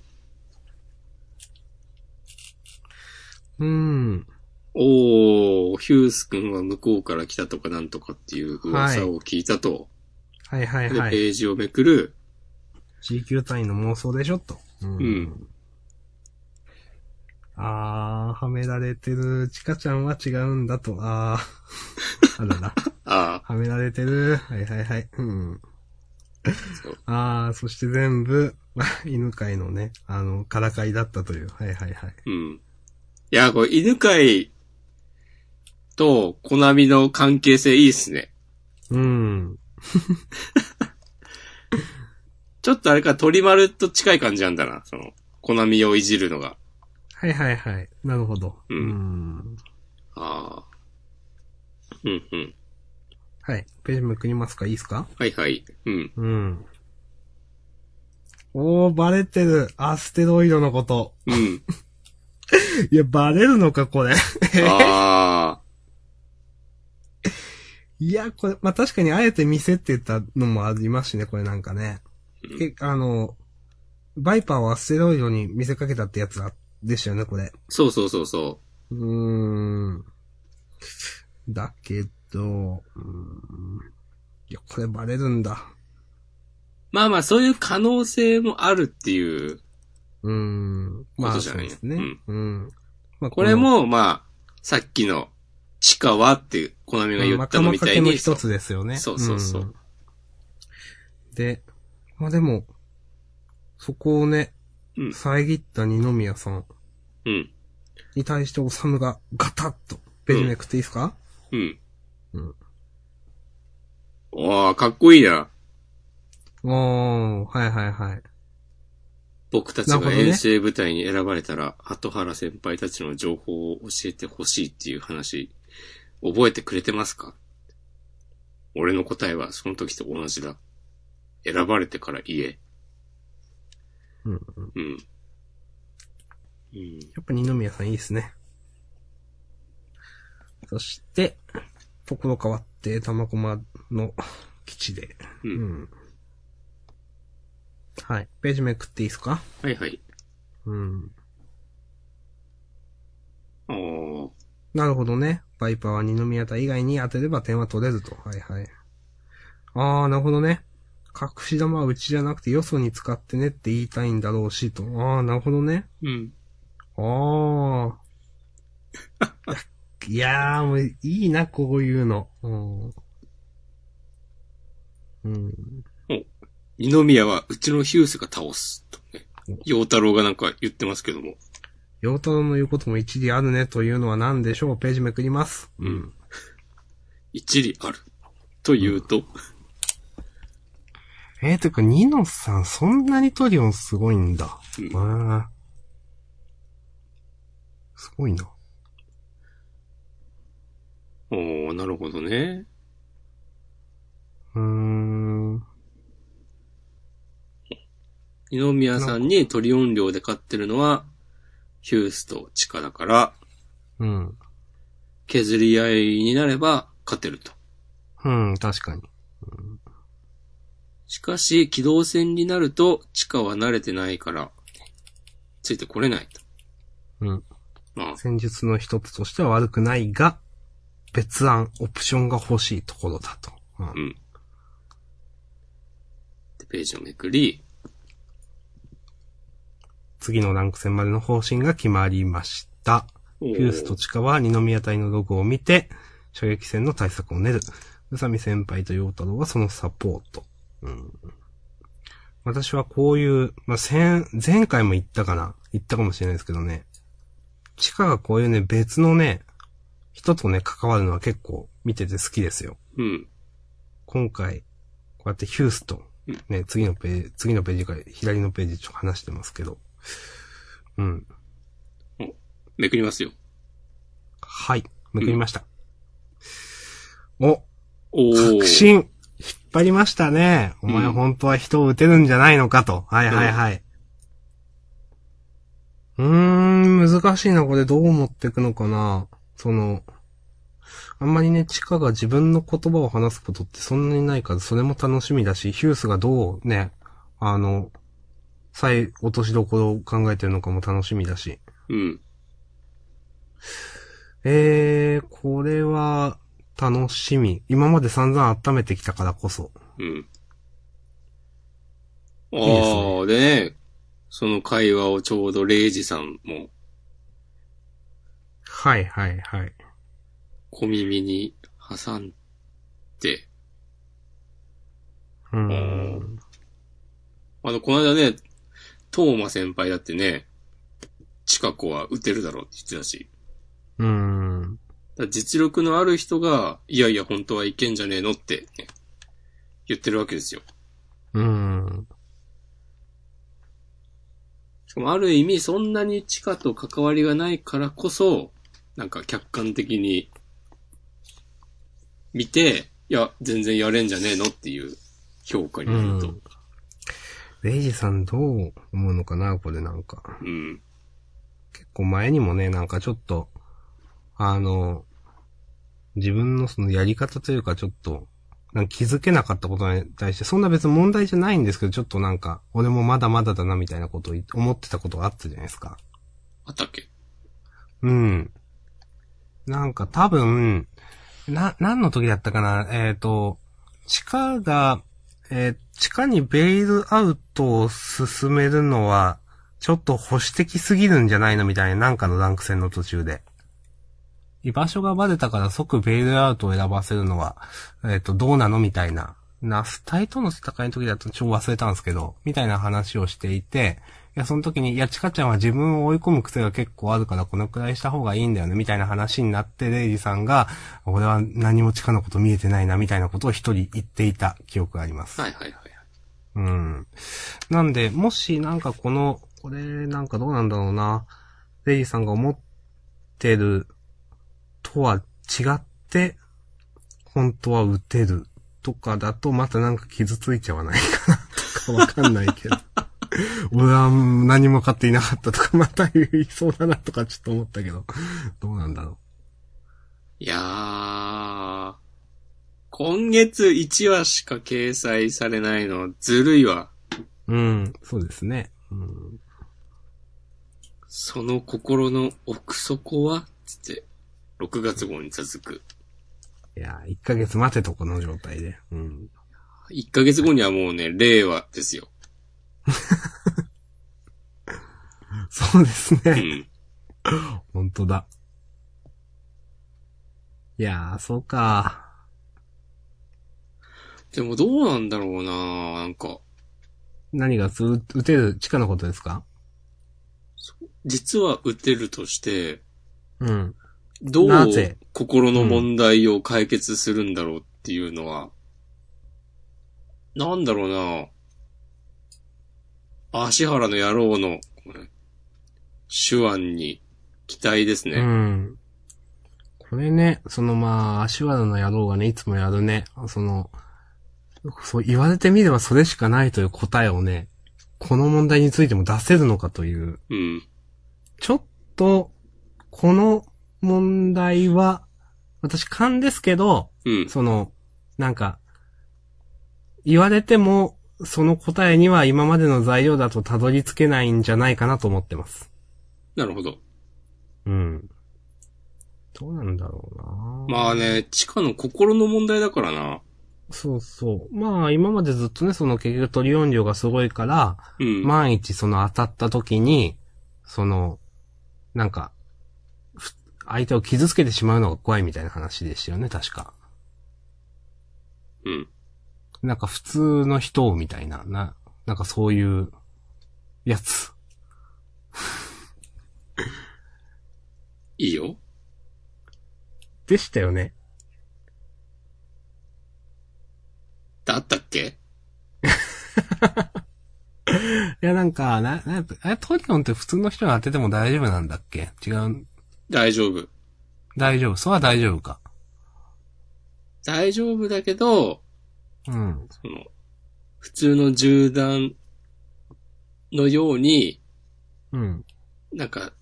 S2: うん。
S1: おー、ヒュース君は向こうから来たとかなんとかっていう噂を聞いたと。
S2: はいはい
S1: で、
S2: はい。
S1: ページをめくる。
S2: GQ 単位の妄想でしょ、と。うん
S1: ん。
S2: あー、はめられてる。チカちゃんは違うんだと。あ
S1: (laughs)
S2: ー。あらら。
S1: あ
S2: はめられてる。はいはいはい。うん。
S1: あ、そう。
S2: あー、そして全部、犬飼のね、あの、からかいだったという。はいはいはい。
S1: うん。いや、これ、犬飼と、コナミの関係性いいっすね。
S2: うん。
S1: ちょっとあれか、鳥丸と近い感じなんだな、その、コナミをいじるのが。
S2: はいはいはい。なるほど。
S1: うん
S2: ん
S1: ああ。うんうん。
S2: はい。ページめくりますかいいですか
S1: はいはい。うん。
S2: うん。おー、バレてる。アステロイドのこと。
S1: うん。
S2: (laughs) いや、バレるのか、これ。
S1: ああ。
S2: いや、これ、まあ、確かにあえて見せてたのもありますしね、これなんかね。
S1: うん
S2: けあの、バイパーをアステロイドに見せかけたってやつだ、でしたよね、これ。
S1: そうそうそうそう
S2: ーん。だけど、うーん。いや、これバレるんだ。
S1: う。まあまあ、そういう可能性もあるっていう。
S2: うーん。
S1: こ
S2: まあ、
S1: とじ
S2: そ
S1: ゃ
S2: う
S1: ない
S2: ですね。うん。まあ、
S1: これも、まあ、さっきの、チカはって、コナミ
S2: こ
S1: が
S2: の、
S1: 言
S2: まあ
S1: っ
S2: 仲
S1: たの
S2: 間
S1: み
S2: か
S1: た
S2: け
S1: い
S2: の
S1: に。
S2: 一つですよね。
S1: そうそうそうそうん
S2: で、まあでも、そこをね、
S1: うん
S2: 遮った二宮さん
S1: うん。
S2: に対して、おさむがガタッと、ページめくっていいですか、
S1: うん。
S2: うん。
S1: おー、かっこいいな。
S2: おー、はいはいはい。
S1: 僕たち
S2: なるほ
S1: が
S2: どね
S1: 遠征部隊に選ばれたら、鳩原先輩たちの情報を教えてほしいっていう話、覚えてくれてますか俺の答えはその時と同じだ。選ばれてから言え。
S2: うん。
S1: うん。うん。
S2: やっぱ二宮さんいいですね。そして、ところ変わって、玉駒の基地で。
S1: うん
S2: んはい。ページめくっていいですか
S1: はいはい。
S2: うん。
S1: おー。
S2: なるほどね。バイパーは二宮隊以外に当てれば点は取れると。はいはい。あー、なるほどね。隠し玉はうちじゃなくてよそに使ってねって言いたいんだろうしと。あー、なるほどね。
S1: うん。
S2: あ (laughs) ー。いやー、もういいな、こういうの。うん。うん。
S1: 二宮はうちのヒュースが倒す。とね
S2: お。
S1: 陽太郎がなんか言ってますけども。
S2: 陽太郎の言うことも一理あるねというのは何でしょうページめくります。
S1: うん。一理ある。というと、
S2: えー、てか、ニノさん、そんなにトリオンすごいんだ。
S1: うん
S2: まあ。すごいな。
S1: おー、なるほどね。
S2: うーん。
S1: 二宮さんに鳥音量で勝ってるのは、ヒュースとチカだから、
S2: うん。
S1: 削り合いになれば勝てると。
S2: うん、確かに。
S1: しかし、機動戦になると、チカは慣れてないから、ついてこれないと。
S2: うん。
S1: まあ、
S2: 戦術の一つとしては悪くないが、別案、オプションが欲しいところだと。うん
S1: うん。でページをめくり、
S2: 次のランク戦までの方針が決まりました。
S1: ヒ
S2: ヒュースとチカは二宮隊のログを見て、射撃戦の対策を練る。宇佐美先輩と陽太郎はそのサポート。うん、私はこういう、まあ、先、前回も言ったかな言ったかもしれないですけどね。チカがこういうね、別のね、人とね、関わるのは結構見てて好きですよ。
S1: うん。
S2: 今回、こうやってヒュースと
S1: うん、
S2: ね、次のページ、次のページから左のページちょっと話してますけど。うん。
S1: めくりますよ。
S2: はい。めくりました。お、
S1: おー。
S2: 確信、引っ張りましたね。お前
S1: うん
S2: 本当は人を撃てるんじゃないのかと。はいはいはい。うーん、難しいな、これどう持ってくのかな。その、あんまりね、チカが自分の言葉を話すことってそんなにないから、それも楽しみだし、ヒュースがどうね、あの、再落としどころを考えてるのかも楽しみだし。
S1: うん。
S2: えー、これは、楽しみ。今まで散々温めてきたからこそ。
S1: うん。あ
S2: いですね
S1: あ、でね、その会話をちょうどレイジさんも
S2: はいはいはい。
S1: 小耳に挟んで、
S2: う
S1: お
S2: ん。
S1: あの、この間ね、トーマ先輩だってね、近子は打てるだろうって言ってたし、
S2: うん。
S1: だから実力のある人が、いやいや、本当はいけんじゃねえのって、ね、言ってるわけですよ。
S2: うん。
S1: しかもある意味そんなに地下と関わりがないからこそ、なんか客観的に見て、いや、全然やれんじゃねえのっていう評価になると。
S2: レイジさんどう思うのかなこれなんか。
S1: うん。
S2: 結構前にもね、なんかちょっと、あの、自分のそのやり方というかちょっと、なんか気づけなかったことに対して、そんな別に問題じゃないんですけど、ちょっとなんか、俺もまだまだだなみたいなことを言思ってたことがあったじゃないですか。
S1: あったっけ
S2: うん。なんか多分、な、何の時だったかなえっ、と、地下が、えー地下にベイルアウトを進めるのは、ちょっと保守的すぎるんじゃないのみたいな、なんかのランク戦の途中で。居場所がバレたから即ベイルアウトを選ばせるのは、えっ、と、どうなのみたいな。ナスタイとの戦いの時だとちょっと忘れたんですけど、みたいな話をしていて、いや、その時に、いや、チカちゃんは自分を追い込む癖が結構あるから、このくらいした方がいいんだよね、みたいな話になって、レイジさんが、俺は何もチカのこと見えてないな、みたいなことを一人言っていた記憶があります。
S1: はいはいはいはい。
S2: うん。なんで、もしなんかこの、これなんかどうなんだろうな。レイジさんが思ってるとは違って、本当は打てるとかだとまたなんか傷ついちゃわないかなとかわかんないけど。俺は何も買っていなかったとかまた言いそうだなとかちょっと思ったけど、どうなんだろ
S1: いやー、今月1話しか掲載されないのはずるいわ。
S2: う。うん、そうですね。うん、
S1: その心の奥底はつって、6月号に続く。
S2: いや、1ヶ月待てとこの状態で。うん。
S1: 1ヶ月後にはもうね、令和ですよ。
S2: そうですね。
S1: うん。
S2: 本当だ。いやー、そうか。
S1: でもどうなんだろうななんか。
S2: 何がつ、打てる地下のことですか
S1: 実は打てるとして、
S2: うん。
S1: ど
S2: な
S1: う
S2: ぜ
S1: 心の問題を解決するんだろうっていうのは、なんだろうな足原の野郎の、これ手腕に期待です
S2: う
S1: ね。
S2: ん。これね、そのまあ、足技の野郎がね、いつもやるね、その、そう言われてみればそれしかないという答えをね、この問題についても出せるのかという。
S1: うん。
S2: ちょっと、この問題は、私勘ですけど、
S1: うん。
S2: その、なんか、言われても、その答えには今までの材料だとたどり着けないんじゃないかなと思ってます。
S1: なるほど。
S2: うん。どうなんだろうな
S1: まあ。ね、地下の心の問題だからな。
S2: そうそう。まあ今までずっとね、その結局トリオン量がすごいから、
S1: うん。
S2: 万一その当たった時に、その、なんか、ふ相手を傷つけてしまうのが怖いみたいな話でしたよね、確か。
S1: うん。
S2: なんか普通の人をみたいな、な、なんかそういう、やつ。
S1: いいよ。
S2: でしたよね。
S1: だったっけ
S2: いや、なんか、な、なんやっあれ、トリオンって普通の人に当てても大丈夫なんだっけ違う、
S1: 大丈夫。
S2: 大丈夫。それは大丈夫か。
S1: 大丈夫だけど、
S2: うん。
S1: その、普通の銃弾のように、
S2: うん。
S1: なんか、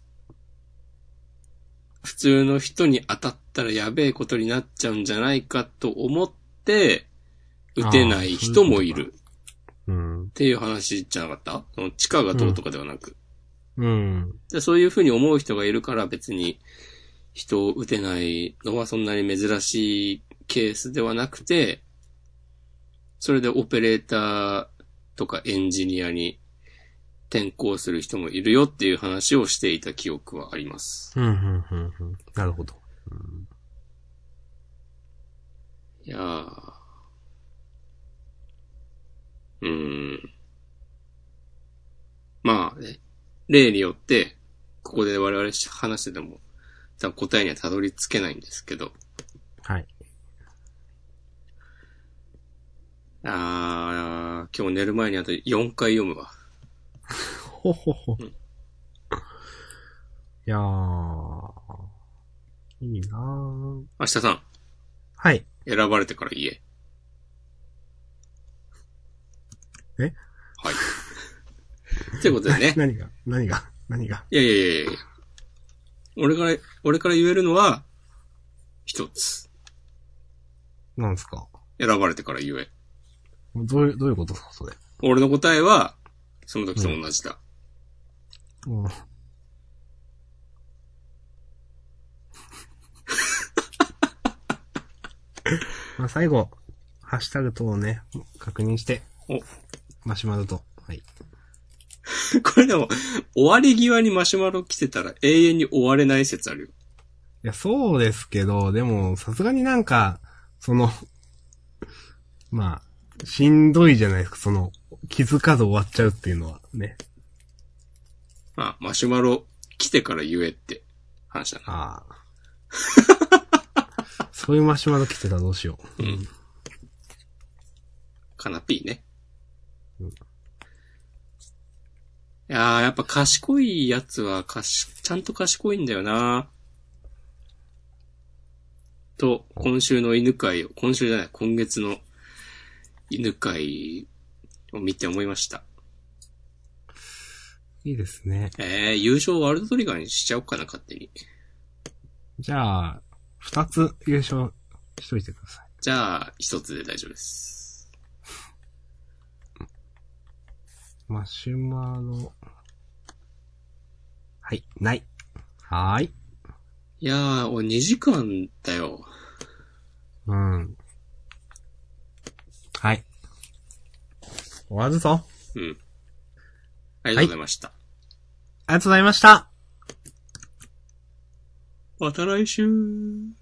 S1: 普通の人に当たったらやべえことになっちゃうんじゃないかと思って、撃てない人もいる
S2: うん
S1: っ。ていう話じゃなかったその地下がどうとかではなく。
S2: うん。
S1: でそういうふうに思う人がいるから別に人を撃てないのはそんなに珍しいケースではなくて、それでオペレーターとかエンジニアに転校する人もいるよっていう話をしていた記憶はあります。
S2: うん、うん、うん、うん。なるほど。うん
S1: いやーうーん。まあね、例によって、ここで我々話してても、多分答えにはたどり着けないんですけど、
S2: はい。
S1: あー、今日寝る前にあと4回読むわ。
S2: ほほほ。
S1: うん
S2: いやー、いいなー
S1: 明日さん、
S2: はい。
S1: 選ばれてから言え。
S2: え。
S1: はい。ということでね
S2: 何が何が何が
S1: いやいやいやいや俺から、俺から言えるのは、一つ。
S2: なんですか
S1: 選ばれてから言え。
S2: どういう、どういうことですかそれ。
S1: 俺の答えは、その時と同じだ。 (laughs)
S2: うん。まあ最後、ハッシュタグ等をね、確認して、
S1: お
S2: マシュマロと。はい。
S1: これでも、終わり際にマシュマロ来てたら永遠に終われない説あるよ。
S2: いや、そうですけど、でも、さすがになんか、その、 (laughs) まあ、しんどいじゃないですか、その、気づかず終わっちゃうっていうのはね。
S1: まあ、マシュマロ来てから言えって話だな。
S2: ああ。 (laughs) そういうマシュマロ来てたらどうしよう。
S1: うんカナピーね。
S2: うん
S1: いやー、やっぱ賢いやつはかし、ちゃんと賢いんだよなと、今週の犬会を、今週じゃない、今月の犬会を見て思いました。
S2: いいですね。
S1: えー、優勝ワールドトリガーにしちゃおうかな、勝手に。
S2: じゃあ、二つ優勝しといてください。
S1: じゃあ、一つで大丈夫です。
S2: マシュマロ。はい、ない。はーい。
S1: いやー、俺2時間だよ。
S2: うん。はい。終わるぞ。
S1: うん。ありがとうございました。
S2: ありがとうございました。
S1: また来週。